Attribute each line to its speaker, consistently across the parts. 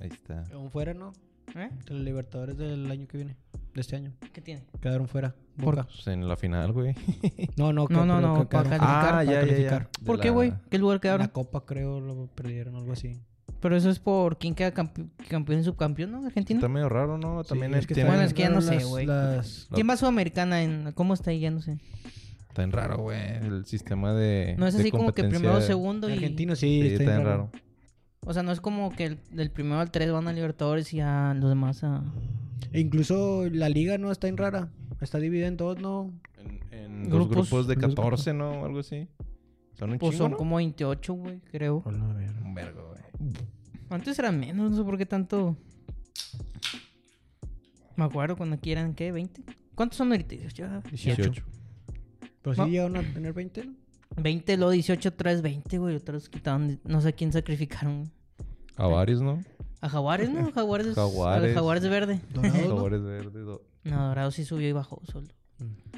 Speaker 1: Ahí está.
Speaker 2: Quedaron fuera, ¿no?
Speaker 3: ¿Eh?
Speaker 2: De los Libertadores del año que viene. De este año.
Speaker 3: ¿Qué tiene?
Speaker 2: Quedaron fuera.
Speaker 3: ¿Por-
Speaker 2: Boca.
Speaker 1: Pues en la final, güey.
Speaker 2: No, no,
Speaker 3: No, no,
Speaker 2: creo
Speaker 3: no,
Speaker 2: que quedaron
Speaker 3: para
Speaker 2: fuera. Ah,
Speaker 3: calificar,
Speaker 2: para calificar.
Speaker 1: De
Speaker 3: ¿Por qué,
Speaker 1: la-
Speaker 3: güey? ¿Qué lugar
Speaker 2: La
Speaker 3: quedaron?
Speaker 2: copa creo lo perdieron o algo así.
Speaker 3: Pero eso es por quién queda campe- campeón y subcampeón, ¿no? Argentina.
Speaker 1: Está medio raro, ¿no? También
Speaker 2: Sí,
Speaker 1: es que está,
Speaker 3: Bueno,
Speaker 1: bien-
Speaker 3: es que ya no
Speaker 2: raro
Speaker 3: sé, güey.
Speaker 2: Las,
Speaker 3: ¿Quién va a Sudamericana? En... ¿Cómo está ahí? Ya no sé.
Speaker 1: está bien raro, güey. El sistema de.
Speaker 3: No es
Speaker 1: de
Speaker 3: así como que
Speaker 1: competencia
Speaker 3: primero,
Speaker 1: de-
Speaker 3: segundo y...
Speaker 2: Argentinos
Speaker 1: Sí,
Speaker 2: sí,
Speaker 1: está bien raro.
Speaker 3: O sea, no es como que el- del primero al tres van a Libertadores y a los demás a...
Speaker 2: E incluso la liga no está en rara. Está dividida en dos, ¿no?
Speaker 1: En, en dos
Speaker 3: Grupos-
Speaker 1: grupos de
Speaker 2: en dos
Speaker 1: 14, ¿no? Algo así. Son un
Speaker 3: Pues
Speaker 1: chingo,
Speaker 3: son
Speaker 1: ¿no?
Speaker 3: como 28, güey, creo.
Speaker 1: Un vergo, güey.
Speaker 3: Antes eran menos, no sé por qué tanto... Me acuerdo cuando aquí eran, ¿qué? ¿20? ¿Cuántos son ahorita? 18.
Speaker 1: 18.
Speaker 2: Pero sí
Speaker 3: No.
Speaker 2: llegaron a tener 20, ¿no?
Speaker 3: 20, luego 18, otra vez 20, güey. Otros quitaron, no sé a quién sacrificaron.
Speaker 1: A varios, ¿no?
Speaker 3: A Jaguares, ¿no? Jaguares.
Speaker 1: Jaguares.
Speaker 3: A Jaguares verde.
Speaker 2: Dorados, ¿no?
Speaker 1: Sabores verdes. do-
Speaker 3: No, Dorado sí subió y bajó solo.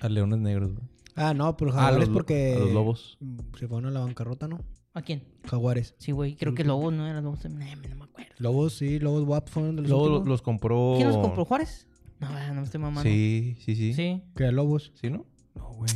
Speaker 1: A leones negros, güey.
Speaker 2: Ah, no, pero
Speaker 1: Ah,
Speaker 2: Jaguares
Speaker 1: los lo-
Speaker 2: porque...
Speaker 1: a los lobos.
Speaker 2: mm, Se fueron a la bancarrota, ¿no?
Speaker 3: ¿A quién?
Speaker 2: Jaguares.
Speaker 3: Sí, güey. Creo que Lobos, ¿no? Era Lobos. también. Ay, No me acuerdo.
Speaker 2: Lobos, sí. Lobos WAP fueron de los
Speaker 1: Luego lo-
Speaker 2: últimos.
Speaker 1: los compró.
Speaker 3: ¿Quién los compró? ¿Juárez? No, ah, no me estoy mamando.
Speaker 1: Oh. Sí, sí, sí. Sí,
Speaker 3: Sí.
Speaker 2: Que Lobos.
Speaker 1: ¿no? No, güey.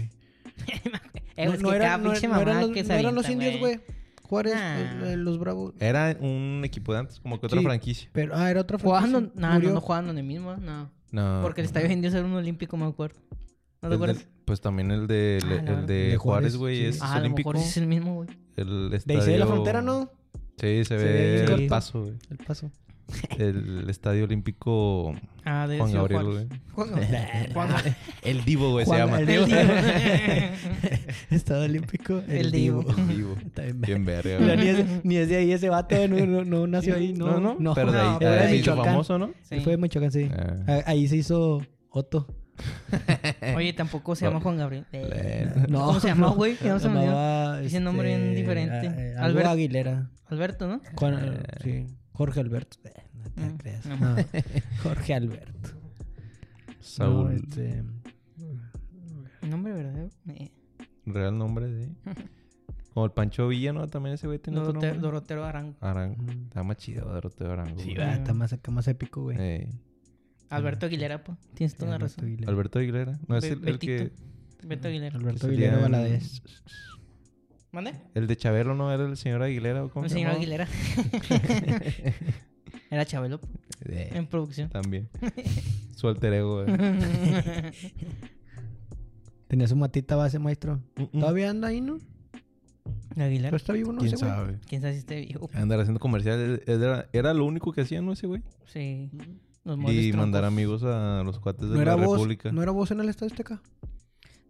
Speaker 3: Eh, es que
Speaker 2: era-
Speaker 3: cada pinche
Speaker 2: no eran
Speaker 3: mamá
Speaker 2: los,
Speaker 3: que
Speaker 2: no
Speaker 3: se
Speaker 2: eran los
Speaker 3: avienta, Ah.
Speaker 2: indios, güey. Juárez,
Speaker 3: Nah.
Speaker 2: eh, eh, los bravos.
Speaker 1: Era un equipo de antes, como que otra
Speaker 2: Sí.
Speaker 1: franquicia.
Speaker 2: Pero, ah, era otra
Speaker 3: ¿Jugando?
Speaker 2: franquicia.
Speaker 3: No, no,
Speaker 2: Murió.
Speaker 3: no jugaban donde mismo, ¿eh? no.
Speaker 1: No.
Speaker 3: Porque el estadio vendió ser un olímpico, me acuerdo. ¿No te
Speaker 1: Ah, El del-
Speaker 3: acuerdas?
Speaker 1: pues también el de,
Speaker 3: Ah, la
Speaker 1: el,
Speaker 3: verdad.
Speaker 1: de
Speaker 2: De
Speaker 1: Juárez,
Speaker 2: Juárez,
Speaker 1: güey,
Speaker 2: sí.
Speaker 1: es
Speaker 3: Ah, a lo
Speaker 1: olímpico.
Speaker 3: mejor sí es el mismo, güey.
Speaker 1: El
Speaker 2: De ahí se ve la
Speaker 1: estadio-
Speaker 2: frontera, ¿no?
Speaker 1: Sí, se,
Speaker 2: Se
Speaker 1: ve
Speaker 2: ve
Speaker 1: el
Speaker 2: ahí.
Speaker 1: paso, güey.
Speaker 2: El paso.
Speaker 1: El estadio olímpico
Speaker 3: Ah, de
Speaker 1: Juan
Speaker 3: Ciudad
Speaker 1: Gabriel,
Speaker 3: Juárez.
Speaker 1: güey.
Speaker 3: Juan Gabriel. Juan Gabriel.
Speaker 1: El Divo, güey, se
Speaker 2: Juan-
Speaker 1: llama.
Speaker 2: el
Speaker 1: El
Speaker 2: Divo.
Speaker 3: El
Speaker 2: Estado Olímpico.
Speaker 3: El Divo.
Speaker 1: Divo.
Speaker 2: Está bien,
Speaker 1: Bien verga,
Speaker 2: Mira,
Speaker 1: güey.
Speaker 2: ni, es, ni es de ahí ese vato, no, no, no nació ahí, no.
Speaker 1: no, no. Pero de ahí,
Speaker 3: No,
Speaker 1: de
Speaker 2: era
Speaker 1: ahí
Speaker 2: de
Speaker 1: se hizo
Speaker 2: Michoacán.
Speaker 1: famoso, ¿no?
Speaker 3: Sí.
Speaker 2: Fue de Michoacán, sí.
Speaker 1: Ah.
Speaker 2: A- Ahí se hizo Otto.
Speaker 3: Oye, tampoco se llama Juan Gabriel. Eh,
Speaker 2: No,
Speaker 3: ¿Cómo se llama,
Speaker 2: no.
Speaker 3: güey? Que no se me olvidó.
Speaker 2: llamaba,
Speaker 3: Ese nombre bien diferente.
Speaker 2: a- eh, algo
Speaker 3: Albert-
Speaker 2: Aguilera.
Speaker 3: Alberto, ¿no?
Speaker 2: Juan- sí. Jorge Alberto. Eh, no te
Speaker 3: Mm,
Speaker 2: creas.
Speaker 3: no.
Speaker 2: No, Jorge Alberto. No,
Speaker 1: Saúl.
Speaker 2: este,
Speaker 3: Nombre verdadero. Eh,
Speaker 1: Real nombre, sí. Como el Pancho Villa, ¿no? También ese güey tiene otro
Speaker 3: Dorote-
Speaker 1: nombre.
Speaker 3: Dorotero Arango.
Speaker 1: Arango. Está más chido, Doroteo Arango.
Speaker 2: Mm. sí,
Speaker 1: güey. Eh,
Speaker 2: va, está más acá, más épico, güey.
Speaker 1: Ey.
Speaker 3: Alberto Aguilera, pues. Tienes toda la
Speaker 2: Alberto
Speaker 3: razón.
Speaker 2: Aguilera.
Speaker 1: Alberto Aguilera. No, es
Speaker 3: Be-
Speaker 1: el, el que...
Speaker 3: Betito. Alberto Aguilera.
Speaker 2: Alberto
Speaker 1: que
Speaker 2: Aguilera
Speaker 1: salía en-
Speaker 2: Valadez.
Speaker 3: ¿Mande?
Speaker 1: El de Chabelo, ¿no? Era el señor Aguilera. ¿o cómo
Speaker 3: El
Speaker 1: se
Speaker 3: señor
Speaker 1: llamaba?
Speaker 3: Aguilera. Era Chabelo po,
Speaker 1: Eh,
Speaker 3: en producción.
Speaker 1: También. Su alter ego, güey.
Speaker 2: Tenía su matita base, maestro.
Speaker 1: Mm, mm.
Speaker 2: Todavía anda ahí, ¿no? Pero
Speaker 3: Aguilera.
Speaker 2: está vivo, ¿no?
Speaker 1: ¿Quién
Speaker 2: ese güey?
Speaker 1: sabe?
Speaker 3: ¿Quién sabe si esté vivo?
Speaker 1: Andar haciendo comerciales. Era, era lo único que hacía, ¿no? Ese güey.
Speaker 3: Sí. Los
Speaker 1: Y
Speaker 3: moles
Speaker 1: mandar
Speaker 3: troncos.
Speaker 1: amigos a los cuates de
Speaker 2: ¿No
Speaker 1: la
Speaker 2: era, vos,
Speaker 1: República.
Speaker 2: ¿No era vos en el Estadio Azteca?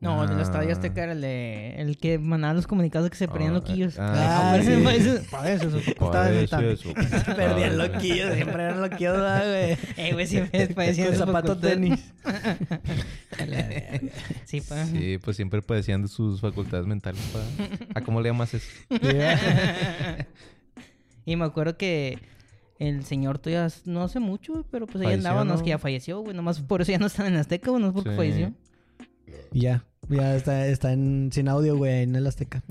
Speaker 3: No, el del estadio
Speaker 1: Ah.
Speaker 3: Azteca era el, de- el que mandaba los comunicados que se perdían
Speaker 1: Ah,
Speaker 3: loquillos.
Speaker 1: ah,
Speaker 3: Por
Speaker 1: sí.
Speaker 3: eso- por eso-
Speaker 2: Para eso, eso.
Speaker 1: Por
Speaker 2: Estaba
Speaker 1: eso,
Speaker 2: sentado.
Speaker 1: eso.
Speaker 3: Perdían
Speaker 1: Ah,
Speaker 3: loquillos, siempre eran loquillos, ¿verdad, güey. Eh, güey, siempre parecían
Speaker 2: Con
Speaker 3: esos
Speaker 2: zapato
Speaker 3: facultades.
Speaker 2: tenis.
Speaker 3: Sí, pa.
Speaker 1: Sí, pues siempre padecían de sus facultades mentales. pa. ¿A cómo le llamas eso?
Speaker 3: Y me acuerdo que el señor todavía s- no hace mucho, güey, pero pues ahí
Speaker 1: Falleció,
Speaker 3: andaba, no es
Speaker 1: ¿no?
Speaker 3: que ya falleció, güey. Nomás por eso ya no están en Azteca, güey, no es porque
Speaker 1: Sí.
Speaker 3: falleció.
Speaker 2: ya, ya está, está en, sin audio, güey, en el Azteca.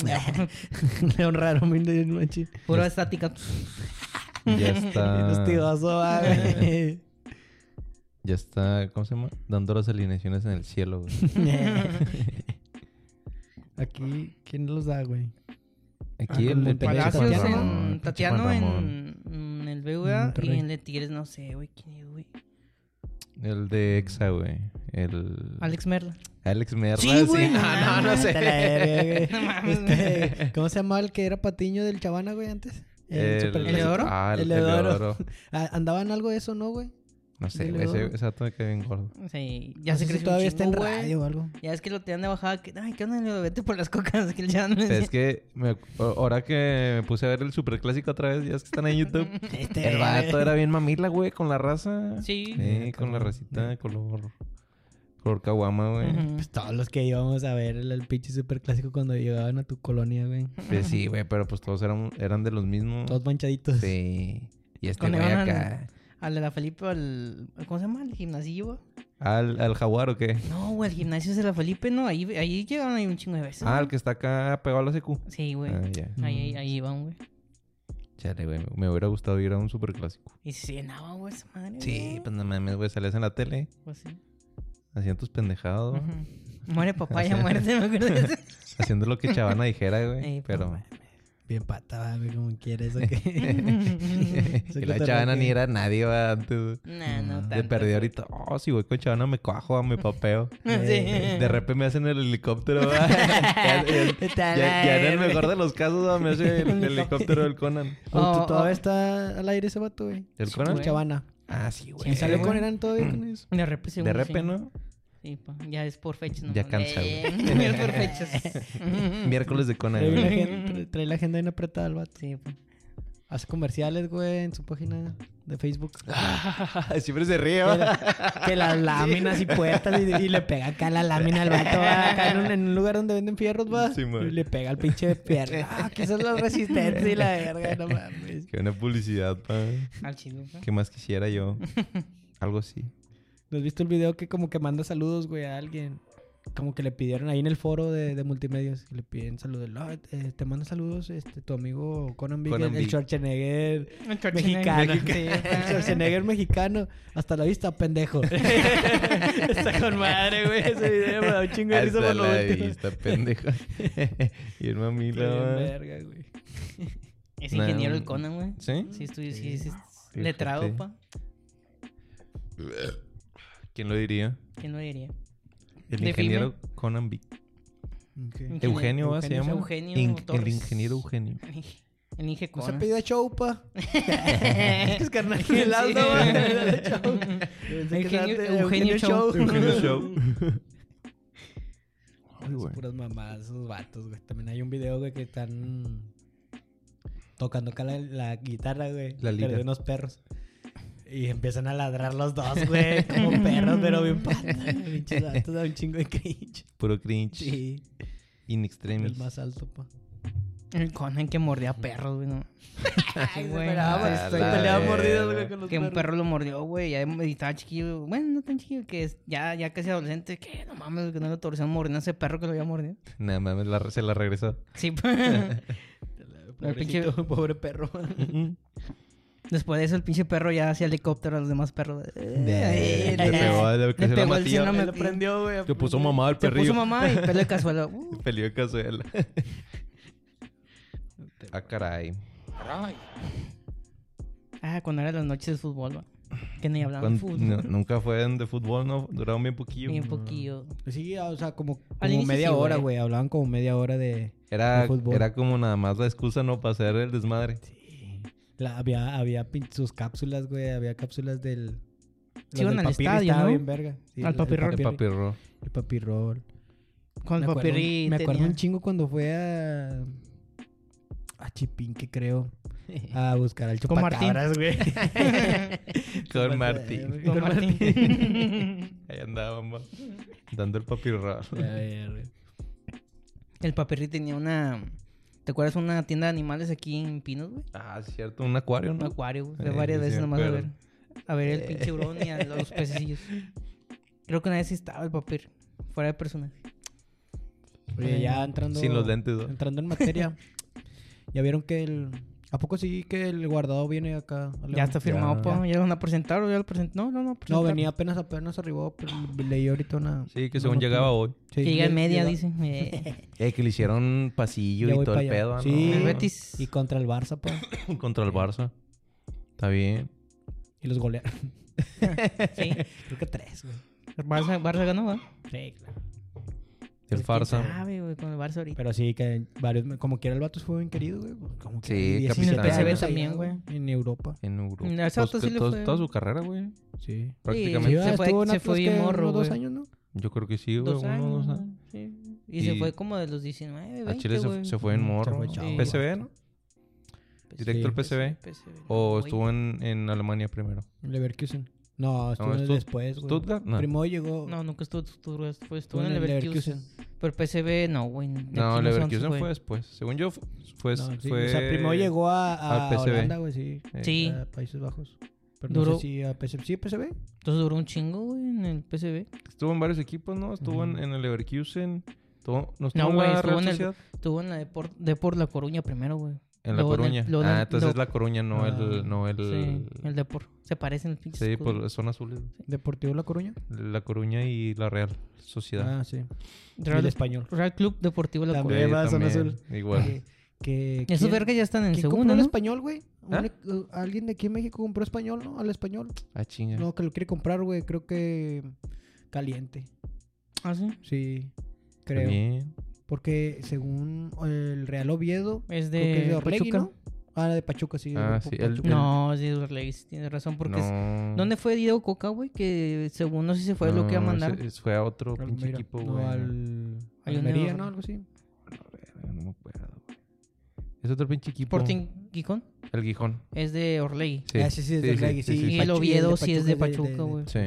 Speaker 2: Le honraron, mi no manches.
Speaker 3: Puro estática.
Speaker 1: Ya está.
Speaker 2: Bien hostigoso, va, güey.
Speaker 1: Ya está, ¿cómo se llama? Dando las alineaciones en el cielo, güey.
Speaker 2: Aquí, ¿quién los da, güey?
Speaker 1: Aquí el
Speaker 2: Ah, como
Speaker 1: de pinche
Speaker 2: Palacios
Speaker 1: Juan
Speaker 3: Palacios
Speaker 1: Ramón,
Speaker 3: en
Speaker 1: pinche Mm,
Speaker 3: Tatiano
Speaker 1: Juan Ramón.
Speaker 3: en, en el BVA y
Speaker 2: Monterrey.
Speaker 3: en el de Tigres, no sé, güey, quién es, güey.
Speaker 1: Pues, El de Exa, güey. El...
Speaker 3: Alex Merla.
Speaker 1: Alex Merla.
Speaker 3: Sí, güey, no
Speaker 1: Ah, no, no sé.
Speaker 2: Te la verga, güey.
Speaker 3: No mames.
Speaker 2: Este, ¿Cómo se llamaba el que era patiño del Chavana, güey, antes? super-
Speaker 3: ¿El Eleodoro?
Speaker 1: Ah, el,
Speaker 2: El
Speaker 1: Eleodoro.
Speaker 2: Eleodoro. Ah, Andaban algo de eso, ¿no, güey?
Speaker 1: No sé,
Speaker 2: El
Speaker 1: güey. Ese,
Speaker 2: Eleodoro.
Speaker 1: ese dato me queda bien gordo.
Speaker 3: Sí, ya
Speaker 1: pues
Speaker 2: No
Speaker 3: se
Speaker 2: sé si
Speaker 3: creció un
Speaker 2: todavía está en
Speaker 3: chingo, güey.
Speaker 2: radio o algo.
Speaker 3: Ya es que lo tenían de bajada. Que, Ay, ¿qué onda? Leo? Vete por las cocas. Que ya no
Speaker 1: Pero es que me- o- ahora que me puse a ver el superclásico otra vez, ya es que están en YouTube.
Speaker 2: Este,
Speaker 1: el vato era bien mamila, güey, con la raza.
Speaker 3: Sí.
Speaker 1: Sí, con la racita de color. Color caguama, güey.
Speaker 3: Ujú.
Speaker 2: Pues todos los que íbamos a ver el, el pinche superclásico cuando llegaban a tu colonia, güey.
Speaker 1: Pues sí, güey, pero pues todos eran, eran de los mismos.
Speaker 2: Todos manchaditos.
Speaker 1: Sí. Y este
Speaker 3: Cuando
Speaker 1: güey
Speaker 3: iban
Speaker 1: acá.
Speaker 3: Al de la Felipe, al. ¿Cómo se llama? Al gimnasio, güey.
Speaker 1: ¿Al, al jaguar o qué?
Speaker 3: No, güey, el gimnasio es de la Felipe, no. Ahí, ahí llegaron ahí un chingo de veces.
Speaker 1: Ah, el que está acá pegado a la secu.
Speaker 3: Sí, güey.
Speaker 1: Ah, ya.
Speaker 3: Ahí, ahí, ahí iban, güey.
Speaker 1: Chale, güey. Me hubiera gustado ir a un superclásico.
Speaker 3: Y se llenaba, güey, esa madre.
Speaker 1: Sí,
Speaker 3: güey.
Speaker 1: pues no mames, güey. Salías en la tele,
Speaker 3: Pues sí.
Speaker 1: hacían tus pendejados,
Speaker 3: Ujú. Muere papaya, muerte, me acuerdo de eso.
Speaker 1: haciendo lo que Chavana dijera, güey.
Speaker 3: Ey, pues,
Speaker 1: Pero.
Speaker 2: Bien patada, güey, como quieres. ¿o qué?
Speaker 1: Y la Chavana ni era nadie va antes. güey.
Speaker 3: Nah, no tanto.
Speaker 1: mm,
Speaker 3: pues.
Speaker 1: De perder ahorita. Oh, si voy con Chavana me cuajo, me papeo. Eh,
Speaker 3: Sí.
Speaker 1: De repente me hacen el helicóptero. va. ya, ya- ya- ya en el mejor de los casos va, me hace el, el helicóptero del Conan.
Speaker 2: Oh,
Speaker 3: Oh,
Speaker 2: tú- todavía
Speaker 3: oh.
Speaker 2: está al aire ese vato, güey.
Speaker 1: ¿El Conan?
Speaker 3: güey.
Speaker 2: Chavana.
Speaker 1: Ah, sí, güey.
Speaker 3: ¿Quién sabe
Speaker 2: ¿Sale
Speaker 3: güey.
Speaker 2: con Eran todavía con eso?
Speaker 3: De repe, según
Speaker 1: De
Speaker 3: yo,
Speaker 1: repente,
Speaker 3: sí.
Speaker 1: ¿no?
Speaker 3: Sí, pa, ya es por fechas. ¿no?
Speaker 1: Ya cansa,
Speaker 3: Eh,
Speaker 1: güey.
Speaker 3: es por fechas. Mm.
Speaker 1: Miércoles de Conan.
Speaker 2: Trae,
Speaker 1: güey.
Speaker 2: una agen- tra- trae la agenda bien apretada el vato.
Speaker 3: Sí, pa.
Speaker 2: Hace comerciales, güey, en su página de Facebook.
Speaker 1: Ah, Siempre se ríe,
Speaker 2: Que
Speaker 1: ¿va?
Speaker 2: la- Que las láminas y puertas y, y le pega acá la lámina al vato, va, acá en un, en un lugar donde venden fierros, va.
Speaker 1: Sí, man.
Speaker 2: y le pega al pinche de pierna. Ah, quizás la resistencia y la verga, no mames.
Speaker 1: Que una publicidad, pa.
Speaker 3: Al chile, pa.
Speaker 1: ¿Qué más quisiera yo? Algo así.
Speaker 2: ¿No has visto el video que como que manda saludos, güey, a alguien? Como que le pidieron ahí en el foro de, de multimedios. y le piden saludos. "Ah, eh, te manda saludos este, tu amigo Conan Big,
Speaker 1: Conan
Speaker 2: el, el
Speaker 1: Big.
Speaker 2: Schwarzenegger
Speaker 3: El
Speaker 2: mexicano.
Speaker 3: Schwarzenegger, sí,
Speaker 2: El
Speaker 3: pa.
Speaker 2: Schwarzenegger mexicano. Hasta la vista, pendejo. Está con madre, güey. Ese video me da un chingo de risa
Speaker 1: Hasta
Speaker 2: por lo
Speaker 1: Ah, la
Speaker 2: último.
Speaker 1: vista, pendejo. y el mamilo,
Speaker 2: Bien
Speaker 1: va.
Speaker 2: verga, güey.
Speaker 3: Es
Speaker 1: Nah,
Speaker 3: ingeniero el
Speaker 1: un-
Speaker 3: Conan, güey.
Speaker 1: ¿Sí?
Speaker 3: Sí, estudió, sí, sí, es
Speaker 1: Fíjate.
Speaker 3: letrado, pa.
Speaker 1: ¿Quién lo diría?
Speaker 3: ¿Quién lo diría?
Speaker 1: El
Speaker 3: Define.
Speaker 1: ingeniero Conan Big.
Speaker 2: Ok.
Speaker 3: Ingenio-
Speaker 1: Eugenio, ¿va? ¿Se
Speaker 2: Eugenio,
Speaker 1: llama?
Speaker 3: Eugenio
Speaker 1: Inc- el
Speaker 3: Torres.
Speaker 1: ingeniero Eugenio.
Speaker 3: El Inge
Speaker 2: No se
Speaker 3: Conan.
Speaker 2: apellida Choupa. Es carnal
Speaker 3: Sí.
Speaker 2: de Lauda, güey. Chou. Pensé que era
Speaker 3: Eugenio-
Speaker 2: de
Speaker 3: Eugenio Chou.
Speaker 1: Eugenio Show. Ay,
Speaker 2: Es
Speaker 1: güey.
Speaker 2: puras mamadas, esos vatos, güey. También hay un video, güey, que están tocando acá la, la guitarra, güey.
Speaker 1: La
Speaker 2: pero
Speaker 1: lira.
Speaker 2: de unos perros. Y empiezan a ladrar los dos, güey, como perros, pero bien patas. Pinches vatos, da un chingo de cringe.
Speaker 1: Puro cringe.
Speaker 2: Sí,
Speaker 1: In extremis.
Speaker 2: el más alto, pa.
Speaker 3: El Conan que mordía perros, güey. no.
Speaker 2: Ay,
Speaker 3: güey,
Speaker 2: esperaba,
Speaker 3: no,
Speaker 2: se
Speaker 1: estoy-
Speaker 2: peleaba
Speaker 1: la
Speaker 2: mordidas,
Speaker 1: verga.
Speaker 2: güey, con los
Speaker 3: Que un
Speaker 2: perros.
Speaker 3: perro lo mordió, güey. Ya y estaba chiquillo. Bueno, no tan chiquillo, que es ya, ya casi adolescente. Que no mames, güey, que no lo torció mordiendo a ese perro que lo había mordido.
Speaker 1: Nada mames, la, se la regresó.
Speaker 3: Sí,
Speaker 2: Pobrecito,
Speaker 3: pinche-
Speaker 2: pobre perro.
Speaker 3: Después de eso, el pinche perro ya hacía helicóptero a los demás perros.
Speaker 1: Le
Speaker 3: Eh,
Speaker 1: pegó,
Speaker 3: le-
Speaker 1: le- que
Speaker 3: le
Speaker 1: se la
Speaker 3: pegó el
Speaker 1: martilló.
Speaker 3: cielo, me
Speaker 2: Lo prendió, güey.
Speaker 1: Que puso mamá al
Speaker 3: Se puso
Speaker 1: perrillo.
Speaker 3: mamá y pelo de cazuela. Uh,
Speaker 1: Peleó de cazuela. ah, caray.
Speaker 3: Ah, cuando eran las noches de fútbol, va. Que ni hablaban de
Speaker 1: Cuando-
Speaker 3: fútbol.
Speaker 1: no, nunca fueron de fútbol, ¿no? Duraron bien poquillo.
Speaker 3: Bien poquillo.
Speaker 2: Sí, o sea, como,
Speaker 3: Al
Speaker 2: como
Speaker 3: inicio
Speaker 2: media
Speaker 3: sí,
Speaker 2: hora,
Speaker 3: güey.
Speaker 2: güey. Hablaban como media hora de...
Speaker 1: Era,
Speaker 2: de fútbol.
Speaker 1: era como nada más la excusa, ¿no? Para hacer el desmadre.
Speaker 2: La- había había pin- sus cápsulas, güey. Había cápsulas del.
Speaker 3: Sí,
Speaker 2: los
Speaker 3: iban
Speaker 2: del
Speaker 3: al
Speaker 2: papirri
Speaker 3: estadio,
Speaker 2: estaba
Speaker 3: ¿no?
Speaker 2: bien verga. Sí,
Speaker 3: Al
Speaker 2: el- el
Speaker 3: papirrol.
Speaker 1: El
Speaker 2: papirri-
Speaker 1: papirro.
Speaker 2: El papirrol.
Speaker 3: Con
Speaker 2: me
Speaker 3: el
Speaker 2: acuerdo, un-
Speaker 3: papirri.
Speaker 2: Me acuerdo
Speaker 3: tenía-
Speaker 2: un chingo cuando fue a. A Chipinque, creo. A buscar al
Speaker 3: Con Martín.
Speaker 2: chupacabras, güey.
Speaker 1: Con Martín.
Speaker 3: Con Martín.
Speaker 1: Ahí andábamos. Dando el papirro.
Speaker 2: A ver,
Speaker 3: el papirri tenía una. ¿Te acuerdas una tienda de animales aquí en Pinos, güey?
Speaker 1: Ah, cierto. Un acuario,
Speaker 3: Un
Speaker 1: ¿no?
Speaker 3: acuario, güey. Fui
Speaker 1: Eh,
Speaker 3: varias
Speaker 1: sí
Speaker 3: veces
Speaker 1: me
Speaker 3: nomás a ver.
Speaker 1: acuerdo. Eh.
Speaker 3: A ver el pinche hurón y a los pececillos. Creo que una vez sí estaba el papirri. Fuera de personaje.
Speaker 2: Oye, ya entrando.
Speaker 1: Sin los lentes, ¿no?
Speaker 2: Entrando en materia. ya vieron que el. ¿A poco sí que el guardado viene acá? a
Speaker 3: Ya
Speaker 2: León?
Speaker 3: está firmado,
Speaker 1: ya.
Speaker 3: pa. Ya lo van a presentar o ya lo presentaron. No, no, no.
Speaker 2: No,
Speaker 3: presentaron.
Speaker 2: venía apenas, apenas arribó, pero leí ahorita una...
Speaker 1: Sí, que
Speaker 2: una
Speaker 1: según
Speaker 2: nota.
Speaker 1: llegaba hoy.
Speaker 2: Sí,
Speaker 3: Que llega en
Speaker 2: lle-
Speaker 3: media,
Speaker 2: llega-
Speaker 3: dice. Eh,
Speaker 1: Eh, que le hicieron pasillo
Speaker 2: Ya
Speaker 1: y
Speaker 2: voy
Speaker 1: todo
Speaker 2: pa'
Speaker 1: el
Speaker 2: allá.
Speaker 1: pedo, ¿no?
Speaker 2: Sí.
Speaker 3: El Betis.
Speaker 2: Y contra el Barça, pues, pa.
Speaker 1: Contra el Barça. Está bien.
Speaker 2: Y los golea.
Speaker 3: Sí.
Speaker 2: Creo que tres, güey.
Speaker 3: El Barça, Barça ganó, ¿verdad?
Speaker 2: Sí, claro.
Speaker 1: El
Speaker 3: Pues,
Speaker 1: farsa.
Speaker 3: ¿Quién sabe, güey, con el Barça ahorita?
Speaker 2: Pero sí, que varios... me- Como quiera el vato fue bien querido, güey. pues, Como que
Speaker 1: Sí,
Speaker 2: hay
Speaker 1: capitán. En
Speaker 2: 17
Speaker 1: el PSV
Speaker 2: años
Speaker 3: también,
Speaker 2: allá,
Speaker 3: güey.
Speaker 2: En Europa.
Speaker 1: En Europa.
Speaker 3: Mira, ese vato
Speaker 1: Pues,
Speaker 3: sí
Speaker 1: que
Speaker 3: le
Speaker 1: todo-
Speaker 3: fue-
Speaker 1: Toda su carrera, güey.
Speaker 2: Sí.
Speaker 1: Prácticamente.
Speaker 3: se fue-
Speaker 2: estuvo
Speaker 3: se
Speaker 2: unas
Speaker 3: fue
Speaker 2: dos
Speaker 3: bien
Speaker 2: que
Speaker 3: morro,
Speaker 2: unos dos
Speaker 3: güey.
Speaker 2: años, ¿no?
Speaker 1: Yo creo que sí, güey.
Speaker 3: Dos
Speaker 1: uno, dos
Speaker 3: años.
Speaker 1: años.
Speaker 3: sí. Y, se
Speaker 1: Y-
Speaker 3: fue como de los 19, 20,
Speaker 1: A Chile se,
Speaker 3: güey. Pues
Speaker 1: se fue en
Speaker 2: Se
Speaker 1: morro.
Speaker 2: fue
Speaker 1: ¿no?
Speaker 3: chavo,
Speaker 1: PSV, ¿no? Directo al PSV.
Speaker 3: PSV,
Speaker 1: O
Speaker 3: güey.
Speaker 1: estuvo en, en Alemania primero.
Speaker 2: En Leverkusen. No, estuvo
Speaker 1: Stutt-
Speaker 2: después, güey.
Speaker 1: ¿Stuttgart? No.
Speaker 2: Primero llegó...
Speaker 3: No, nunca estuvo, estuvo, estuvo, estuvo en el Leverkusen. Pero PSV no, güey. de aquí
Speaker 1: No,
Speaker 3: son,
Speaker 1: Leverkusen
Speaker 3: se
Speaker 1: fue después. Según yo, fu- fue.
Speaker 2: No, sí,
Speaker 1: Pues fue
Speaker 2: O sea, primero llegó a, a
Speaker 1: al PSV.
Speaker 2: Holanda, güey, sí.
Speaker 1: eh,
Speaker 3: Sí,
Speaker 2: A Países Bajos. Pero no
Speaker 3: Duró-
Speaker 2: sé si a PSV. ¿Sí, PSV?
Speaker 3: entonces duró un chingo, güey, en el PSV.
Speaker 1: Estuvo en varios equipos, ¿no? Estuvo en,
Speaker 2: Ujú.
Speaker 1: en el Leverkusen. Estuvo, no estuvo
Speaker 3: No,
Speaker 1: en
Speaker 3: güey,
Speaker 1: la
Speaker 3: estuvo
Speaker 1: Real
Speaker 3: en el-
Speaker 1: Sociedad.
Speaker 3: Estuvo en la Deport, Deport La Coruña primero, güey.
Speaker 1: En La
Speaker 3: Luego en el-
Speaker 1: Coruña.
Speaker 3: luego en el-
Speaker 1: ah, entonces es
Speaker 3: luego-
Speaker 1: La Coruña, no
Speaker 2: Ah,
Speaker 1: el... No el...
Speaker 3: Sí, el Depor. Se parecen los pinches.
Speaker 1: Sí, pues,
Speaker 3: escudos.
Speaker 1: por, son azules.
Speaker 2: Deportivo La Coruña.
Speaker 1: La Coruña y la Real Sociedad.
Speaker 2: Ah, sí. Y
Speaker 3: Real,
Speaker 2: el español.
Speaker 3: Real Club Deportivo La
Speaker 2: También.
Speaker 3: Coruña.
Speaker 1: Sí,
Speaker 2: va, son
Speaker 1: también,
Speaker 2: azules.
Speaker 1: Igual.
Speaker 2: Que, que,
Speaker 3: Esos
Speaker 2: ¿quién-
Speaker 3: vergas ya están en
Speaker 2: ¿Quién compró
Speaker 3: segunda,
Speaker 2: el
Speaker 3: ¿no?
Speaker 2: español, güey? Un-
Speaker 1: ¿Ah?
Speaker 2: eh, Alguien de aquí en México compró español, ¿no? Al español.
Speaker 1: Ah, chinga.
Speaker 2: No, que lo quiere comprar, güey. Creo que caliente.
Speaker 3: Ah, sí.
Speaker 2: Sí,
Speaker 1: Está
Speaker 2: creo.
Speaker 1: bien.
Speaker 2: Porque según el Real Oviedo,
Speaker 3: Es
Speaker 2: creo que es de
Speaker 3: de
Speaker 2: Orlegui,
Speaker 3: Pachuca.
Speaker 2: ¿no? Ah, de Pachuca, sí.
Speaker 1: Ah,
Speaker 2: de
Speaker 1: sí,
Speaker 2: Pachuca.
Speaker 1: el-
Speaker 3: No, sí, Orlegui, sí, tienes razón. Porque es-
Speaker 1: No.
Speaker 3: ¿Dónde fue Diego Coca, güey? Que según no sé si fue lo que iba a
Speaker 1: No,
Speaker 3: mandar.
Speaker 1: ese- ese Fue a otro
Speaker 2: Al-
Speaker 1: pinche
Speaker 2: mira,
Speaker 1: equipo,
Speaker 2: no,
Speaker 1: güey.
Speaker 2: al
Speaker 3: Hay un
Speaker 2: Almería,
Speaker 3: error.
Speaker 2: ¿no? Algo así.
Speaker 1: Verga, No me acuerdo, güey. Es otro pinche equipo.
Speaker 3: Sporting Gijón
Speaker 1: El Gijón.
Speaker 3: es de Orlegui.
Speaker 1: Sí,
Speaker 2: Ah, sí, sí, es de Orlegui, sí.
Speaker 3: Y
Speaker 1: sí.
Speaker 3: el
Speaker 2: Pachu-
Speaker 3: Oviedo sí es de
Speaker 2: de-
Speaker 3: Pachuca,
Speaker 2: de-
Speaker 3: güey.
Speaker 1: Sí.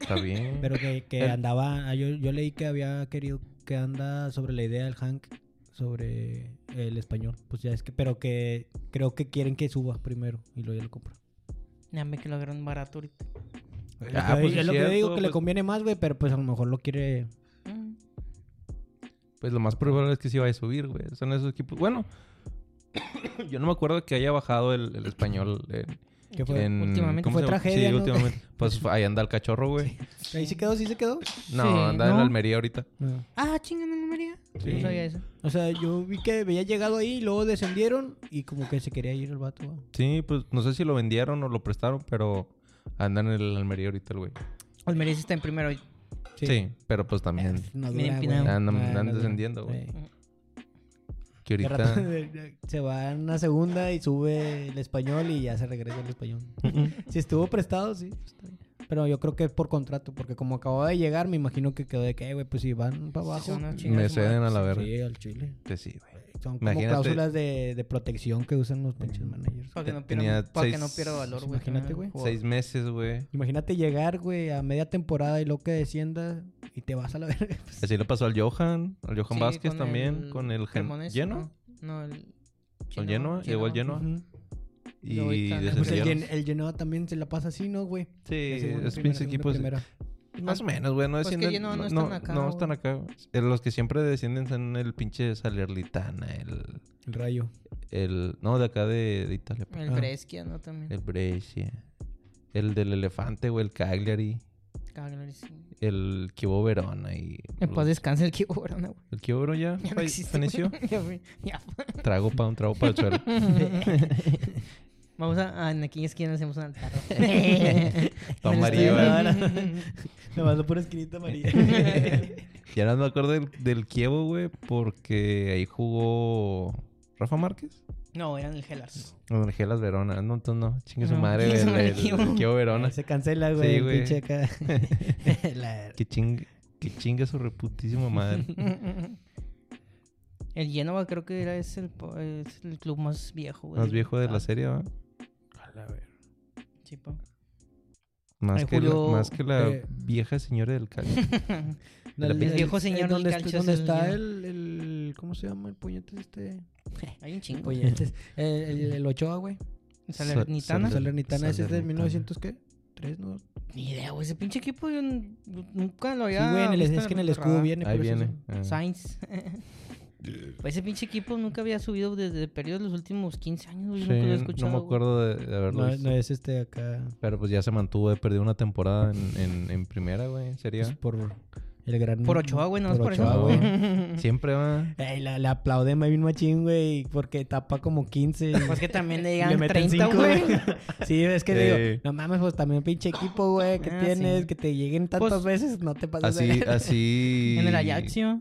Speaker 1: Está bien.
Speaker 2: Pero que, que
Speaker 1: El-
Speaker 2: andaba... ah, Yo, yo leí que había querido... Que anda sobre la idea del Hank sobre el español. Pues ya es que... Pero que creo que quieren que suba primero y luego ya lo compra.
Speaker 3: Dame que lo agarran barato ahorita.
Speaker 1: Ah, pues
Speaker 2: es lo que
Speaker 1: cierto,
Speaker 2: digo, que le
Speaker 1: pues-
Speaker 2: conviene más, güey, pero pues a lo mejor lo quiere...
Speaker 3: Mm.
Speaker 1: Pues lo más probable es que sí vaya a subir, güey. Son esos equipos. Bueno, yo no me acuerdo que haya bajado el, el español en.
Speaker 2: Que fue...
Speaker 1: en-
Speaker 3: últimamente
Speaker 1: ¿cómo
Speaker 2: fue
Speaker 1: se llama?
Speaker 2: tragedia,
Speaker 1: Sí,
Speaker 2: ¿no?
Speaker 1: últimamente. Pues fue- ahí anda el cachorro, güey.
Speaker 2: Ahí sí quedó, sí se quedó.
Speaker 1: No,
Speaker 3: Sí,
Speaker 1: anda en
Speaker 3: ¿no?
Speaker 1: la Almería ahorita.
Speaker 2: No.
Speaker 3: Ah, chingan en Almería.
Speaker 1: Sí.
Speaker 3: No sabía eso.
Speaker 2: O sea, yo vi que había llegado ahí, luego descendieron y como que se quería ir el vato. güey.
Speaker 1: Sí, pues no sé si lo vendieron o lo prestaron, pero anda en el Almería ahorita el güey.
Speaker 3: Almería sí está en primero. hoy.
Speaker 1: Sí. pero pues también.
Speaker 3: Bien
Speaker 2: No dura, güey.
Speaker 3: empinado.
Speaker 1: Andan-
Speaker 2: Ah, no
Speaker 1: andan
Speaker 2: dura.
Speaker 1: descendiendo, güey.
Speaker 2: Sí.
Speaker 1: Que
Speaker 2: De
Speaker 1: ahorita.
Speaker 2: rato se van a segunda y sube el español y ya se regresa el español.
Speaker 3: Mm,
Speaker 2: si estuvo prestado, sí. pues, está bien. Pero yo creo que es por contrato, porque como acababa de llegar, me imagino que quedó de que, "Eh, güey, pues si van para
Speaker 3: Sí,
Speaker 2: abajo. pues,
Speaker 3: son unos chingas
Speaker 1: me
Speaker 3: de su madre.
Speaker 1: ceden a la verga.
Speaker 2: Sí, al Chile.
Speaker 1: Te- Sí, güey.
Speaker 2: Son como
Speaker 1: Imagínate. Mm.
Speaker 2: cláusulas de, de protección que usan los pinches managers.
Speaker 3: Para que no
Speaker 1: Tenía
Speaker 3: pierda, para que
Speaker 1: seis-
Speaker 3: no pierda valor, güey.
Speaker 2: Imagínate, güey.
Speaker 3: Joder.
Speaker 1: Seis meses, güey.
Speaker 2: Imagínate llegar, güey, a media temporada y luego que descienda y te vas a la verga.
Speaker 1: Así le pasó al Johan, al Johan
Speaker 3: Sí,
Speaker 1: Vázquez
Speaker 3: con
Speaker 1: también,
Speaker 3: el
Speaker 1: con el Gen-
Speaker 3: Cremonese,
Speaker 1: Genoa.
Speaker 3: No, no, el.
Speaker 1: Con Genoa, llegó al Genoa
Speaker 2: Ujú.
Speaker 3: Luego
Speaker 1: y
Speaker 3: ahorita-
Speaker 2: Pues el,
Speaker 1: descendieron.
Speaker 2: Gen- el Genoa también se la pasa así, ¿no, güey? De
Speaker 1: Sí,
Speaker 2: segunda,
Speaker 1: es
Speaker 2: primera,
Speaker 1: pinche
Speaker 2: segunda,
Speaker 1: equipos.
Speaker 2: primera.
Speaker 1: Más o menos, güey. No
Speaker 3: Pues que
Speaker 1: descienden.
Speaker 3: Genoa no
Speaker 1: no,
Speaker 3: están
Speaker 1: no-
Speaker 3: acá,
Speaker 1: no
Speaker 3: güey.
Speaker 1: están acá. Eh, Los que siempre descienden son el pinche Salerlitana, el.
Speaker 2: El rayo.
Speaker 1: el no, de acá de, de Italia. pues.
Speaker 3: El
Speaker 2: Ah.
Speaker 3: Brescia, ¿no? También.
Speaker 1: El Brescia. El del Elefante, güey. El Cagliari.
Speaker 3: Cagliari, sí.
Speaker 1: El Kievo Verona. Y
Speaker 3: En paz descanse el equipo, güey. no, güey.
Speaker 1: El Kievo Verona ya.
Speaker 3: Ya no
Speaker 1: fa-
Speaker 3: existe, güey.
Speaker 1: Feneció.
Speaker 3: Ya, güey, ya.
Speaker 1: Trago para un trago para el suelo.
Speaker 3: Vamos a. ah, en aquí en esquina hacemos un altar.
Speaker 1: Todo
Speaker 3: Me lo
Speaker 1: amarillo,
Speaker 3: estoy-
Speaker 2: Nada más lo pura esquinita amarilla.
Speaker 1: Ya no me acuerdo del, del Kievo, güey, porque ahí jugó Rafa Márquez.
Speaker 3: No, eran el Hellas.
Speaker 1: No, el Gelas Verona. No, entonces no. Chingue su
Speaker 3: No,
Speaker 1: madre, el,
Speaker 3: chingue su madre,
Speaker 1: el-
Speaker 3: Kievo.
Speaker 1: el Kievo Verona.
Speaker 2: Se cancela, güey.
Speaker 1: Sí,
Speaker 2: el
Speaker 1: güey.
Speaker 2: pinche acá. La-
Speaker 1: Que chingue, que chingue su reputísima madre.
Speaker 3: El Genoa creo que era, es, el, po- es el club más viejo. güey,
Speaker 1: Más viejo de
Speaker 3: Ah,
Speaker 1: la serie, ¿va?
Speaker 3: sí, pa.
Speaker 1: Más,
Speaker 3: Ay,
Speaker 1: que la,
Speaker 3: Julio,
Speaker 1: más que la
Speaker 2: eh,
Speaker 1: vieja señora del Cali.
Speaker 2: la-
Speaker 1: El
Speaker 3: viejo señor
Speaker 2: ¿Dónde,
Speaker 3: del
Speaker 2: est-
Speaker 3: calcio
Speaker 2: dónde
Speaker 3: es el
Speaker 2: está
Speaker 3: mío.
Speaker 2: el, el- ¿Cómo se llama el puñete este?
Speaker 3: Hay un chingo.
Speaker 2: Puñetes. El, el- el Ochoa, güey.
Speaker 3: Salernitana.
Speaker 1: Sal-
Speaker 2: Salernitana. Ese es de
Speaker 1: Salernitana.
Speaker 2: 1900, ¿qué? ¿Tres? ¿No? Sí,
Speaker 3: Ni idea, güey. Ese pinche equipo yo n- nunca lo había.
Speaker 2: güey. en el-
Speaker 3: visto
Speaker 2: Es que Ah, en el
Speaker 3: radar.
Speaker 2: escudo viene.
Speaker 1: Ahí
Speaker 2: por eso
Speaker 1: viene.
Speaker 2: sí.
Speaker 1: Ah.
Speaker 3: Sainz. pues ese pinche equipo nunca había subido desde el periodo de los últimos 15 años, güey.
Speaker 1: Sí,
Speaker 3: yo nunca lo había
Speaker 1: no
Speaker 3: escuchado.
Speaker 1: me
Speaker 3: güey.
Speaker 1: acuerdo de, de haberlo
Speaker 2: No,
Speaker 1: visto.
Speaker 2: no es este acá.
Speaker 1: Pero pues ya se mantuvo. He perdido una temporada en, en, en primera, güey.
Speaker 2: pues,
Speaker 1: Sería.
Speaker 2: por el gran.
Speaker 3: Por Ochoa, güey, nomás por eso.
Speaker 2: Ochoa,
Speaker 1: güey.
Speaker 2: güey.
Speaker 1: Siempre va.
Speaker 2: Ey, la- le aplaudeme bien machín, güey, porque tapa como 15. y
Speaker 3: Pues que también le
Speaker 2: le
Speaker 3: llegan
Speaker 2: meten
Speaker 3: 30,
Speaker 2: cinco,
Speaker 3: güey.
Speaker 2: sí, es que
Speaker 1: Ey.
Speaker 2: digo, no mames, pues también pinche equipo, güey, que
Speaker 3: Ah,
Speaker 2: tienes,
Speaker 3: sí.
Speaker 2: que te lleguen tantas
Speaker 3: Pues,
Speaker 2: veces, no te pases de
Speaker 1: Así,
Speaker 2: verga.
Speaker 1: así.
Speaker 3: En el Ajaxio.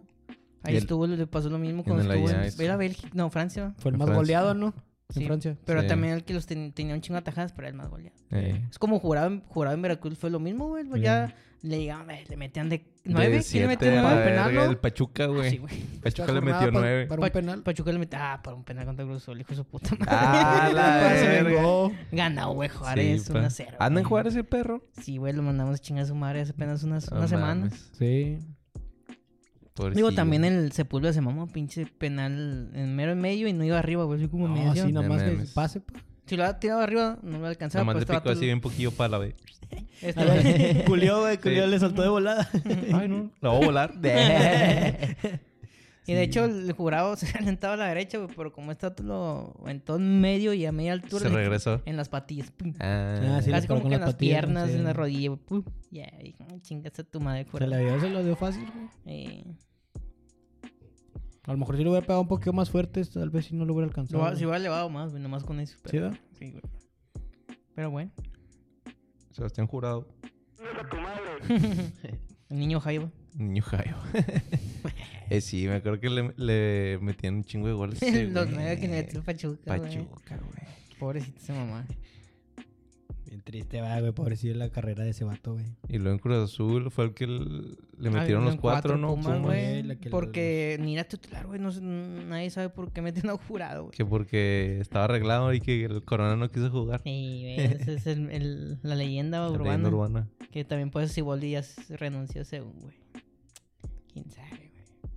Speaker 1: Y
Speaker 3: Ahí
Speaker 1: el-
Speaker 3: estuvo, le pasó lo mismo cuando
Speaker 1: el
Speaker 3: estuvo
Speaker 1: Ajaxio.
Speaker 3: en era Bélgica, no, Francia.
Speaker 2: Fue el
Speaker 1: en
Speaker 2: más
Speaker 1: Francia.
Speaker 2: goleado, ¿no?
Speaker 3: Sí.
Speaker 2: En Francia.
Speaker 3: Pero
Speaker 1: Sí.
Speaker 3: también el que los ten- tenía un chingo de atajadas, pero era el más goleado.
Speaker 1: Eh,
Speaker 3: Es como jurado en, jurado en Veracruz fue lo mismo, güey. pues
Speaker 2: Sí.
Speaker 3: Ya le llegaban, güey, le metían de
Speaker 1: de
Speaker 3: 9. ¿Quién
Speaker 1: siete
Speaker 3: le metió
Speaker 1: pa'
Speaker 3: 9
Speaker 1: verga,
Speaker 3: penal, no?
Speaker 1: El Pachuca,
Speaker 3: Ah, sí,
Speaker 1: güey.
Speaker 3: güey.
Speaker 2: Esta
Speaker 1: Pachuca le
Speaker 2: jornada
Speaker 1: metió
Speaker 2: pa-
Speaker 1: nueve.
Speaker 2: Para un penal.
Speaker 3: Pachuca le metió. Ah, para un penal contra Cruz Azul, hijo de su puta madre.
Speaker 1: Ah, la
Speaker 2: Se
Speaker 1: verga.
Speaker 2: vengó.
Speaker 3: Ganado, güey, Juárez
Speaker 1: Sí, pa.
Speaker 3: 1-0.
Speaker 1: ¿Anda en
Speaker 3: güey.
Speaker 1: Juárez el perro?
Speaker 3: Sí, güey, lo mandamos a chingar a su madre hace apenas unas,
Speaker 1: No
Speaker 3: unas semanas.
Speaker 1: mames.
Speaker 2: Sí.
Speaker 1: Pobrecillo.
Speaker 3: Digo, también el Sepúlveda se mamó pinche penal en mero en medio y no iba arriba, güey. Así como me
Speaker 2: No,
Speaker 3: medio.
Speaker 2: sí, nomás
Speaker 1: No
Speaker 2: que
Speaker 1: mames.
Speaker 2: pase. pues. pa.
Speaker 3: Si lo ha tirado arriba, no lo alcanzaba.
Speaker 1: Nomás
Speaker 3: pero
Speaker 1: le
Speaker 3: estaba
Speaker 1: picó así bien poquillo para la vez.
Speaker 2: A ver, Culió, güey, culió,
Speaker 1: Sí.
Speaker 2: le soltó de volada.
Speaker 1: Ay, no. La voy a volar.
Speaker 3: Y de hecho, el jurado se alentaba a la derecha, güey, pero como está lo aventó en medio y a media altura.
Speaker 1: Se
Speaker 3: le-
Speaker 1: regresó.
Speaker 3: En las patillas. pum.
Speaker 1: Ah,
Speaker 2: Ah, sí. le
Speaker 3: Casi
Speaker 2: pegó
Speaker 3: como
Speaker 2: con
Speaker 3: que en
Speaker 2: las
Speaker 3: las
Speaker 2: patillas,
Speaker 3: piernas,
Speaker 2: sí.
Speaker 3: en la rodilla, güey. pum. Ya, y, ay, chingaste a tu madre,
Speaker 2: Se la
Speaker 3: jurado.
Speaker 2: dio, se lo dio fácil, güey.
Speaker 3: Eh,
Speaker 2: A lo mejor si lo hubiera pegado un poquito más fuerte, tal vez si no lo hubiera
Speaker 3: lo
Speaker 2: alcanzado.
Speaker 3: va- se hubiera elevado más, güey, nomás con eso.
Speaker 2: ¿Sí,
Speaker 3: Pero,
Speaker 2: da?
Speaker 3: sí, güey. Pero bueno,
Speaker 1: Sebastián Jurado.
Speaker 3: el niño Jaiba.
Speaker 1: Niño Jairo. eh, sí, me acuerdo que le, le metían un chingo de goles. ese
Speaker 3: Los
Speaker 1: güey.
Speaker 3: nueve que le metió el Pachuca, güey.
Speaker 1: Pachuca, güey.
Speaker 3: Pobrecito ese mamá.
Speaker 2: Bien triste, va, güey, pobrecillo la carrera de ese vato, güey.
Speaker 1: Y luego en Cruz Azul fue el que l- le
Speaker 3: Ah,
Speaker 1: metieron los
Speaker 3: en cuatro
Speaker 1: cuatro, ¿no?
Speaker 3: Pumas,
Speaker 1: Pumas.
Speaker 3: güey,
Speaker 2: Eh, la que le-
Speaker 3: Porque ni era titular, güey. No, sé, nadie sabe por qué meten a un jurado, güey.
Speaker 1: Que porque estaba arreglado y que el Corona no quiso jugar.
Speaker 3: Sí, güey, esa es el- el- la leyenda
Speaker 1: La
Speaker 3: urbana.
Speaker 1: leyenda urbana.
Speaker 3: Que también pues, puede ser si Bolías renunció según, güey. ¿Quién sabe, güey?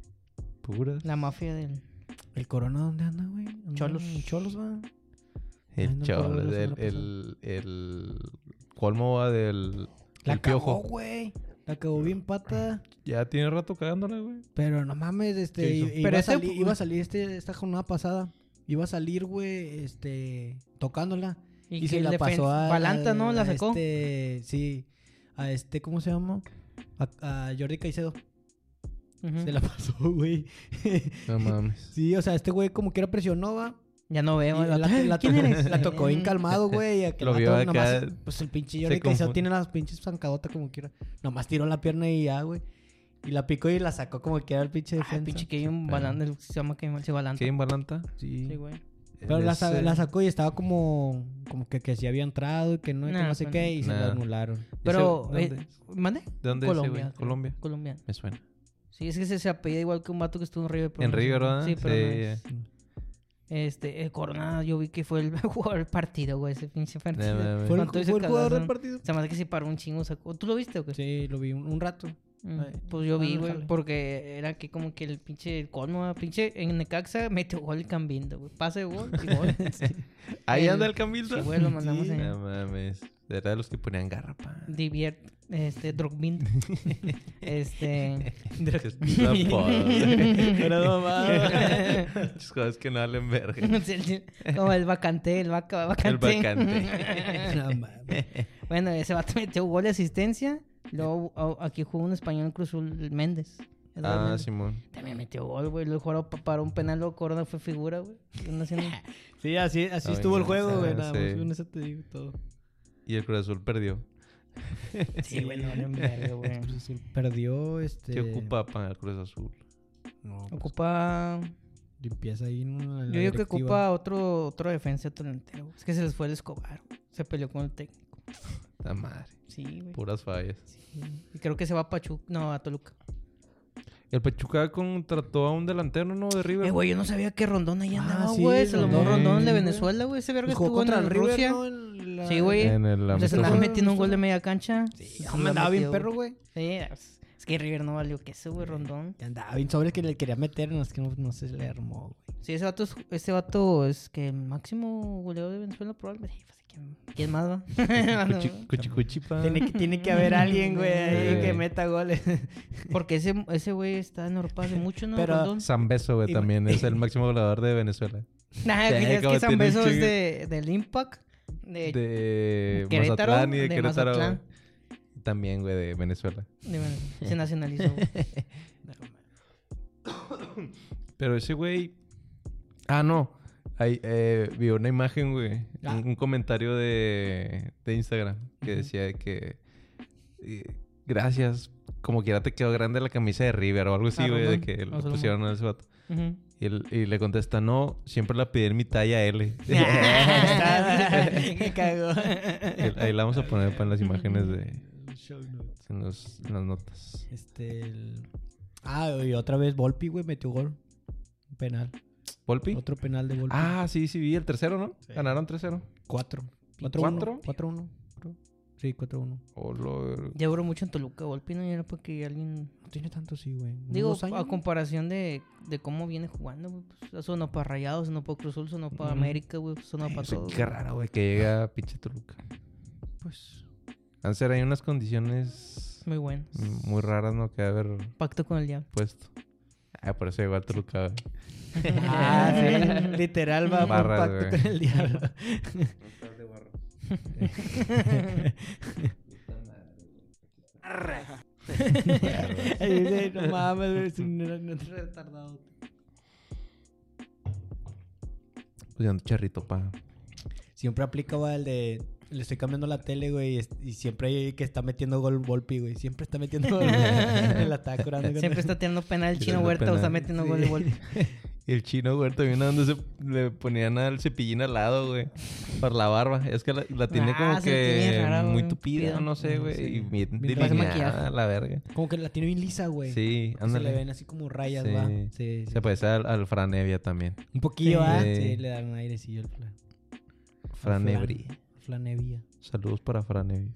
Speaker 1: Puras.
Speaker 3: La mafia del...
Speaker 2: ¿El corona dónde anda, güey? Anda
Speaker 3: Cholos.
Speaker 2: en Cholos, va. Ay,
Speaker 1: El
Speaker 2: no puedo
Speaker 1: cholo,
Speaker 2: ver la
Speaker 1: el,
Speaker 2: semana
Speaker 1: el, el colmo va del
Speaker 2: La
Speaker 1: el
Speaker 2: cagó,
Speaker 1: piojo.
Speaker 2: güey. La cagó bien pata.
Speaker 1: Ya tiene rato cagándole, güey.
Speaker 2: Pero no mames, este.
Speaker 1: ¿Qué hizo?
Speaker 2: i- Iba,
Speaker 3: Pero
Speaker 2: a
Speaker 3: ese-
Speaker 2: salir, iba a salir este, esta jornada pasada. Iba a salir, güey, este. Tocándola. Y, se
Speaker 3: que
Speaker 2: la
Speaker 3: defen-
Speaker 2: pasó a.
Speaker 3: Balanta, ¿no? La
Speaker 2: a
Speaker 3: sacó.
Speaker 2: Este, sí. A este, ¿cómo se llama? A, a Jordi Caicedo.
Speaker 3: Ujú.
Speaker 2: Se la pasó, güey.
Speaker 1: No mames.
Speaker 2: sí, o sea, este güey como quiera presionó, va.
Speaker 3: Ya no
Speaker 2: Y
Speaker 3: veo.
Speaker 2: Eh, La,
Speaker 3: La... Ah,
Speaker 2: la- la
Speaker 3: ¿Quién
Speaker 2: tocó-
Speaker 3: eres?
Speaker 2: la tocó bien calmado, güey. y aquel
Speaker 1: Lo vio
Speaker 2: vato nomás-
Speaker 1: acá,
Speaker 2: Pues el pinche
Speaker 1: se
Speaker 2: Jordi Caicedo
Speaker 1: confu-
Speaker 2: tiene las pinches zancadotas como quiera. Nomás tiró la pierna y ya, güey. Y la picó y la sacó como quiera el pinche defensa.
Speaker 3: Ah, pinche Kevin Balanta. el- Se llama Kevin se Balanta.
Speaker 1: ¿Quién Balanta?
Speaker 2: Sí.
Speaker 3: Sí, güey.
Speaker 2: Pero la, sa-
Speaker 1: Ese-
Speaker 2: la sacó y estaba como, como que, que sí había entrado y que no, y que
Speaker 3: Nah,
Speaker 2: no sé
Speaker 3: pues
Speaker 2: qué,
Speaker 3: no.
Speaker 2: y se
Speaker 1: Nah.
Speaker 2: la anularon.
Speaker 1: ese-
Speaker 3: Pero...
Speaker 1: ¿dónde
Speaker 3: eh,
Speaker 1: es?
Speaker 3: ¿Mande?
Speaker 1: ¿De dónde es ese, güey?
Speaker 3: Colombia. creo.
Speaker 1: Colombia.
Speaker 3: Colombiano.
Speaker 1: Me suena.
Speaker 3: Sí, es que se, se apellida igual que un vato que estuvo en River. pero
Speaker 1: En
Speaker 3: no sé
Speaker 1: River,
Speaker 3: cómo.
Speaker 1: ¿verdad?
Speaker 3: Sí, pero no es.
Speaker 1: ya.
Speaker 3: Este, el Corona, yo vi que fue el jugador del partido, güey, ese pinche partido.
Speaker 1: mames.
Speaker 2: ¿Fue el,
Speaker 3: ¿Cuánto hizo
Speaker 2: fue el
Speaker 3: el
Speaker 2: jugador del
Speaker 3: cagazo?
Speaker 2: partido?
Speaker 3: Se me hace que se paró un chingo, sacó. ¿Tú lo viste o qué?
Speaker 2: Sí, lo vi un, un rato.
Speaker 3: Mm,
Speaker 2: Ay,
Speaker 3: Pues yo
Speaker 2: ah,
Speaker 3: vi,
Speaker 2: no
Speaker 3: güey,
Speaker 2: sale.
Speaker 3: porque era que como que el pinche el colmo, ah, pinche en Necaxa metió gol cambiando, güey. Pase de gol y gol.
Speaker 1: Ahí
Speaker 3: El-
Speaker 1: anda el Camildo.
Speaker 3: Sí, güey, lo mandamos en
Speaker 1: No mames. Era de los que ponían garrapa.
Speaker 3: Diviert, este, Drogbind. este.
Speaker 1: Es un apodo, güey.
Speaker 2: Pero no
Speaker 1: Es cosas que no valen verga.
Speaker 3: como el vacante, el vaca,
Speaker 1: El
Speaker 3: vacante.
Speaker 1: vacante.
Speaker 2: No mames.
Speaker 3: Bueno, ese vato metió gol de asistencia. Luego a- aquí jugó un español Cruzul Méndez. Edgar
Speaker 1: Ah,
Speaker 3: Méndez.
Speaker 1: Simón.
Speaker 3: También metió gol, güey. Luego jugaron pa- para un penal, luego Corona fue figura, güey. No haciendo-
Speaker 2: Sí, así, así
Speaker 1: Ay,
Speaker 2: estuvo el
Speaker 1: no,
Speaker 2: juego,
Speaker 1: sí,
Speaker 2: güey. Nada más
Speaker 1: sí.
Speaker 2: con eso te digo todo.
Speaker 1: Y el Cruz Azul perdió.
Speaker 3: Sí, güey, no valen verga, güey.
Speaker 2: Cruz Azul Pues, Perdió este.
Speaker 1: ¿Qué ocupa para el Cruz Azul?
Speaker 2: No, pues,
Speaker 3: Ocupa.
Speaker 2: limpieza ahí. en la- en la
Speaker 3: Yo digo que
Speaker 2: directiva.
Speaker 3: ocupa otro, otro defensa, otro delantero. güey. Es que se les fue el Escobar. güey. Se peleó con el técnico.
Speaker 1: La madre.
Speaker 3: Sí, güey.
Speaker 1: Puras fallas.
Speaker 3: Sí. Y creo que se va a Pachuca. No, a Toluca.
Speaker 1: El Pachuca contrató a un delantero, ¿no? De River.
Speaker 3: Eh, güey, yo no sabía que Rondón ahí
Speaker 2: Ah,
Speaker 3: andaba,
Speaker 2: sí,
Speaker 3: güey. se lo
Speaker 1: Rondón.
Speaker 3: Rondón, Rondón el de
Speaker 2: Sí, güey.
Speaker 3: Venezuela, güey. Ese verga
Speaker 2: Pues
Speaker 3: estuvo
Speaker 2: jugó
Speaker 3: en
Speaker 2: contra el River,
Speaker 3: Rusia.
Speaker 2: ¿no? En la-
Speaker 3: Sí, güey.
Speaker 1: En el
Speaker 3: Les
Speaker 1: amistoso.
Speaker 3: andaba
Speaker 2: Amistoso.
Speaker 3: metiendo un gol de media cancha.
Speaker 2: Sí, no, me andaba bien perro, güey.
Speaker 3: Sí, es es que River no valió que eso, güey, Rondón.
Speaker 2: Y Andaba bien sobre que le quería meter, no es que no, no se le armó, güey.
Speaker 3: Sí, ese vato es, ese vato es que el máximo goleador de Venezuela probablemente. Sí, pues, ¿Quién, quién más va?
Speaker 1: Cuchi- cuchi- cuchipa.
Speaker 2: Tiene que, tiene que haber alguien, güey, ahí
Speaker 1: Sí.
Speaker 2: que meta goles.
Speaker 3: Porque ese ese güey está en Europa hace mucho, ¿no?
Speaker 2: Pero-
Speaker 3: Rondón.
Speaker 1: Zambeso, güey,
Speaker 2: Y-
Speaker 1: también es el máximo goleador de Venezuela.
Speaker 3: Nah,
Speaker 1: Sí,
Speaker 3: que- es
Speaker 1: como
Speaker 3: que San
Speaker 1: tiene un
Speaker 3: Beso es
Speaker 1: chingo.
Speaker 3: de, del Impact. De, de...
Speaker 1: De
Speaker 3: Querétaro,
Speaker 1: Mazatlán y de,
Speaker 3: de
Speaker 1: Querétaro.
Speaker 3: Mazatlán.
Speaker 1: güey. También, güey, de Venezuela.
Speaker 3: Venezuela. se nacionalizó. güey.
Speaker 1: Pero ese güey. Ah, no. Ahí, eh, vi una imagen, güey.
Speaker 2: Ah.
Speaker 1: Un, un comentario de, de Instagram que
Speaker 2: Ujú.
Speaker 1: decía que. eh, Gracias. Como quiera te quedó grande la camisa de River o algo así,
Speaker 3: Ah,
Speaker 1: güey, de
Speaker 3: Rondón.
Speaker 1: que lo
Speaker 3: O sea,
Speaker 1: pusieron a ese vato.
Speaker 3: Ujú.
Speaker 1: Y, el- y le contesta, no, siempre la pide en mi talla L.
Speaker 2: Me cagó.
Speaker 1: El- Ahí la vamos a poner para las imágenes de en, los- en las notas.
Speaker 2: Este. el- Ah, y otra vez Volpi, güey, metió gol. Un penal.
Speaker 1: ¿Volpi?
Speaker 2: Otro penal de Volpi.
Speaker 1: Ah, sí, sí, vi el tercero, ¿no?
Speaker 2: Sí.
Speaker 1: Ganaron 3-0.
Speaker 2: cuatro. Cuatro.
Speaker 1: ¿Cuatro?
Speaker 2: uno, Cuatro, uno. creo. Sí, cuatro, uno.
Speaker 1: O lo-
Speaker 3: Ya duró mucho en Toluca, Golpino. Y era porque alguien.
Speaker 2: No tiene tanto, sí, güey. Unos
Speaker 3: Digo,
Speaker 2: dos años,
Speaker 3: a
Speaker 2: ¿no?
Speaker 3: comparación de, de cómo viene jugando, güey. Pues, sonó para Rayados, sonó para Cruzul, sonó para
Speaker 1: Ujú.
Speaker 3: América, güey. Sonó para
Speaker 1: Sí,
Speaker 3: todo.
Speaker 1: Qué raro, güey, que llega pinche Toluca.
Speaker 2: Pues.
Speaker 1: Han de ser hay unas condiciones
Speaker 3: Muy bueno.
Speaker 1: muy raras, ¿no? Que haber
Speaker 3: Pacto con el diablo.
Speaker 1: puesto. Ah, por eso llegó a Toluca. güey.
Speaker 2: Ah, sí. Literal va por
Speaker 1: Barras,
Speaker 2: pacto
Speaker 1: güey.
Speaker 2: con el diablo. Ahí dice, no mames, güey, es un no te retardado.
Speaker 1: Pusieron Pues, charrito pa.
Speaker 2: Siempre aplica, güey, el de. Le estoy cambiando la tele, güey, y, es- y siempre hay que está metiendo gol Volpi, güey. Siempre está metiendo gol. la está curando. con-
Speaker 3: Siempre está tirando penal el chino
Speaker 1: Tirando
Speaker 3: Huerta o está
Speaker 1: penal.
Speaker 3: metiendo gol de gol.
Speaker 1: Y el chino, güey, también a donde se le ponían al cepillín al lado, güey. Para la barba. Es que la, la tiene
Speaker 3: Ah,
Speaker 1: como
Speaker 3: se la
Speaker 1: que
Speaker 3: tiene rara,
Speaker 1: muy
Speaker 3: güey.
Speaker 1: tupida,
Speaker 3: Tupida.
Speaker 1: no sé, güey. Y bien
Speaker 2: Bien rara.
Speaker 1: delineada,
Speaker 3: Maquillaje.
Speaker 1: la verga.
Speaker 2: Como que la tiene bien lisa, güey.
Speaker 1: Sí,
Speaker 2: Se le
Speaker 1: ándale.
Speaker 2: ven así como rayas,
Speaker 1: Sí.
Speaker 2: va. Sí, sí.
Speaker 1: Se parece al, al Franevia también.
Speaker 2: Un poquillo,
Speaker 1: Sí.
Speaker 2: ¿ah?
Speaker 1: Sí.
Speaker 2: Sí. le dan un airecillo al flan.
Speaker 1: Franebri.
Speaker 2: Flanevia.
Speaker 1: Saludos para Franevia.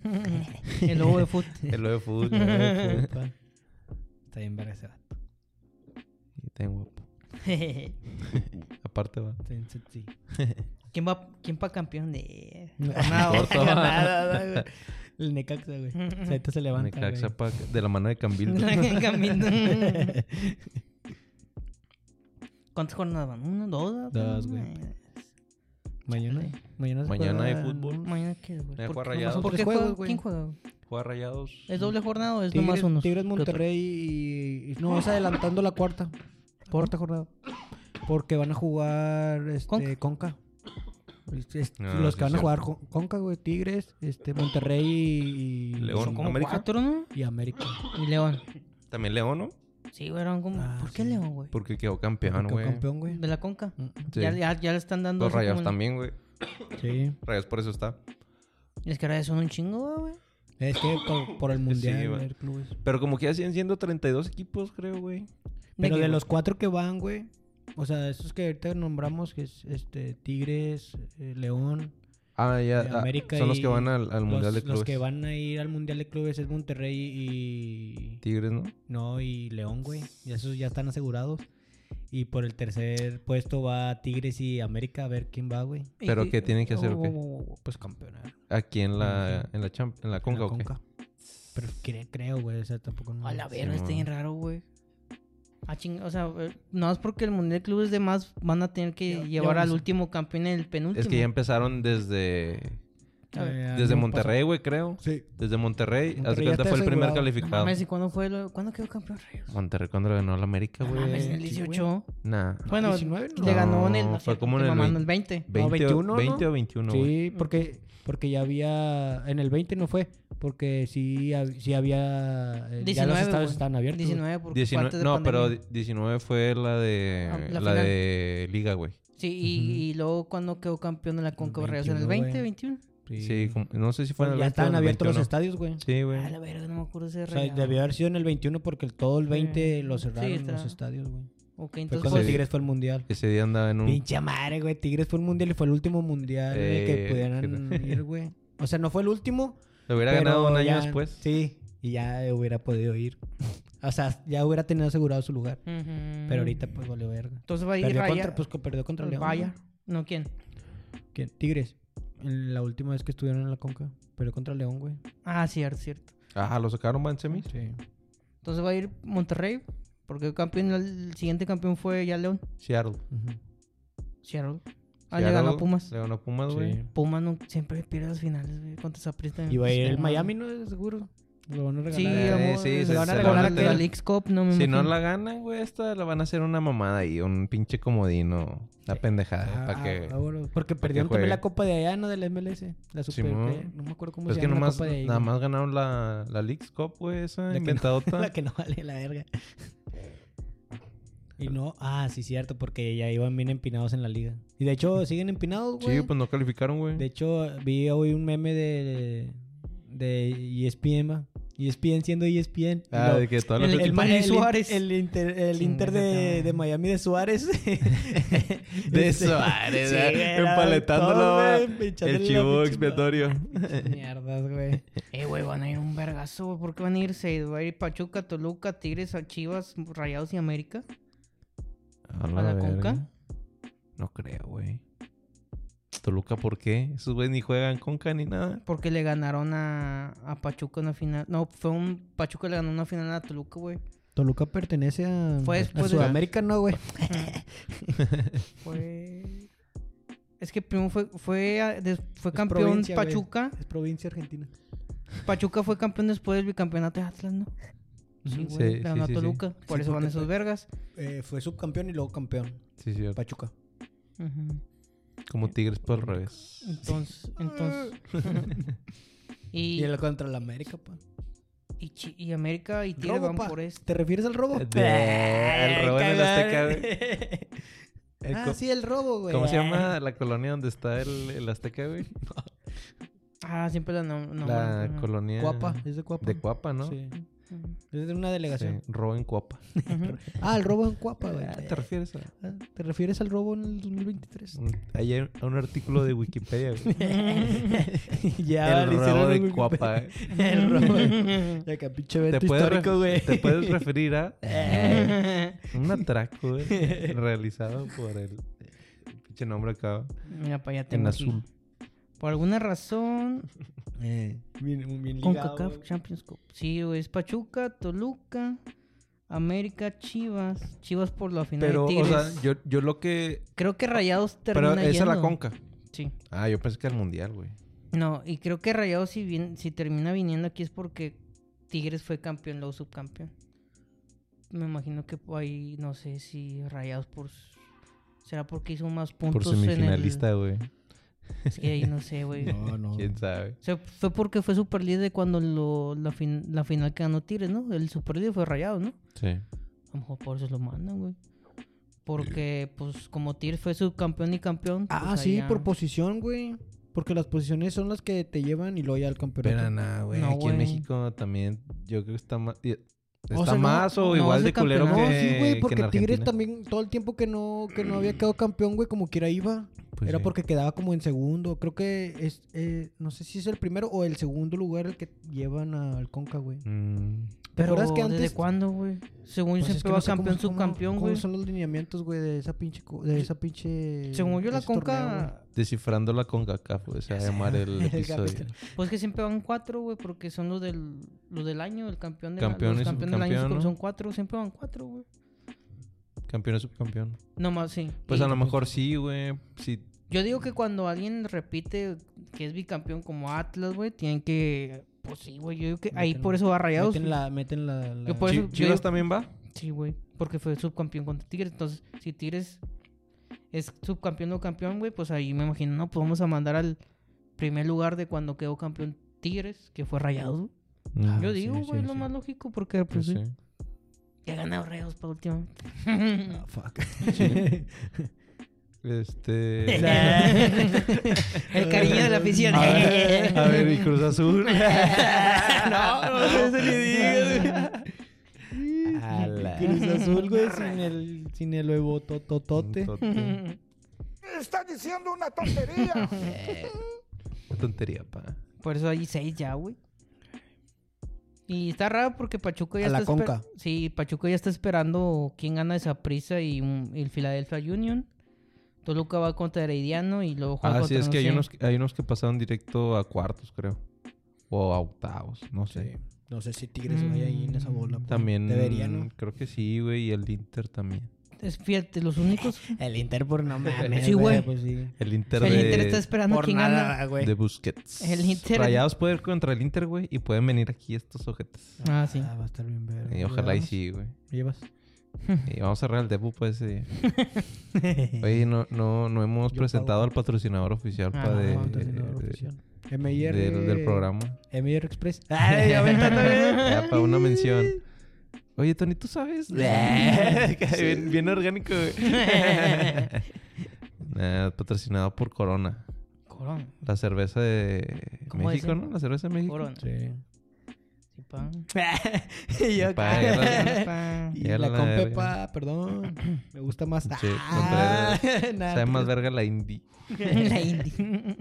Speaker 3: El lobo de fut.
Speaker 1: El lo de fútbol.
Speaker 2: Está bien verga ese vato.
Speaker 1: Y tan guapo. Aparte va.
Speaker 2: Está bien sexy.
Speaker 3: ¿Quién va, quién pa campeón de
Speaker 2: No.
Speaker 3: jornada ocho?
Speaker 1: Corto.
Speaker 2: Nada, güey. El Necaxa, güey. O sea, ahorita se levanta, güey.
Speaker 1: Necaxa pa- de la mano de Cambildo.
Speaker 3: Camino.
Speaker 1: pues.
Speaker 3: ¿Cuántas jornadas van? ¿Una, dos?
Speaker 2: Dos, güey.
Speaker 3: Ay,
Speaker 2: Mañana, mañana, se
Speaker 1: Mañana
Speaker 2: juega-
Speaker 1: hay fútbol.
Speaker 3: Mañana qué, güey.
Speaker 1: Me
Speaker 3: ¿Por
Speaker 1: juega
Speaker 3: qué
Speaker 1: Rayados.
Speaker 3: nomás- ¿Por
Speaker 2: Porque
Speaker 3: qué
Speaker 2: juega,
Speaker 3: juega?
Speaker 2: güey.
Speaker 3: ¿Quién juega?
Speaker 1: Juega rayados.
Speaker 3: ¿Es doble jornada o es nomás
Speaker 2: Tigres,
Speaker 3: uno?
Speaker 2: Tigres Monterrey y, y no vas adelantando la cuarta. Cuarta jornada. Porque van a jugar este, Conca. Es-
Speaker 1: Ah,
Speaker 2: los
Speaker 1: sí,
Speaker 2: que van a
Speaker 1: cierto.
Speaker 2: jugar con- Conca, güey. Tigres, este, Monterrey y, y-
Speaker 1: León.
Speaker 3: Son como
Speaker 1: ¿América?
Speaker 3: cuatro, ¿no?
Speaker 2: y América.
Speaker 3: Y León.
Speaker 1: También León, ¿no?
Speaker 3: Sí, güey, eran como...
Speaker 2: Ah,
Speaker 3: ¿Por qué
Speaker 2: sí.
Speaker 3: León, güey?
Speaker 1: Porque quedó campeón,
Speaker 2: Quedó
Speaker 1: güey.
Speaker 2: campeón, güey.
Speaker 3: De la conca.
Speaker 1: Mm, Sí.
Speaker 3: Ya, ya, ya le están dando...
Speaker 1: Los
Speaker 3: así
Speaker 1: rayados
Speaker 3: como-
Speaker 1: también, güey.
Speaker 2: Sí.
Speaker 1: Rayados por eso está.
Speaker 3: Es que rayados son un chingo, güey.
Speaker 2: Es que por, por el mundial,
Speaker 1: güey.
Speaker 2: va a haber clubes.
Speaker 1: Pero como que ya siguen siendo 32 equipos, creo, güey.
Speaker 2: Pero
Speaker 3: qué,
Speaker 2: de
Speaker 3: güey?
Speaker 2: los cuatro que van, güey. O sea, esos que ahorita nombramos, que es este, Tigres, eh, León.
Speaker 1: Ah, ya.
Speaker 2: De
Speaker 1: ah,
Speaker 2: América
Speaker 1: son los
Speaker 2: y
Speaker 1: que van al, al
Speaker 2: los,
Speaker 1: Mundial de
Speaker 2: los
Speaker 1: Clubes.
Speaker 2: que van a ir al Mundial de Clubes es Monterrey y...
Speaker 1: Tigres, ¿no?
Speaker 2: No, y León, güey. Y esos ya están asegurados. Y por el tercer puesto va Tigres y América a ver quién va, güey.
Speaker 3: ¿Y
Speaker 1: ¿Pero
Speaker 3: qué-
Speaker 1: qué tienen que hacer o qué?
Speaker 2: Oh, pues campeonar.
Speaker 3: eh.
Speaker 2: en
Speaker 1: Aquí en la, en la, champ- en la
Speaker 2: la
Speaker 1: Conca, ¿o qué?
Speaker 2: Conca. Pero cre- creo, güey. O sea, tampoco... no-
Speaker 3: A la verga, está
Speaker 1: Simón.
Speaker 3: bien raro, güey. Ah, ching... O sea, eh, no es porque el Mundial de Clubes de más van a tener que
Speaker 2: Ya- ya
Speaker 3: llevar
Speaker 2: vamos
Speaker 3: al
Speaker 2: a-
Speaker 3: último campeón en el penúltimo.
Speaker 1: Es que ya empezaron desde...
Speaker 3: A ver,
Speaker 2: Eh,
Speaker 1: Desde
Speaker 2: no
Speaker 1: Monterrey, güey, creo.
Speaker 2: pasa- Sí.
Speaker 1: Desde Monterrey.
Speaker 2: Monterrey
Speaker 1: Hasta que
Speaker 2: ya
Speaker 1: ahorita
Speaker 2: está
Speaker 1: fue el primer
Speaker 2: asegurado.
Speaker 3: no
Speaker 1: calificado.
Speaker 3: mames, ¿y cuándo fue? lo- ¿Cuándo quedó campeón Rayados?
Speaker 1: Monterrey cuando le ganó a la América,
Speaker 3: No mames, en el
Speaker 1: güey.
Speaker 2: sí, güey.
Speaker 3: 18.
Speaker 1: Nah.
Speaker 3: Bueno,
Speaker 2: 19, ¿no?
Speaker 3: le ganó en el...
Speaker 1: No,
Speaker 3: no,
Speaker 1: fue
Speaker 3: cierto,
Speaker 1: como en
Speaker 3: te
Speaker 1: el
Speaker 3: mamando, el 20.
Speaker 1: 20, o-
Speaker 2: 21, ¿no?
Speaker 1: 20 o 21, güey.
Speaker 2: Sí, porque, porque ya había... En el 20 no fue. Porque sí, hab- sí había... eh, ya
Speaker 3: 19,
Speaker 2: los estados
Speaker 3: güey.
Speaker 2: estaban abiertos.
Speaker 3: 19 por
Speaker 1: 19
Speaker 3: parte de
Speaker 1: no, pero
Speaker 3: pandemia.
Speaker 1: di- 19 fue la de...
Speaker 3: Ah,
Speaker 1: la
Speaker 3: la final.
Speaker 1: de Liga, güey.
Speaker 3: Sí, y, y luego cuando quedó campeón de la Conca Rayados en el
Speaker 2: 21,
Speaker 3: 20,
Speaker 2: güey.
Speaker 3: 21.
Speaker 1: Sí, como- no sé si fue en el
Speaker 2: Pues
Speaker 1: 20 o
Speaker 2: ya
Speaker 1: en
Speaker 2: estaban
Speaker 1: el
Speaker 2: abiertos los
Speaker 1: 21.
Speaker 2: estadios, güey.
Speaker 1: Sí, güey.
Speaker 3: A la verga, no me acuerdo ese
Speaker 2: O sea,
Speaker 3: Rayados.
Speaker 2: debió haber sido en el 21 porque el- todo el 20 lo cerraron
Speaker 3: Sí,
Speaker 2: los
Speaker 3: está.
Speaker 2: estadios, güey.
Speaker 3: Ok,
Speaker 2: Fue
Speaker 3: entonces...
Speaker 2: cuando
Speaker 1: Sí. Mm.
Speaker 3: pues,
Speaker 2: Tigres fue al mundial.
Speaker 1: Ese día andaba en un...
Speaker 2: Pinche madre, güey. Tigres fue al mundial y fue el último mundial en el
Speaker 1: Eh,
Speaker 2: que pudieran
Speaker 1: que-
Speaker 2: ir, güey. O sea, no fue el último.
Speaker 1: Lo hubiera
Speaker 2: pero
Speaker 1: ganado un año
Speaker 2: ya-
Speaker 1: después.
Speaker 2: Sí, y ya hubiera podido ir. O sea, ya hubiera tenido asegurado su lugar.
Speaker 3: ujú.
Speaker 1: Mm.
Speaker 2: Pero ahorita, pues, valió verga.
Speaker 3: Entonces va a ir
Speaker 2: Perdió
Speaker 3: Raya-
Speaker 2: contra, pues, que perdió contra León.
Speaker 3: Vaya.
Speaker 2: güey.
Speaker 3: No, ¿quién?
Speaker 2: ¿Quién? Tigres. En la última vez que estuvieron en la Conca, perdió contra León, güey.
Speaker 3: Ah, cierto, cierto.
Speaker 1: Ah, lo sacaron, va en semis.
Speaker 2: Sí.
Speaker 3: Entonces va a ir Monterrey, porque el campeón, el siguiente campeón fue ya León,
Speaker 1: Seattle.
Speaker 2: Ujú.
Speaker 1: Ah,
Speaker 3: Seattle. Ah, le
Speaker 1: Seattle,
Speaker 3: ganó a Pumas.
Speaker 1: Le ganó a Pumas,
Speaker 2: Sí.
Speaker 1: güey.
Speaker 3: Pumas no, siempre pierde las finales, güey, contra Saprissa también.
Speaker 2: Iba a ir el
Speaker 3: Pumas.
Speaker 2: Miami, ¿no? Seguro. Lo van a regalar.
Speaker 3: Sí,
Speaker 1: Eh,
Speaker 3: amor,
Speaker 1: sí,
Speaker 3: le
Speaker 1: se-
Speaker 3: van
Speaker 1: se
Speaker 3: a
Speaker 1: la
Speaker 3: regalar
Speaker 1: van a
Speaker 3: la
Speaker 1: tener.
Speaker 3: Leagues Cup, no me
Speaker 1: Si no
Speaker 3: imagino.
Speaker 1: la ganan, güey, esta la van a hacer una mamada ahí, un pinche comodino, una pendejada,
Speaker 2: Ah,
Speaker 1: para
Speaker 2: ah,
Speaker 1: que...
Speaker 2: ah, bueno, porque
Speaker 1: pa' que
Speaker 2: perdieron también
Speaker 1: juegue.
Speaker 2: la copa de allá, ¿no? De la MLS. La super...
Speaker 1: Simón.
Speaker 2: ¿qué? no me acuerdo cómo
Speaker 1: es
Speaker 2: se
Speaker 1: que
Speaker 2: llama pues la
Speaker 1: nomás,
Speaker 2: copa de ahí.
Speaker 1: nada
Speaker 2: güey.
Speaker 1: más ganaron la, la Leagues Cup, güey, esa
Speaker 2: La que no-
Speaker 1: inventadota.
Speaker 2: La que no vale la verga. Y no... Ah, sí, cierto. Porque ya iban bien empinados en la liga. Y de hecho, siguen empinados, güey.
Speaker 1: Sí, pues no calificaron, güey.
Speaker 2: De hecho, vi hoy un meme de... De E ESPN, va. ESPN siendo E ESPN. Y
Speaker 1: Ah,
Speaker 2: luego-
Speaker 1: de que todas las...
Speaker 3: El-
Speaker 1: ocho-
Speaker 3: el-
Speaker 2: Ma-
Speaker 3: Manny
Speaker 2: in-
Speaker 3: Suárez.
Speaker 2: El Inter, el
Speaker 3: Chinga
Speaker 2: Inter
Speaker 3: tu
Speaker 2: de,
Speaker 3: madre.
Speaker 2: de Miami de Suárez.
Speaker 1: De
Speaker 2: Este,
Speaker 1: Suárez,
Speaker 2: sí,
Speaker 1: ¿verdad?
Speaker 2: era todo,
Speaker 1: empaletándolo,
Speaker 2: güey,
Speaker 1: güey,
Speaker 2: pinchándole
Speaker 1: el
Speaker 2: la
Speaker 1: chivo
Speaker 2: pinche
Speaker 1: expiatorio.
Speaker 2: madre. Mierdas, güey.
Speaker 3: Eh, güey, van a ir un vergazo, güey. ¿Por qué van a ir seis? Va a ir Pachuca, Toluca, Tigres, Chivas, Rayados y América. ¿A la
Speaker 1: verga.
Speaker 3: Conca?
Speaker 1: No creo, güey. Toluca, ¿por qué? Esos güeyes ni juegan Conca ni nada.
Speaker 3: Porque le ganaron a, a Pachuca una final. No, fue un... Pachuca le ganó una final a Toluca, güey.
Speaker 2: Toluca pertenece a,
Speaker 3: Fue
Speaker 2: a
Speaker 3: después de-
Speaker 2: Sudamérica, ¿no, güey?
Speaker 3: Fue. Es que primero fue, fue, a- des- fue campeón
Speaker 2: provincia, güey.
Speaker 3: Pachuca.
Speaker 2: Es provincia argentina.
Speaker 3: Pachuca fue campeón después del bicampeonato de Atlas, ¿no? Sí,
Speaker 1: Ujú.
Speaker 3: güey.
Speaker 1: Sí,
Speaker 3: ganó
Speaker 1: sí,
Speaker 3: a
Speaker 1: sí, sí.
Speaker 3: Toluca. Por
Speaker 2: Sí,
Speaker 3: eso van
Speaker 2: porque
Speaker 3: esos
Speaker 2: fue-
Speaker 3: vergas.
Speaker 2: Eh, fue subcampeón y luego campeón.
Speaker 1: Sí, sí.
Speaker 2: Pachuca.
Speaker 3: Ujú.
Speaker 1: Como Tigres por al revés.
Speaker 3: Entonces, entonces.
Speaker 2: Y,
Speaker 3: y,
Speaker 2: el contra la América, pa.
Speaker 3: y, Chi- y América y Tigres
Speaker 2: Robo,
Speaker 3: van
Speaker 2: pa.
Speaker 3: por este. esto.
Speaker 2: ¿Te refieres al robo?
Speaker 1: De- al robo en el Azteca, güey. El
Speaker 2: ah,
Speaker 1: co-
Speaker 2: sí, el robo, güey.
Speaker 1: ¿Cómo se
Speaker 2: Ah.
Speaker 1: llama la colonia donde está el, el Azteca, güey?
Speaker 3: Ah, siempre la nom-
Speaker 1: la
Speaker 3: nombran. Ujú.
Speaker 1: colonia.
Speaker 2: Cuapa, es de Cuapa.
Speaker 1: Eh, De Cuapa, ¿no?
Speaker 2: Sí.
Speaker 3: Ujú.
Speaker 2: Es de una delegación.
Speaker 1: Sí, Robo en Cuapa.
Speaker 3: Ujú.
Speaker 2: Ah, el robo en Cuapa, güey.
Speaker 1: Ah, ¿Te refieres a...?
Speaker 2: Ah, ¿Te refieres al robo en el 2023?
Speaker 1: un- ahí hay un artículo de Wikipedia, güey.
Speaker 2: ya,
Speaker 1: Mm. el
Speaker 2: le hicieron
Speaker 1: robo
Speaker 2: un
Speaker 1: de
Speaker 2: Wikipedia.
Speaker 1: Cuapa. eh.
Speaker 2: el robo. Ya que pinche
Speaker 1: Te
Speaker 2: evento
Speaker 1: puedes, ref-
Speaker 2: histórico, güey.
Speaker 1: te puedes referir a un atraco güey, realizado por el pinche nombre acá
Speaker 3: Mira, para allá
Speaker 1: en
Speaker 3: tengo aquí.
Speaker 1: azul.
Speaker 3: Por alguna razón,
Speaker 2: Eh, bien, bien
Speaker 3: Con
Speaker 2: ligado,
Speaker 3: CACAF
Speaker 2: güey.
Speaker 3: Champions Cup. Sí, güey, es Pachuca, Toluca, América, Chivas. Chivas por la final.
Speaker 1: Pero,
Speaker 3: Pero,
Speaker 1: o sea, yo, yo lo que...
Speaker 3: creo que Rayados termina
Speaker 1: Pero esa es la
Speaker 3: yendo.
Speaker 1: conca.
Speaker 3: Sí.
Speaker 1: Ah, yo pensé que era el mundial, güey.
Speaker 3: No, y creo que Rayados si, vien- si termina viniendo aquí es porque Tigres fue campeón, luego subcampeón. Me imagino que ahí, no sé si Rayados por... s- Será porque hizo más puntos
Speaker 1: Por semifinalista, güey.
Speaker 3: en el... Es que ahí no sé, güey.
Speaker 2: No, no.
Speaker 1: ¿Quién sabe?
Speaker 3: O sea, fue porque fue superlíder cuando lo- la, fin- la final que ganó Tigres, ¿no? El superlíder fue Rayados, ¿no?
Speaker 1: Sí.
Speaker 3: A lo mejor por eso lo mandan, güey. Porque, pues, como Tigres fue subcampeón y campeón.
Speaker 2: Eh. Ah,
Speaker 3: pues,
Speaker 2: sí,
Speaker 3: allá-
Speaker 2: por posición, güey. Porque las posiciones son las que te llevan y luego ya al campeonato.
Speaker 1: Pero nada, güey.
Speaker 3: No,
Speaker 1: aquí en
Speaker 3: güey.
Speaker 1: México también yo creo que está más... y- Está
Speaker 2: O sea, no-
Speaker 1: más o
Speaker 3: no,
Speaker 1: igual
Speaker 3: ese
Speaker 1: de culero
Speaker 2: No,
Speaker 1: que,
Speaker 3: campeonato-
Speaker 2: sí, güey,
Speaker 1: que
Speaker 2: porque
Speaker 1: en
Speaker 2: Tigres
Speaker 1: Argentina.
Speaker 2: también todo el tiempo que no, que no había quedado campeón, güey, como quiera iba.
Speaker 1: Pues
Speaker 2: Era
Speaker 1: sí.
Speaker 2: porque quedaba como en segundo. Creo que es, eh, no sé si es el primero o el segundo lugar el que llevan al Conca, güey.
Speaker 1: Mm,
Speaker 3: ¿Pero
Speaker 2: acuerdas que antes-
Speaker 3: ¿Desde cuándo, güey? Según yo
Speaker 2: Pues
Speaker 3: siempre
Speaker 2: es que
Speaker 3: va
Speaker 2: no sé cómo-
Speaker 3: campeón,
Speaker 2: cómo-
Speaker 3: subcampeón,
Speaker 2: cómo
Speaker 3: güey.
Speaker 2: son los lineamientos, güey, de esa pinche, co- de esa pinche.
Speaker 3: Según yo, la
Speaker 2: ese torneo, güey?
Speaker 3: conca.
Speaker 1: Descifrando la CONCACAF, güey, se va a llamar el
Speaker 2: El
Speaker 1: episodio.
Speaker 2: capítulo.
Speaker 3: Pues que siempre van cuatro, güey, porque son los del, los del año, el campeón del
Speaker 1: Campeón
Speaker 3: los
Speaker 1: y
Speaker 3: campeón del año.
Speaker 1: subcampeón, ¿no?
Speaker 3: Son cuatro, siempre van cuatro, güey.
Speaker 1: Campeón y subcampeón.
Speaker 3: No más, sí.
Speaker 1: Pues
Speaker 3: Y
Speaker 1: a lo mejor sí, güey. Sí,
Speaker 3: Yo digo que cuando alguien repite que es bicampeón como Atlas, güey, tienen que. Pues sí, güey. Yo digo que ahí
Speaker 2: Meten-
Speaker 3: por eso va rayados.
Speaker 2: Meten la, meten la. la-
Speaker 3: Yo por
Speaker 1: Chi-
Speaker 3: eso yo
Speaker 1: Chivas
Speaker 3: digo-
Speaker 1: también va.
Speaker 3: Sí, güey. Porque fue subcampeón contra Tigres. Entonces, si Tigres es subcampeón o campeón, güey, pues ahí me imagino, no, pues vamos a mandar al primer lugar de cuando quedó campeón Tigres, que fue Rayados. güey.
Speaker 2: Ah,
Speaker 3: Yo
Speaker 2: sí,
Speaker 3: digo,
Speaker 2: sí,
Speaker 3: güey, lo
Speaker 2: sí.
Speaker 3: más lógico, porque pues,
Speaker 1: Pues sí.
Speaker 3: sí. ya ganado Rayados para última.
Speaker 2: Ah, fuck.
Speaker 1: Este.
Speaker 3: El cariño de la afición.
Speaker 1: A ver, a ver, y Cruz Azul.
Speaker 3: no, no sé si le digas.
Speaker 1: A la-
Speaker 2: Cruz Azul, güey, sin el, sin el huevo tototote.
Speaker 1: Tote.
Speaker 4: Está diciendo una tontería.
Speaker 1: Qué tontería, pa.
Speaker 3: Por eso hay seis ya, güey. Y está raro porque Pachuca ya
Speaker 2: A la
Speaker 3: está esper-
Speaker 2: Conca.
Speaker 3: Sí, Pachuca ya está esperando quién gana esa prisa y, un- y el Philadelphia Union. Toluca va contra Herediano y luego juega
Speaker 1: Ah, sí,
Speaker 3: contra,
Speaker 1: es
Speaker 3: no
Speaker 1: que hay
Speaker 3: sé.
Speaker 1: unos, hay unos que pasaron directo a cuartos, creo. O a octavos, no sé.
Speaker 2: Sí. No sé si Tigres vaya ahí en esa bola. pues.
Speaker 1: También.
Speaker 2: Debería, ¿no?
Speaker 1: Creo que sí, güey. Y el Inter también.
Speaker 3: Es, fíjate, los únicos.
Speaker 2: El Inter por no mames.
Speaker 3: Sí, güey.
Speaker 2: Pues sí.
Speaker 1: El Inter
Speaker 3: el
Speaker 1: de,
Speaker 3: Inter está esperando
Speaker 2: Por
Speaker 3: quién
Speaker 2: nada, güey.
Speaker 1: de Busquets.
Speaker 3: El Inter-
Speaker 1: Rayados puede ir contra el Inter, güey. Y pueden venir aquí estos ojetes.
Speaker 3: gana. Ah, sí.
Speaker 2: va a estar bien ver.
Speaker 1: Y ojalá y sí, güey.
Speaker 2: Llevas.
Speaker 1: Y vamos a cerrar el debut para ese día. Oye, no, no, no hemos
Speaker 2: Yo
Speaker 1: presentado
Speaker 2: pago.
Speaker 1: al patrocinador oficial
Speaker 3: Ah,
Speaker 1: pa,
Speaker 3: no,
Speaker 1: de-
Speaker 2: patrocinador
Speaker 1: de-
Speaker 2: oficial. MIR.
Speaker 1: del- del programa.
Speaker 2: MIR Express.
Speaker 3: Ay, ya me está también.
Speaker 1: Ya, para una mención. Oye, Tony, ¿tú sabes? bien, bien orgánico, güey. Nah, patrocinado por Corona.
Speaker 3: Corona.
Speaker 1: La cerveza de
Speaker 3: ¿Cómo
Speaker 1: México,
Speaker 3: dice?
Speaker 1: ¿no? La cerveza de México.
Speaker 3: Corona.
Speaker 2: Sí.
Speaker 3: Sí, pa.
Speaker 2: y yo
Speaker 1: Pa,
Speaker 2: acá.
Speaker 1: ya
Speaker 3: Pa.
Speaker 2: Y
Speaker 1: Ya
Speaker 2: la
Speaker 1: la verga.
Speaker 2: compepa, perdón. Me gusta más.
Speaker 1: Sí,
Speaker 2: Ah, nada,
Speaker 1: Sabe más
Speaker 2: pues,
Speaker 1: verga la indie.
Speaker 3: La indie.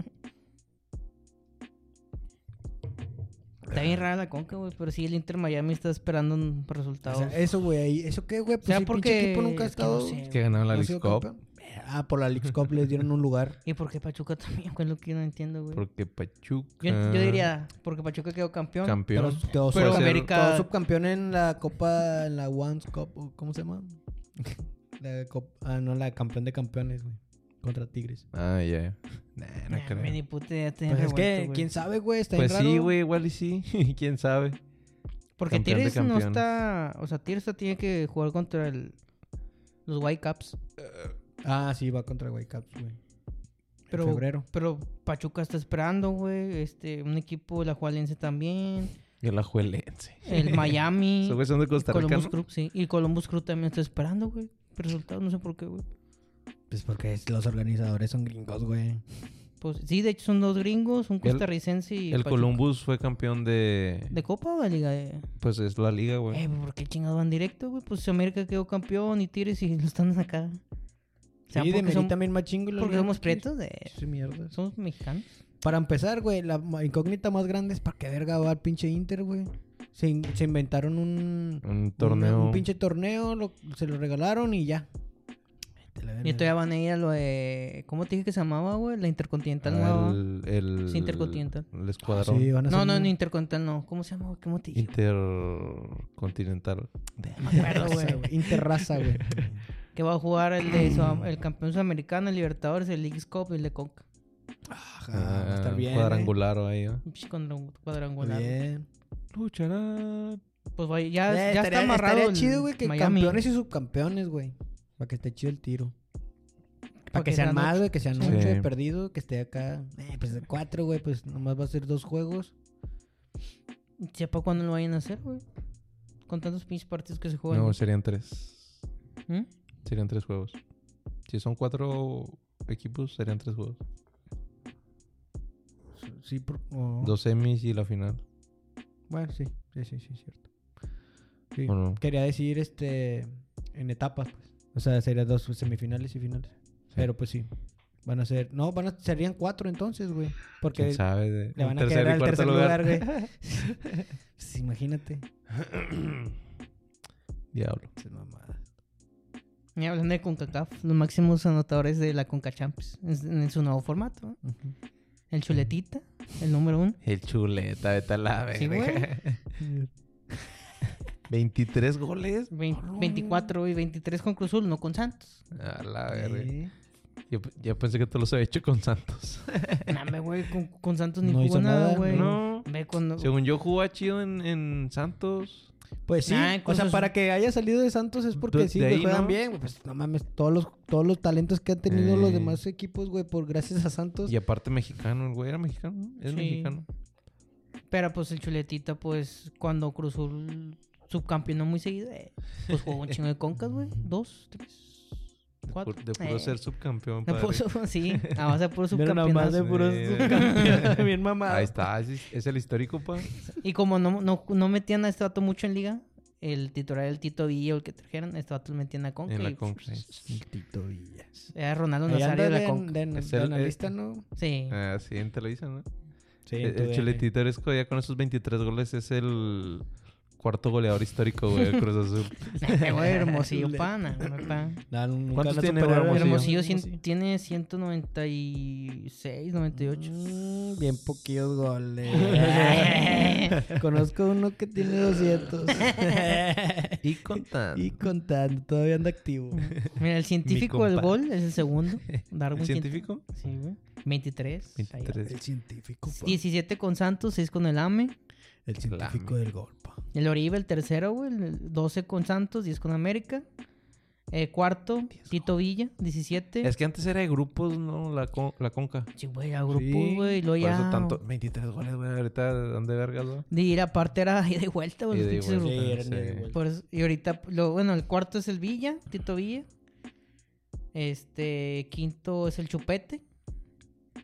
Speaker 3: Está bien rara la conca, güey, pero sí, el Inter Miami está esperando un
Speaker 2: o
Speaker 3: resultado.
Speaker 2: sea, eso, güey. ahí- ¿Eso qué, güey? Pues
Speaker 3: O sea,
Speaker 2: sí, pinche
Speaker 3: porque-
Speaker 2: equipo nunca ha
Speaker 3: es que no
Speaker 2: estado.
Speaker 3: sé.
Speaker 1: Que ganó la
Speaker 2: ¿No ha
Speaker 1: League
Speaker 2: sido
Speaker 1: Cup.
Speaker 2: campeón? Ah, por la Leagues Cup les dieron un lugar.
Speaker 3: ¿Y por qué Pachuca también? güey? Es lo que yo no entiendo, güey.
Speaker 1: Porque Pachuca.
Speaker 3: Yo, yo diría, porque Pachuca quedó campeón.
Speaker 1: Campeón.
Speaker 2: Pero quedó
Speaker 3: Pero
Speaker 2: sub-
Speaker 3: América-
Speaker 2: quedó subcampeón en la Copa, en la One Cup, o ¿cómo se llama? La cop- ah, no, la campeón de campeones, güey. Contra Tigres.
Speaker 1: Ah, ya. Nah, no
Speaker 3: Nah,
Speaker 1: creo.
Speaker 3: güey, ni puta idea, tenía
Speaker 2: Pues es
Speaker 3: revuelto,
Speaker 2: que,
Speaker 3: güey.
Speaker 2: quién sabe, güey, está bien
Speaker 1: Pues sí,
Speaker 2: raro.
Speaker 1: güey, igual y sí. ¿Quién sabe?
Speaker 3: Porque
Speaker 1: Campeón de
Speaker 3: Tigres no
Speaker 1: campeones.
Speaker 3: está. O sea, Tigres tiene que jugar contra el, los Whitecaps.
Speaker 2: Ah, sí, va contra Whitecaps, güey.
Speaker 3: Pero,
Speaker 2: en febrero.
Speaker 3: pero Pachuca está esperando, güey. Este, un equipo, la Jualense también.
Speaker 1: Y el ajuelense.
Speaker 3: El Miami.
Speaker 1: Esos güeyes son de Costa Rica,
Speaker 3: Columbus
Speaker 1: ¿no?
Speaker 3: Crew, sí. Y Columbus Crew también está esperando, güey. Resultados, no sé por qué, güey.
Speaker 2: Pues porque es- los organizadores son gringos, güey.
Speaker 3: Pues, sí, de hecho son dos gringos, un costarricense y.
Speaker 1: El
Speaker 3: Pachuca.
Speaker 1: Columbus fue campeón de...
Speaker 3: ¿De Copa o de Liga? De...
Speaker 1: Pues es la liga, güey.
Speaker 3: Eh, ¿por qué chingado van directo, güey? Pues América quedó campeón y Tigres y lo están acá. O sea,
Speaker 2: Sí, de
Speaker 3: porque,
Speaker 2: Merit
Speaker 3: son-
Speaker 2: también más chingo. la
Speaker 3: porque
Speaker 2: liga
Speaker 3: somos
Speaker 2: de Tigres.
Speaker 3: pretos, de...
Speaker 2: Sí, mierda.
Speaker 3: somos mexicanos.
Speaker 2: Para empezar, güey, la ma- incógnita más grande es para qué verga va el pinche Inter, güey. Se, in- se inventaron un...
Speaker 1: Un
Speaker 2: Un,
Speaker 1: torneo...
Speaker 2: un pinche torneo, lo- se lo regalaron y ya. Vete a la verga.
Speaker 3: Y todavía van a ir a lo de. ¿Cómo te dije que se llamaba, güey? La Intercontinental nueva.
Speaker 1: el, el...
Speaker 3: Sí, Intercontinental.
Speaker 1: El escuadrón.
Speaker 2: Sí, van a
Speaker 3: No,
Speaker 2: hacer
Speaker 3: no,
Speaker 2: un-
Speaker 3: no, Intercontinental no. ¿Cómo se llama, güey? ¿Cómo te dije?
Speaker 1: Intercontinental.
Speaker 3: No me acuerdo,
Speaker 2: Interraza,
Speaker 3: güey.
Speaker 2: güey. Interraza, güey.
Speaker 3: Que va a jugar el de Sudam- el campeón sudamericano, el Libertadores, el Leagues Cup y el de Conca.
Speaker 2: Ajá, va a estar
Speaker 1: Ah,
Speaker 2: bien.
Speaker 1: Cuadrangular ahí, ¿eh?
Speaker 3: Un pinche cuadra- cuadrangular.
Speaker 2: Cuadrangular. Bien.
Speaker 1: Lucharán.
Speaker 3: Pues vaya, ya,
Speaker 2: Eh,
Speaker 3: ya
Speaker 2: estaría-
Speaker 3: está amarrado.
Speaker 2: Estaría
Speaker 3: el
Speaker 2: chido, güey, que
Speaker 3: Miami.
Speaker 2: campeones y subcampeones, güey. Para que esté chido el tiro. Para
Speaker 3: Pa'
Speaker 2: que
Speaker 3: que
Speaker 2: sean
Speaker 3: sean
Speaker 2: más, güey, que sean
Speaker 1: Sí.
Speaker 2: ocho de perdido, que esté acá. Eh, pues de cuatro, güey, pues nomás va a ser dos juegos.
Speaker 3: Sepa cuándo lo vayan a hacer, güey. Con tantos pinches partidos que se juegan.
Speaker 1: No, serían tres.
Speaker 3: ¿Mm?
Speaker 1: Serían tres juegos. Si son cuatro equipos, serían tres juegos.
Speaker 2: Sí, por- o-
Speaker 1: Dos semis y la final.
Speaker 2: Bueno, sí, sí, sí, sí, cierto. Sí.
Speaker 1: ¿O no?
Speaker 2: Quería decir, este, en etapas, pues. O sea, sería dos semifinales y finales. Pero pues sí, van a ser... No, van a, serían cuatro entonces, güey. Porque
Speaker 1: ¿Quién sabe? De...
Speaker 2: le van a
Speaker 1: tercer y
Speaker 2: quedar al
Speaker 1: cuarto
Speaker 2: tercer lugar, güey. Pues, imagínate.
Speaker 1: Diablo.
Speaker 2: Esas mamadas.
Speaker 3: Y hablando de CONCACAF, los máximos anotadores de la CONCACHAMPS en, en su nuevo formato. El Chuletita, el número uno.
Speaker 1: El chuleta, vete a la
Speaker 3: Sí,
Speaker 1: verga. 23 goles.
Speaker 2: Ah,
Speaker 3: Vein- 24 y 23 con Cruzul, no con Santos.
Speaker 1: A la verga.
Speaker 2: Eh,
Speaker 1: Yo, yo pensé que te los había hecho con Santos.
Speaker 3: Dame, güey, con, con Santos ni
Speaker 2: No hizo
Speaker 3: jugó nada,
Speaker 2: nada,
Speaker 3: güey.
Speaker 1: no.
Speaker 3: Ve cuando...
Speaker 1: Según yo jugaba chido en, en Santos.
Speaker 2: Pues sí,
Speaker 3: Nah,
Speaker 2: o
Speaker 3: incluso
Speaker 2: sea,
Speaker 3: es-
Speaker 2: para que haya salido de Santos es porque
Speaker 1: De-
Speaker 2: sí,
Speaker 1: de
Speaker 2: güey,
Speaker 1: ahí,
Speaker 2: juegan
Speaker 1: ¿no?
Speaker 2: bien. güey, Pues no mames, todos los, todos los talentos que han tenido los
Speaker 1: Eh.
Speaker 2: demás equipos, güey, por gracias a Santos.
Speaker 1: Y aparte mexicano, el güey era mexicano. Es
Speaker 3: Sí.
Speaker 1: mexicano.
Speaker 3: Pero pues el Chuletita, pues cuando Cruzul subcampeonó muy seguido, eh, pues jugó un chingo de concas, güey. Dos, tres,
Speaker 1: De
Speaker 3: cuatro.
Speaker 1: pu- De puro
Speaker 3: Eh,
Speaker 1: ser subcampeón.
Speaker 3: de
Speaker 1: padre.
Speaker 3: puro- sí, a base de puro
Speaker 2: Pero nada más de
Speaker 3: subcampeonato.
Speaker 2: puros
Speaker 1: Sí.
Speaker 2: subcampeones, bien mamado.
Speaker 1: Ahí está, es, es el histórico, pa.
Speaker 3: Y como no, no, no metían a este vato mucho en liga, el titular del Tito Villa o el que trajeron, este vato lo metían a Conca.
Speaker 1: En la
Speaker 3: y- pues,
Speaker 1: conca.
Speaker 2: El Tito Villas.
Speaker 3: Era Ronaldo
Speaker 2: Ahí
Speaker 3: Nazario
Speaker 2: anda
Speaker 3: de la
Speaker 2: de,
Speaker 3: Conca.
Speaker 2: de-
Speaker 1: Es
Speaker 2: de
Speaker 1: el-
Speaker 2: analista, ¿no?
Speaker 3: Sí.
Speaker 1: Ah, sí, en Televisa, ¿no?
Speaker 2: Sí,
Speaker 1: el el chuletito Eresco ya con esos 23 goles es el cuarto goleador histórico, güey, del Cruz Azul.
Speaker 3: Eh, güey, hermosillo, pana. güey, pa.
Speaker 1: ¿Cuántos tiene Hermosillo?
Speaker 3: Hermosillo cien- tiene 196, 98.
Speaker 2: Mm, bien poquitos goles. Conozco uno que tiene 200.
Speaker 1: y contando.
Speaker 2: y contando, todavía anda activo.
Speaker 3: Mira, el científico
Speaker 1: Mi
Speaker 3: del
Speaker 1: compa.
Speaker 3: gol es el segundo. Darwin
Speaker 1: ¿El científico?
Speaker 3: Quintana. Sí, güey. 23. ahí va.
Speaker 1: 23.
Speaker 2: científico, pa.
Speaker 3: 17 con Santos, 6 con el AME.
Speaker 2: El científico del gol, pa.
Speaker 3: El Oribe, el tercero, güey. el 12 con Santos, 10 con América. Eh, cuarto, Tito Villa, 17.
Speaker 1: Es que antes era de grupos, ¿no? La, con- la conca.
Speaker 3: Sí, güey, a grupo,
Speaker 1: Sí,
Speaker 3: güey. y luego
Speaker 1: Por
Speaker 3: ya.
Speaker 1: eso tanto. 23 goles, güey. Ahorita, ¿dónde vergas, güey?
Speaker 3: De ir aparte era ida y vuelta, güey.
Speaker 1: Y
Speaker 3: los
Speaker 1: de pues, eh,
Speaker 3: pinches
Speaker 1: vuelta,
Speaker 2: Sí, eran
Speaker 1: sí.
Speaker 2: de vuelta.
Speaker 3: Por eso- y ahorita, lo, bueno, el cuarto es el Villa, Tito Villa. Este, quinto es el Chupete.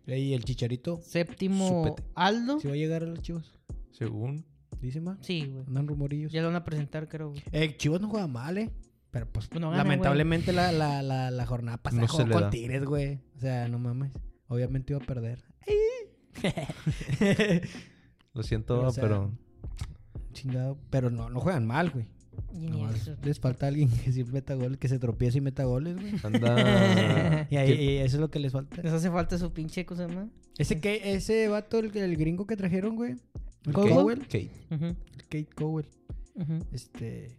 Speaker 2: Ey, el chicharito.
Speaker 3: Séptimo,
Speaker 1: Chupete.
Speaker 3: Aldo.
Speaker 2: ¿Sí va a llegar a los chivos?
Speaker 1: Según.
Speaker 2: Dice más.
Speaker 3: Sí, güey.
Speaker 2: Andan rumorillos.
Speaker 3: Ya lo van a presentar, creo. güey.
Speaker 2: Eh, Chivas no juega mal, eh. Pero pues,
Speaker 3: Pues no gana,
Speaker 2: lamentablemente la, la, la, la jornada pasada
Speaker 1: No se
Speaker 2: jugó
Speaker 1: le
Speaker 2: con
Speaker 1: da.
Speaker 2: Tigres, güey. O sea, no mames. Obviamente iba a perder.
Speaker 1: Lo siento,
Speaker 2: Pero,
Speaker 1: pero.
Speaker 2: o sea, Chingado. Pero no, no juegan mal, güey.
Speaker 3: Y ni
Speaker 2: Nomás
Speaker 3: eso.
Speaker 2: les falta alguien que siempre meta goles, que se tropiece y meta goles, güey.
Speaker 1: Anda.
Speaker 2: Y, ahí-
Speaker 1: ¿Qué-
Speaker 2: y eso es lo que les falta.
Speaker 3: Les hace falta su pinche cosa más.
Speaker 2: Ese, que, ese vato, el, el gringo que trajeron, güey.
Speaker 1: Kate-
Speaker 2: Cowell.
Speaker 1: Kate.
Speaker 3: Ujú,
Speaker 2: Kate Cowell.
Speaker 3: ujú.
Speaker 2: Este.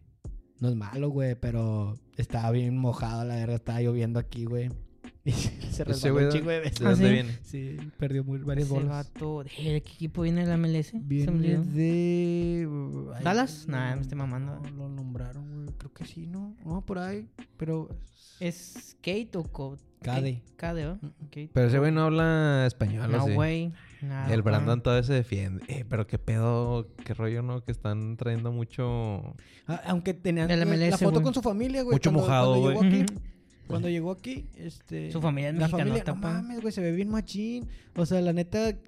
Speaker 2: No es malo, güey, pero estaba bien mojado, la verdad. Estaba lloviendo aquí, güey. Y se
Speaker 1: Ese
Speaker 2: resbaló
Speaker 1: güey,
Speaker 2: un
Speaker 1: ¿de
Speaker 2: chingo de veces.
Speaker 1: dónde
Speaker 3: sí?
Speaker 1: viene?
Speaker 2: Ah, Sí, perdió muy, varias
Speaker 3: Ese
Speaker 2: bolas.
Speaker 3: vato, ¿de qué equipo viene el MLS? Se me
Speaker 2: Viene
Speaker 3: olvidó.
Speaker 2: de... ay,
Speaker 3: ¿Dallas?
Speaker 2: no,
Speaker 3: Nah, me estoy mamando.
Speaker 2: no, lo nombraron, güey. Creo que sí, ¿no? No, por ahí. Pero...
Speaker 3: ¿Es Kate o Code?
Speaker 2: Cade. Mm, Ah,
Speaker 3: Cade, ¿o?
Speaker 1: Pero ese güey no habla español,
Speaker 3: No,
Speaker 1: así.
Speaker 3: güey. nada, ah.
Speaker 1: El
Speaker 3: güey.
Speaker 1: Brandon todavía se defiende. Eh, pero qué pedo, qué rollo, ¿no? Que están trayendo mucho...
Speaker 2: Ah, aunque tenían
Speaker 3: Del
Speaker 2: eh, la
Speaker 3: MLS,
Speaker 2: foto
Speaker 3: güey.
Speaker 2: con su familia, güey.
Speaker 1: Mucho
Speaker 2: cuando-
Speaker 1: mojado,
Speaker 2: cuando
Speaker 1: güey.
Speaker 2: llegó aquí- Cuando llegó aquí, este...
Speaker 3: Su familia es
Speaker 2: La familia,
Speaker 3: mexicanota,
Speaker 2: no
Speaker 3: pa.
Speaker 2: mames, güey, se ve bien machín. O sea, la neta,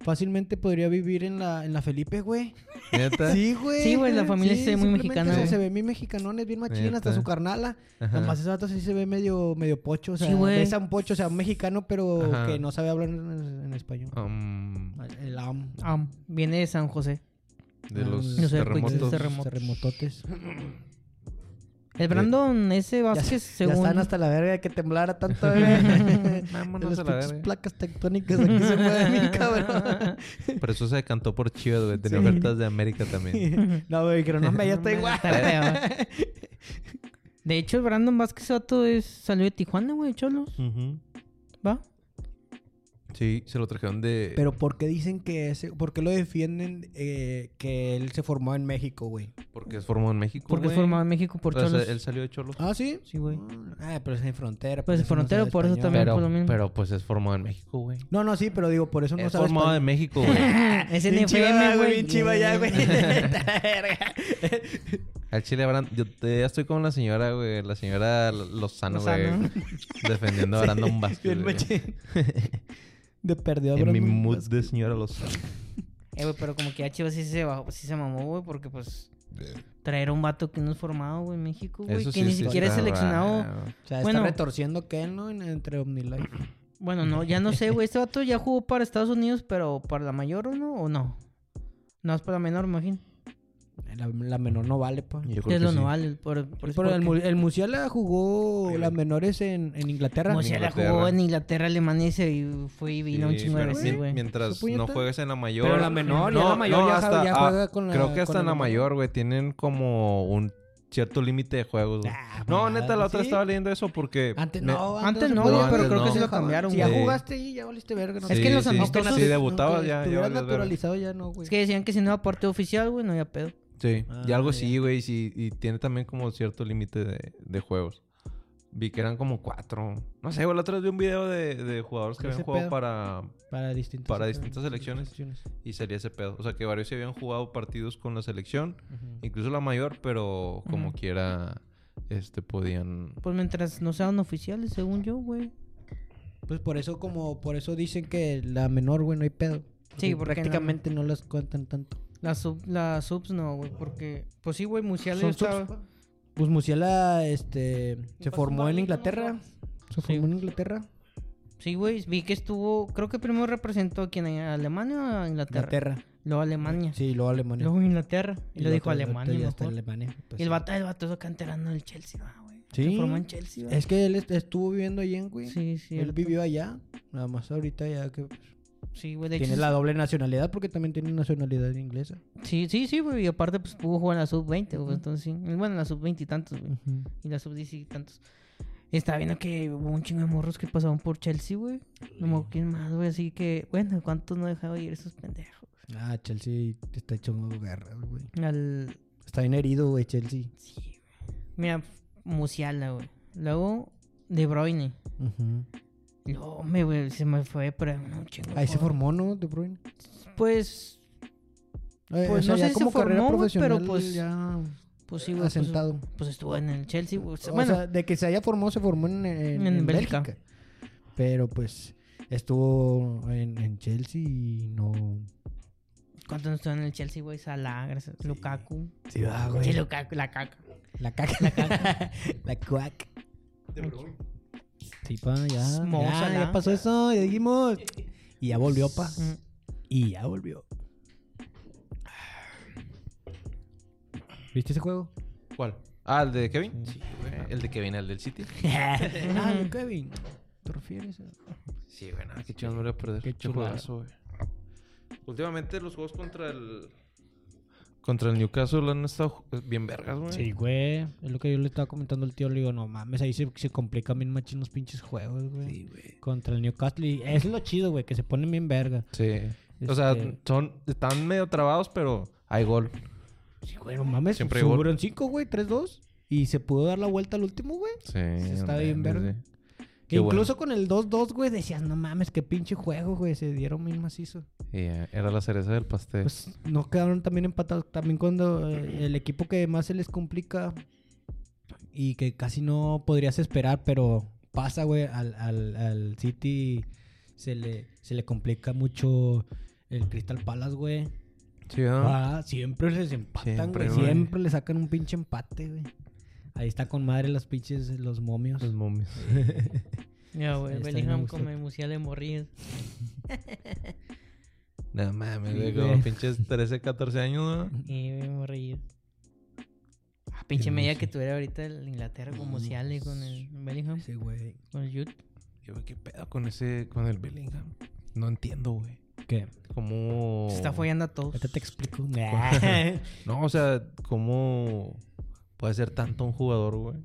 Speaker 2: fácilmente podría vivir en la, en la Felipe, güey.
Speaker 1: ¿Neta?
Speaker 2: Sí, güey.
Speaker 3: Sí, güey, la familia se ve muy
Speaker 2: simplemente
Speaker 3: mexicana,
Speaker 2: se-
Speaker 3: güey.
Speaker 2: Se ve bien mexicanones, bien machín, hasta
Speaker 1: Neta.
Speaker 2: su carnala.
Speaker 1: Ajá.
Speaker 2: Nomás ese vato sí se ve medio, medio pocho. O sea,
Speaker 3: Sí, güey.
Speaker 2: ves a un pocho, o sea, un mexicano, pero
Speaker 1: Ajá.
Speaker 2: que no sabe hablar en, en español.
Speaker 1: Um,
Speaker 2: El am.
Speaker 3: Ah, viene de San José.
Speaker 1: de
Speaker 2: Ah,
Speaker 1: los
Speaker 3: no sé, pues,
Speaker 1: terremotos.
Speaker 3: de terremotos.
Speaker 2: Terremototes.
Speaker 3: El Brandon, ese
Speaker 2: Eh, Ya,
Speaker 3: Vázquez,
Speaker 2: ya
Speaker 3: según.
Speaker 2: están hasta la verga de que temblara tanto. güey. De
Speaker 1: Eh, Vámonos
Speaker 2: las
Speaker 1: a la
Speaker 2: pinches
Speaker 1: verga.
Speaker 2: placas tectónicas aquí se mueven, cabrón.
Speaker 1: Por eso se cantó por Chivas, güey. Tenía
Speaker 2: Sí.
Speaker 1: ofertas de América también.
Speaker 2: no, güey, pero no, hombre, ya está igual.
Speaker 3: Está peor. De hecho, el Brandon Vázquez Soto es, salió de Tijuana, güey, Cholos.
Speaker 1: Ujú.
Speaker 3: ¿Va?
Speaker 1: Sí, se lo trajeron de...
Speaker 2: Pero ¿por qué dicen que ese... ¿Por qué lo defienden eh, que él se formó en México, güey?
Speaker 1: Porque es formado en México,
Speaker 3: Porque es
Speaker 1: güey.
Speaker 3: formado en México por
Speaker 1: O
Speaker 2: Pues,
Speaker 1: sea,
Speaker 3: Cholos.
Speaker 1: él salió de Cholos.
Speaker 2: ¿Ah, sí?
Speaker 3: Sí, güey.
Speaker 2: Ah, pero es en frontera.
Speaker 3: Pues es
Speaker 2: por eso no
Speaker 3: frontera,
Speaker 2: sabe
Speaker 3: por eso
Speaker 2: español.
Speaker 3: también.
Speaker 1: pero,
Speaker 3: por lo mismo.
Speaker 1: pero pues es formado en México, güey.
Speaker 2: No, no, sí, pero digo, por eso no
Speaker 1: es
Speaker 2: sabe
Speaker 1: formado
Speaker 2: español.
Speaker 1: en México, güey.
Speaker 3: es
Speaker 2: Bien chiva,
Speaker 3: NFM, güey. Eh,
Speaker 2: Bien chiva ya, güey.
Speaker 1: Al Chile Brandon, yo te- ya estoy con la señora, güey, la señora Lo- Lozano, güey,
Speaker 3: Lozano.
Speaker 1: defendiendo a Brandon Vázquez.
Speaker 2: Bien
Speaker 1: güey.
Speaker 2: machín. De perdido.
Speaker 1: En mi
Speaker 2: Brandon
Speaker 1: mood
Speaker 2: Vázquez.
Speaker 1: de señora Lozano.
Speaker 3: Eh, güey, pero como que ya Chivas sí se, bajó, sí se mamó, güey, porque pues traer a un vato que no es formado, güey, en México, güey, que ni
Speaker 1: sí Ah.
Speaker 3: siquiera es
Speaker 1: está
Speaker 3: seleccionado.
Speaker 1: raro.
Speaker 2: O sea,
Speaker 3: Bueno.
Speaker 2: está retorciendo que él, ¿no? En- Entre OmniLife.
Speaker 3: Bueno, no, ya no sé, güey, este vato ya jugó para Estados Unidos, pero para la mayor o no, o no. No es para la menor, me imagino.
Speaker 2: La, la menor no vale, pues.
Speaker 1: Yo creo que
Speaker 3: Es lo
Speaker 1: sí.
Speaker 3: no vale, por, por,
Speaker 2: Pero el, mu- el Musiala jugó las menores en, en Inglaterra.
Speaker 3: O sea, la
Speaker 1: Inglaterra.
Speaker 3: jugó en Inglaterra, Alemania y se y fue y vino un
Speaker 1: Sí,
Speaker 3: chingo de
Speaker 1: pero
Speaker 3: veces,
Speaker 1: mien-
Speaker 3: güey.
Speaker 1: Mientras
Speaker 2: Su puñeta.
Speaker 1: no juegues en la mayor.
Speaker 2: Pero la menor, ya la mayor ya
Speaker 1: hasta-
Speaker 2: juega- ya
Speaker 1: ah,
Speaker 2: juega con la-
Speaker 1: Creo que hasta
Speaker 2: con
Speaker 1: en
Speaker 2: la
Speaker 1: la
Speaker 2: menor.
Speaker 1: mayor, güey, tienen como un cierto límite de juegos. güey.
Speaker 2: Ah,
Speaker 1: no,
Speaker 2: madre,
Speaker 1: neta, la otra
Speaker 2: ¿sí?
Speaker 1: estaba leyendo eso porque...
Speaker 2: Antes
Speaker 1: me-
Speaker 2: no,
Speaker 3: Antes no,
Speaker 2: se
Speaker 1: güey,
Speaker 2: podía,
Speaker 1: pero creo que sí lo
Speaker 2: jamás.
Speaker 3: cambiaron,
Speaker 2: Si ya
Speaker 1: güey.
Speaker 2: jugaste y ya valiste verga. No
Speaker 3: Es que
Speaker 1: Sí,
Speaker 3: los
Speaker 1: sí,
Speaker 3: amistosos-
Speaker 1: Sí, debutaba ya. ya
Speaker 2: Estuvieras
Speaker 1: valías verga.
Speaker 2: naturalizado ya no, güey.
Speaker 3: Es que decían que si no era partido oficial, güey, no había pedo.
Speaker 1: Sí,
Speaker 2: Ah,
Speaker 1: y algo
Speaker 2: ya.
Speaker 1: así, güey, sí, y tiene también como cierto límite de, de juegos. Vi que eran como cuatro. No sé, güey, la otra vez vi un video de, de jugadores que
Speaker 2: Ese
Speaker 1: habían jugado
Speaker 2: pedo.
Speaker 1: para...
Speaker 2: Para distintas,
Speaker 1: Para distintas selecciones. Y sería ese pedo. O sea, que varios se habían jugado partidos con la selección,
Speaker 2: Ujú.
Speaker 1: incluso la mayor, pero como
Speaker 3: Ujú.
Speaker 1: quiera, este, podían...
Speaker 3: Pues mientras no sean oficiales, según yo, güey.
Speaker 2: Pues por eso como por eso dicen que la menor, güey, no hay pedo.
Speaker 3: Sí, porque
Speaker 2: prácticamente no, las cuentan tanto.
Speaker 3: Las sub, las subs no, güey, porque... Pues sí, güey, Musiala ya
Speaker 2: Son
Speaker 3: estaba...
Speaker 2: subs. Pues Musiala este se
Speaker 3: Pues,
Speaker 2: formó en Inglaterra. Se
Speaker 3: Sí.
Speaker 2: formó en Inglaterra.
Speaker 3: Sí, güey, vi que estuvo... Creo que primero representó a quién, a Alemania o a Inglaterra.
Speaker 2: Inglaterra.
Speaker 3: Luego Alemania.
Speaker 2: Sí, luego Alemania.
Speaker 3: Luego Inglaterra. Y, lo
Speaker 2: luego
Speaker 3: dijo
Speaker 2: ahorita
Speaker 3: Alemania,
Speaker 2: Ya está en
Speaker 3: mejor.
Speaker 2: Alemania. pues,
Speaker 3: Y el
Speaker 2: sí.
Speaker 3: vato, el vato es canterano del Chelsea, va, güey. Se
Speaker 2: Sí.
Speaker 3: formó en Chelsea, va.
Speaker 2: Es que él est- estuvo viviendo allí, en, güey.
Speaker 3: Sí, sí.
Speaker 2: él vivió allá. Nada más ahorita ya que pues,
Speaker 3: Sí, güey, de hecho...
Speaker 2: tiene la doble nacionalidad porque también tiene nacionalidad inglesa.
Speaker 3: Sí, sí, sí, güey. Y aparte, pues pudo jugar en la sub-20, güey. Entonces, sí. Bueno, en la sub-20 y tantos, güey. Y la sub-10 y tantos. Estaba viendo que hubo un chingo de morros que pasaban por Chelsea, güey. No me acuerdo quién más, güey. Así que, bueno, ¿cuántos no dejaba ir esos pendejos?
Speaker 2: Ah, Chelsea está hecho guerra, güey.
Speaker 3: Al.
Speaker 2: Está bien herido, güey, Chelsea.
Speaker 3: Sí, güey. Mira, Musiala, güey. Luego, De Bruyne. No, me, güey, se me fue, pero un chingo. de
Speaker 2: Ahí se
Speaker 3: jugadores.
Speaker 2: formó, ¿no? De Bruyne.
Speaker 3: Pues,
Speaker 2: Eh,
Speaker 3: Pues no
Speaker 2: ya
Speaker 3: sé si se
Speaker 2: carrera
Speaker 3: formó, güey, pero
Speaker 2: profesional
Speaker 3: pues-
Speaker 2: ya
Speaker 3: pues sí, güey. Pues,
Speaker 2: asentado.
Speaker 3: pues estuvo en el Chelsea, güey. O sea,
Speaker 2: O
Speaker 3: bueno,
Speaker 2: sea, de que se haya formado, se formó en, en-
Speaker 3: En
Speaker 2: en
Speaker 3: Bélgica.
Speaker 2: Bélgica. Pero pues estuvo en, en Chelsea y no.
Speaker 3: ¿cuántos no estuvieron en el Chelsea, güey? Salah, gracias. Lukaku.
Speaker 2: Sí, va,
Speaker 3: Sí, Lukaku, la caca.
Speaker 2: La caca, la caca. la cuac. Sí, pa, ya.
Speaker 3: Mo
Speaker 2: Ya,
Speaker 3: Salah.
Speaker 2: ya pasó eso, ya dijimos. Y ya volvió, pa.
Speaker 3: Mm.
Speaker 2: Y ya volvió. ¿Viste ese juego?
Speaker 1: ¿Cuál? Ah, ¿el de Kevin? Sí, güey. El de Kevin, el del City.
Speaker 2: ah, el Kevin. ¿Te refieres a...?
Speaker 1: Sí, güey, nada, Ah, qué chido me voy a perder.
Speaker 2: Qué chulada.
Speaker 1: juegazo, güey. Últimamente los juegos contra el... Contra el Newcastle han estado ju- eh, bien vergas, güey.
Speaker 2: Sí, güey. Es lo que yo le estaba comentando al tío. Le digo, no mames, ahí se, se complican bien machín los pinches juegos, güey.
Speaker 1: Sí, güey.
Speaker 2: Contra el Newcastle. Y es lo chido, güey, que se ponen bien verga.
Speaker 1: Sí. O sea,
Speaker 2: Este-
Speaker 1: son, están medio trabados, pero hay gol.
Speaker 2: Sí, güey, no mames.
Speaker 1: Siempre hay gol.
Speaker 2: subieron 5, güey, 3-2. Y se pudo dar la vuelta al último, güey.
Speaker 1: Sí.
Speaker 2: está
Speaker 1: no
Speaker 2: bien
Speaker 1: mames,
Speaker 2: verga.
Speaker 1: sí. Qué
Speaker 2: Incluso con el 2-2, güey, decías, no mames, qué pinche juego, güey. Se dieron bien macizo.
Speaker 1: Y, eh, era la cereza del pastel.
Speaker 2: Pues no quedaron también empatados. También cuando eh, el equipo que más se les complica y que casi no podrías esperar, pero pasa, güey, al, al, al City se le, se le complica mucho el Crystal Palace, güey.
Speaker 1: sí, ¿no?
Speaker 2: Ah, siempre les empatan,
Speaker 1: Siempre,
Speaker 2: güey.
Speaker 1: güey.
Speaker 2: Siempre le sacan un pinche empate, güey. Ahí está con madre las pinches, los momios.
Speaker 1: Los momios.
Speaker 3: Ya,
Speaker 2: Ahí
Speaker 3: güey.
Speaker 2: está, me
Speaker 3: Bellingham
Speaker 2: gustó.
Speaker 3: come musial de morrillos.
Speaker 1: No mames,
Speaker 2: Sí,
Speaker 1: güey.
Speaker 2: güey.
Speaker 1: Como pinches 13, 14 años, ¿no?
Speaker 3: Y güey, morrillos. Ah, pinche media que tuviera ahorita el Inglaterra con Musiale, con el Bellingham,
Speaker 2: Sí, güey.
Speaker 3: con el Jude.
Speaker 1: Yo, güey, ¿Qué pedo con ese... Con el Bellingham? No entiendo, güey.
Speaker 2: ¿Qué?
Speaker 1: pues, Cómo...
Speaker 3: Se está follando a todos.
Speaker 2: Ahorita te explico.
Speaker 1: No, o sea, ¿cómo puede ser tanto un jugador, güey?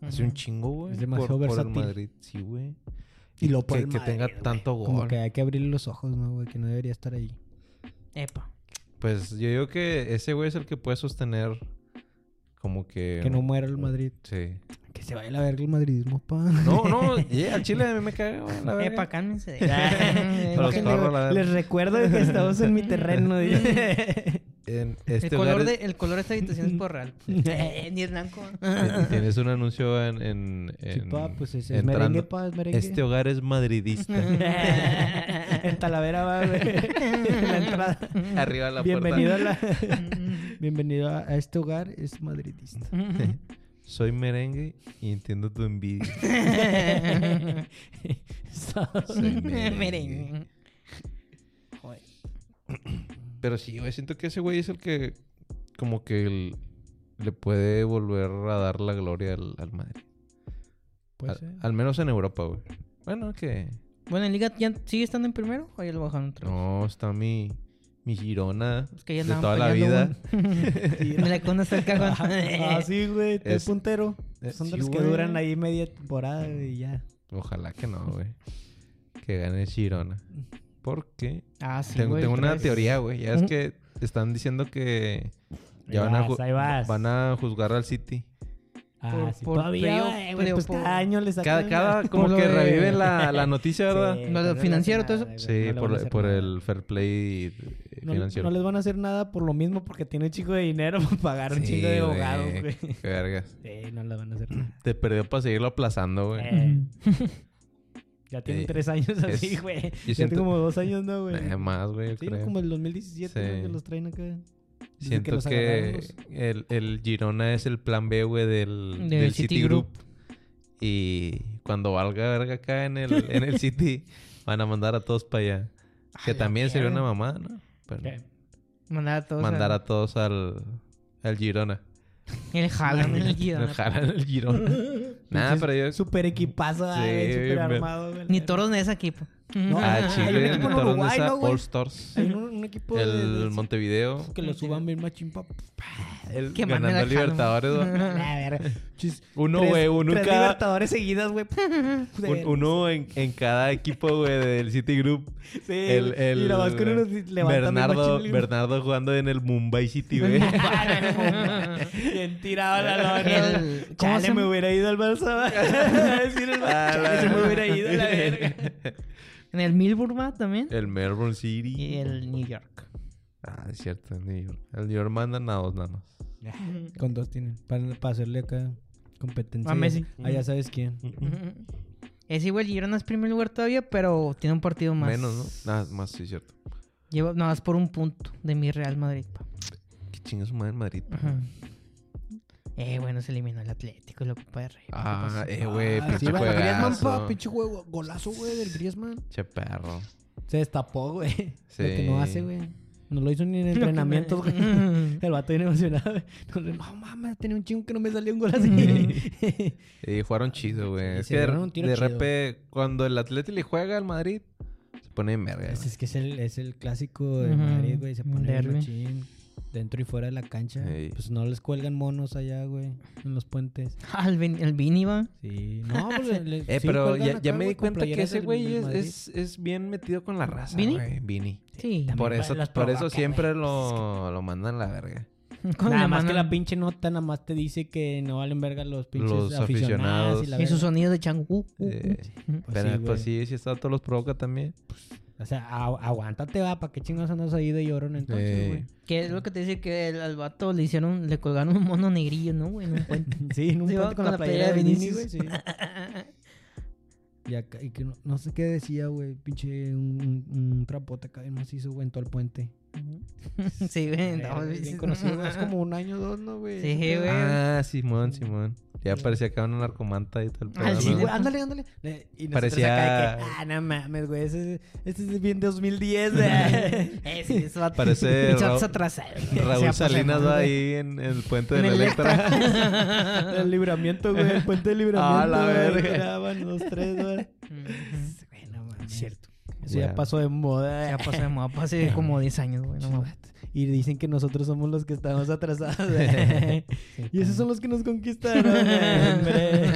Speaker 1: Hace un
Speaker 3: Ujú.
Speaker 1: chingo, güey.
Speaker 2: Es demasiado
Speaker 1: por,
Speaker 2: versátil.
Speaker 1: Por el Madrid, sí, güey.
Speaker 2: Y lo por
Speaker 1: que,
Speaker 2: el
Speaker 1: que tenga
Speaker 2: Madrid, güey.
Speaker 1: tanto
Speaker 2: Como
Speaker 1: gol.
Speaker 2: que hay que abrir los ojos, ¿no, güey? Que no debería estar ahí.
Speaker 3: Epa.
Speaker 1: Pues yo digo que ese güey es el que puede sostener como que...
Speaker 2: Que no muera el Madrid.
Speaker 1: Sí.
Speaker 2: Que se vaya a la verga el madridismo, pa.
Speaker 1: No, no, yeah, al Chile a mí me caga, güey, la verga.
Speaker 3: Epa, cálmense.
Speaker 1: A los
Speaker 2: Les-
Speaker 1: carros, la
Speaker 2: Les
Speaker 1: verga.
Speaker 2: recuerdo que estamos en mi terreno. dice.
Speaker 1: En este
Speaker 3: el, color
Speaker 1: hogar
Speaker 3: de,
Speaker 1: es-
Speaker 3: el color de esta habitación es porral. Eh, Ni es blanco.
Speaker 1: eh, Tienes un anuncio en... en,
Speaker 2: Sí,
Speaker 1: en-
Speaker 2: pa, pues es, es
Speaker 1: entrando.
Speaker 2: merengue, pa, es merengue.
Speaker 1: Este hogar es madridista.
Speaker 2: en Talavera va, güey. En la entrada.
Speaker 1: Arriba la
Speaker 2: Mm. Bienvenido a, la...
Speaker 3: Mm.
Speaker 2: Bienvenido a a este hogar, es madridista.
Speaker 1: Soy merengue y entiendo tu envidia. Soy merengue.
Speaker 3: Miren. Joder.
Speaker 1: Pero sí, güey, siento que ese güey es el que como que el- le puede volver a dar la gloria al, al Madrid.
Speaker 2: Puede
Speaker 1: al,
Speaker 2: ser.
Speaker 1: al menos en Europa, güey. Bueno, que...
Speaker 3: Bueno, en Liga ya sigue estando en primero o ya lo bajaron otra vez?
Speaker 1: No, está mi, mi Girona
Speaker 3: Es que ya
Speaker 1: de
Speaker 3: andaban
Speaker 1: toda la vida.
Speaker 3: peleando, Me la cono hasta el cajón.
Speaker 2: Ah, sí, güey. Está
Speaker 1: Es-
Speaker 2: el puntero.
Speaker 1: eh,
Speaker 2: Son de
Speaker 1: sí,
Speaker 2: los que
Speaker 1: güey.
Speaker 2: duran ahí media temporada güey, y ya.
Speaker 1: Ojalá que no, güey. Que gane Girona. Porque
Speaker 3: Ah, sí,
Speaker 1: tengo,
Speaker 3: güey,
Speaker 1: tengo
Speaker 3: otra
Speaker 1: una
Speaker 3: vez.
Speaker 1: teoría, güey. Ya es
Speaker 3: Ujú.
Speaker 1: que están diciendo que
Speaker 2: Ahí
Speaker 1: ya van a,
Speaker 2: vas,
Speaker 1: ju-
Speaker 2: ahí vas.
Speaker 1: van a juzgar al City.
Speaker 2: Ah,
Speaker 3: por-
Speaker 2: sí,
Speaker 3: por
Speaker 2: todavía,
Speaker 3: playoff,
Speaker 2: güey, pues,
Speaker 3: playoff, por-
Speaker 2: cada año le
Speaker 1: Cada,
Speaker 2: sacan
Speaker 1: cada como
Speaker 3: Como lo
Speaker 1: que
Speaker 3: de-
Speaker 1: revive la, la noticia, ¿verdad?
Speaker 3: Lo de financiero, todo eso.
Speaker 1: Sí, por, por el fair play eh,
Speaker 2: no,
Speaker 1: financiero.
Speaker 2: no les van a hacer nada por lo mismo porque tiene un chico de dinero para pagar un
Speaker 1: Sí,
Speaker 2: chico
Speaker 1: güey.
Speaker 2: de abogados, güey.
Speaker 1: Qué vergas.
Speaker 2: Sí, no les van a hacer nada.
Speaker 1: Te perdió para seguirlo aplazando, güey.
Speaker 2: Eh, ya tienen
Speaker 1: Eh,
Speaker 2: tres años así,
Speaker 1: es-
Speaker 2: güey. Ya
Speaker 1: siento-
Speaker 2: tiene como dos años, ¿no, güey?
Speaker 1: Eh, más, güey, yo
Speaker 2: sí,
Speaker 1: creo.
Speaker 2: como el 2017,
Speaker 1: Sí.
Speaker 2: ¿no? Que los traen acá. Desde
Speaker 1: Siento
Speaker 2: los agarraron
Speaker 1: que,
Speaker 2: los-
Speaker 1: el, el Girona es el plan B, güey, del,
Speaker 3: Del
Speaker 1: del Citigroup.
Speaker 3: Citigroup.
Speaker 1: Y cuando valga verga acá en el, en el City, van a mandar a todos para allá. Que
Speaker 3: A la
Speaker 1: también sería una
Speaker 3: verga.
Speaker 1: mamada, ¿no? Pero
Speaker 2: ¿Qué?
Speaker 3: Mandar a todos.
Speaker 1: mandar
Speaker 3: a-
Speaker 1: a todos al, al Girona.
Speaker 3: El Haaland, el
Speaker 1: Nos
Speaker 3: Girona.
Speaker 1: jalan el Girona. Nada,
Speaker 2: Pinches
Speaker 1: pero yo...
Speaker 2: Super equipazo,
Speaker 1: Sí,
Speaker 2: güey,
Speaker 1: bien
Speaker 2: super
Speaker 1: ver-
Speaker 2: armado, güey.
Speaker 3: Ni toros de ese equipo.
Speaker 2: No.
Speaker 1: Ah,
Speaker 2: Hay un
Speaker 1: Chile,
Speaker 2: equipo en
Speaker 1: Torón de
Speaker 2: Uruguay,
Speaker 1: esa,
Speaker 2: ¿no, güey?
Speaker 1: All Stars.
Speaker 2: Hay un, un equipo de- de-
Speaker 1: El Montevideo.
Speaker 2: que lo suban bien machín pa-
Speaker 1: El
Speaker 3: Que manden
Speaker 1: ganando
Speaker 3: al
Speaker 1: Libertadores.
Speaker 3: Haaland.
Speaker 1: güey.
Speaker 2: A ver, chis,
Speaker 1: Uno,
Speaker 2: tres-
Speaker 1: güey, uno en
Speaker 2: tres
Speaker 1: cada...
Speaker 2: libertadores seguidas, güey.
Speaker 1: un-
Speaker 2: De ver-
Speaker 1: uno en, en cada equipo, güey, del Citigroup.
Speaker 2: sí,
Speaker 1: El, el
Speaker 2: y la vas con unos levantando
Speaker 1: Bernardo,
Speaker 2: machín,
Speaker 1: Bernardo jugando en el Mumbai City, güey.
Speaker 2: Bien tirado la lona.
Speaker 3: El- ¿cómo
Speaker 2: Chale,
Speaker 3: se llama?
Speaker 2: me hubiera ido al Barça. Decir el
Speaker 1: Ah,
Speaker 2: Barça. Chale, se me hubiera ido a la verga.
Speaker 3: En el Milburn va también.
Speaker 1: El Melbourne City.
Speaker 3: Y el New York.
Speaker 1: Ah, es cierto, el New York. El New York mandan a dos nada más.
Speaker 2: Con dos tienen. Para, para hacerle acá competencia.
Speaker 3: A Messi.
Speaker 2: Ah, ya sabes quién.
Speaker 3: Es igual, Girona es primer lugar todavía, pero tiene un partido más.
Speaker 1: Menos, ¿no? Nada más, sí, cierto.
Speaker 3: Lleva nada más por un punto de mi Real Madrid. pa.
Speaker 1: Qué chingas su madre en Madrid. pa.
Speaker 3: Ajá. Eh, bueno, se eliminó el Atlético y la Copa de Rey. ¿Qué
Speaker 1: Ah,
Speaker 3: pasó?
Speaker 1: eh, güey,
Speaker 2: Ah,
Speaker 1: pinche
Speaker 2: sí, va, Griezmann,
Speaker 1: juegazo.
Speaker 2: pa, pinche juego. Golazo, güey, del Griezmann.
Speaker 1: Che perro.
Speaker 2: Se destapó, güey.
Speaker 1: Sí.
Speaker 2: Lo que no hace, güey. No lo hizo ni en entrenamientos, güey. El vato bien emocionado. güey. No, le- no mames, tenía un chingo que no me salía un gol
Speaker 1: Mm.
Speaker 2: así.
Speaker 1: Y jugaron chido, güey.
Speaker 2: Y
Speaker 1: Es
Speaker 2: se
Speaker 1: que de,
Speaker 2: dieron un tiro
Speaker 1: de
Speaker 2: chido.
Speaker 1: repente, cuando el Atleti le juega al Madrid, se pone en verga.
Speaker 2: Pues
Speaker 1: güey.
Speaker 2: es que es el, es el clásico de
Speaker 3: Ujú,
Speaker 2: Madrid, güey. Se
Speaker 3: un
Speaker 2: pone bien
Speaker 3: derbi.
Speaker 2: machín. Dentro y fuera de la cancha.
Speaker 1: Ey.
Speaker 2: Pues no les cuelgan monos allá, güey. En los puentes.
Speaker 3: Ah, el, Vin- el Vini va.
Speaker 2: Sí. No, pues le-
Speaker 1: Eh,
Speaker 2: sí
Speaker 1: pero
Speaker 2: cuelgan
Speaker 1: ya, ya
Speaker 2: acá,
Speaker 1: me di
Speaker 2: güey, con
Speaker 1: cuenta que
Speaker 2: playeras
Speaker 1: ese
Speaker 2: del-
Speaker 1: güey
Speaker 2: del
Speaker 1: es,
Speaker 2: Madrid.
Speaker 1: es, es bien metido con la raza,
Speaker 3: ¿Vini?
Speaker 1: güey. Vini.
Speaker 3: Sí.
Speaker 2: También
Speaker 1: Por
Speaker 2: pa-
Speaker 1: eso,
Speaker 2: los
Speaker 1: por
Speaker 2: provoca,
Speaker 1: eso siempre
Speaker 2: güey.
Speaker 1: lo, lo mandan a la verga.
Speaker 3: Con
Speaker 2: Nada
Speaker 3: la
Speaker 2: más que
Speaker 3: mano.
Speaker 2: la pinche nota nada más te dice que no valen verga los pinches
Speaker 1: Los
Speaker 2: aficionados.
Speaker 1: aficionados.
Speaker 2: Y, la
Speaker 3: Y sus
Speaker 2: verga.
Speaker 3: sonidos de changu. uh, uh.
Speaker 1: Eh,
Speaker 2: Pues
Speaker 1: pero
Speaker 2: sí, güey.
Speaker 1: pues sí, sí está todos los provoca también.
Speaker 2: O sea, agu- aguántate, va. ¿Para qué chingados andas ahí de llorón entonces,
Speaker 1: Eh.
Speaker 2: güey?
Speaker 3: Que es lo que te dice que el- al vato le hicieron, le colgaron un mono negrillo, ¿no, güey? En un puente.
Speaker 2: Sí, en un
Speaker 3: Sí, va,
Speaker 2: puente con, la playera de Vinicius, güey. Sí. Y acá, y que no, no sé qué decía, güey. Pinche un, un, un trapote acá bien macizo, güey, en todo el puente.
Speaker 3: sí, güey. no,
Speaker 2: Eh,
Speaker 3: sí,
Speaker 2: bien conocido, güey, Es como un año o dos, ¿no, güey?
Speaker 3: Sí, güey.
Speaker 1: Ah, Simón, Simón. Ya parecía que era una narcomanta y todo el pedo,
Speaker 3: Al
Speaker 1: ¿no?
Speaker 2: Sí,
Speaker 3: cine.
Speaker 2: güey, ándale, ándale. Eh, Y nosotros
Speaker 1: Parecía-
Speaker 2: acá de que, ah, no mames, güey. Ese, ese es bien 2010, güey.
Speaker 3: Eh, sí, eso va-
Speaker 1: Parece
Speaker 3: pinche
Speaker 1: Ra-
Speaker 3: vatos atrasados.
Speaker 1: Raúl
Speaker 2: Sea,
Speaker 1: Salinas
Speaker 2: Palermo,
Speaker 1: va
Speaker 2: güey.
Speaker 1: ahí en, en el puente de
Speaker 3: En
Speaker 1: la
Speaker 3: el
Speaker 1: Electra.
Speaker 2: El libramiento, güey. pues. El puente del libramiento.
Speaker 1: Ah, la
Speaker 2: güey,
Speaker 1: verga.
Speaker 2: que daban los tres, güey.
Speaker 3: Ujú.
Speaker 2: Güey, no mames. Cierto. Eso
Speaker 1: Ya.
Speaker 2: ya pasó de moda.
Speaker 3: Ya pasó de moda, fue hace como 10 años, güey. No mames.
Speaker 2: Y dicen que nosotros somos los que estamos atrasados. y esos son los que nos conquistaron. hombre.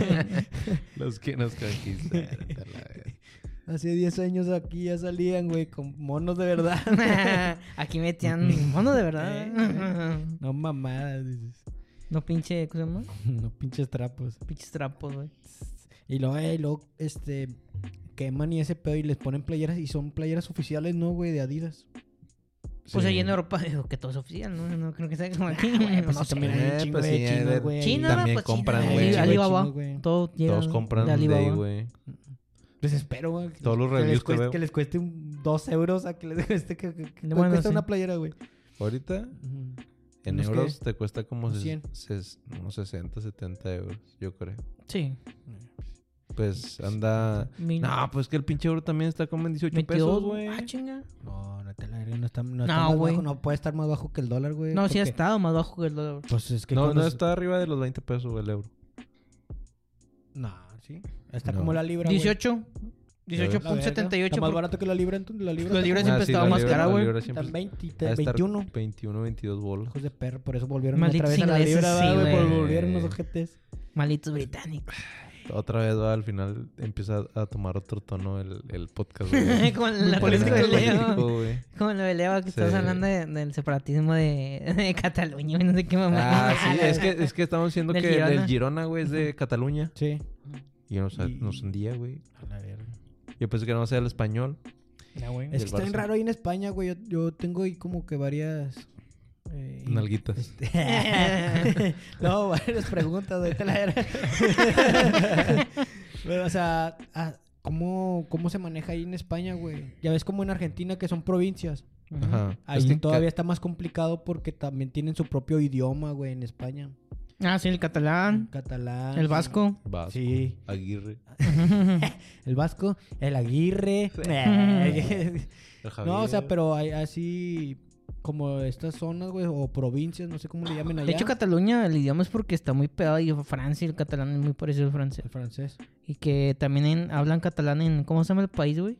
Speaker 1: Los que nos conquistaron. a la verga.
Speaker 2: Hace 10 años aquí ya salían, güey, con monos de verdad.
Speaker 3: Aquí metían mono de verdad.
Speaker 2: No mamadas, dices.
Speaker 3: no pinche, ¿cómo se llama?
Speaker 2: No pinches trapos.
Speaker 3: Pinches trapos, güey.
Speaker 2: Y luego, eh, y luego, este, queman y ese pedo y les ponen playeras y son playeras oficiales, ¿no, güey? De Adidas.
Speaker 3: Pues
Speaker 1: Sí.
Speaker 3: allá en Europa, digo que todo es oficial, ¿no? No creo que sea como aquí.
Speaker 2: Güey,
Speaker 3: no
Speaker 2: pues no
Speaker 3: sé.
Speaker 2: se miran
Speaker 1: Eh,
Speaker 2: chingo
Speaker 1: pues
Speaker 2: de
Speaker 1: sí, ha de
Speaker 2: chinos,
Speaker 1: haber
Speaker 2: güey.
Speaker 3: China,
Speaker 1: También
Speaker 3: pues, China,
Speaker 1: compran,
Speaker 3: sí,
Speaker 1: güey.
Speaker 2: China,
Speaker 3: Alibaba.
Speaker 2: chino, güey.
Speaker 3: Todo llega
Speaker 1: Todos compran
Speaker 3: de
Speaker 1: de
Speaker 3: Alibaba.
Speaker 1: ahí, güey.
Speaker 2: Les espero, güey. que-
Speaker 1: Todos los
Speaker 2: que
Speaker 1: reviews
Speaker 2: les
Speaker 1: que
Speaker 2: cueste,
Speaker 1: veo.
Speaker 2: que les cueste un- dos euros a que les cueste que, que- que
Speaker 3: Bueno,
Speaker 2: cuesta
Speaker 3: sí.
Speaker 2: una playera, güey.
Speaker 1: Ahorita, en
Speaker 2: ¿Unos qué?
Speaker 1: euros, te cuesta como ses-
Speaker 2: Cien.
Speaker 1: ses- unos 60, 70 euros, yo creo.
Speaker 3: Sí.
Speaker 1: Pues anda...
Speaker 3: Mil-
Speaker 1: No, pues que el pinche euro también está como en 18 pesos,
Speaker 3: 22,
Speaker 1: güey.
Speaker 3: Ah, chinga.
Speaker 2: No, no te la verga, no está, no,
Speaker 3: No,
Speaker 2: está más
Speaker 3: güey.
Speaker 2: bajo, no puede estar más bajo que el dólar, güey.
Speaker 3: No, sí ha
Speaker 2: porque-
Speaker 3: estado más bajo que el dólar.
Speaker 2: Pues es que
Speaker 1: No,
Speaker 2: cuando
Speaker 1: no
Speaker 2: se-
Speaker 1: está arriba de los 20 pesos el euro.
Speaker 2: No, sí. Está
Speaker 1: No.
Speaker 2: como la libra, güey.
Speaker 3: 18.
Speaker 2: La verga, Está
Speaker 3: 18.78.
Speaker 2: más
Speaker 3: por-
Speaker 2: barato que la libra, entonces la libra.
Speaker 3: La
Speaker 2: está
Speaker 3: libra
Speaker 2: como-
Speaker 3: siempre estaba
Speaker 1: Ah, la
Speaker 3: más
Speaker 1: libra-
Speaker 3: cara,
Speaker 1: la
Speaker 3: güey.
Speaker 1: libra siempre
Speaker 2: Están 20,
Speaker 1: ha de estar
Speaker 2: 21.
Speaker 1: 21, 22 bolos.
Speaker 2: Hijos de perro, por eso volvieron
Speaker 3: Malditos
Speaker 2: otra vez a la
Speaker 3: ingleses,
Speaker 2: libra,
Speaker 3: sí,
Speaker 2: va, güey, por
Speaker 1: güey.
Speaker 2: volvieron los ojetes.
Speaker 3: Malitos británicos.
Speaker 1: Otra vez va, al final empieza a tomar otro tono el, el podcast. güey.
Speaker 3: con la
Speaker 2: político,
Speaker 3: política de Leo.
Speaker 1: Político, güey.
Speaker 3: Con lo de Leo, que estás
Speaker 1: Sí.
Speaker 3: hablando de- del separatismo de, de Cataluña y no sé qué mamá.
Speaker 1: Ah, sí, es que, es que estamos diciendo
Speaker 3: Del
Speaker 1: que el-
Speaker 3: Girona.
Speaker 1: el Girona, güey, es de Cataluña.
Speaker 2: Sí.
Speaker 1: Y nos,
Speaker 2: Y-
Speaker 1: nos hundía, güey. Yo pensé que no sea el español.
Speaker 2: Es
Speaker 1: Del
Speaker 2: que está bien
Speaker 1: Barça.
Speaker 2: raro ahí en España, güey. Yo, yo tengo ahí como que varias. eh,
Speaker 1: Nalguitas.
Speaker 2: no, varias preguntas, ahorita la era. Pero, o sea, ah, ¿cómo, ¿cómo se maneja ahí en España, güey? Ya ves como en Argentina que son provincias.
Speaker 1: Ajá.
Speaker 2: Ahí
Speaker 1: Es Pues que en
Speaker 2: todavía está más complicado porque también tienen su propio idioma, güey, en España.
Speaker 3: Ah, sí, el catalán,
Speaker 2: Catalán.
Speaker 3: el vasco.
Speaker 1: ca- Vas,
Speaker 2: Sí,
Speaker 1: Aguirre.
Speaker 2: el vasco, el aguirre.
Speaker 1: el
Speaker 2: no, o sea,
Speaker 1: Javier. Eh,
Speaker 2: pero hay así como estas zonas, güey, o provincias, no sé cómo le llamen allá.
Speaker 3: De hecho, Cataluña, el idioma es porque está muy pegado y Francia, el catalán es muy parecido al francés.
Speaker 2: el francés.
Speaker 3: Y que también en- hablan catalán en. ¿Cómo se llama el país, güey?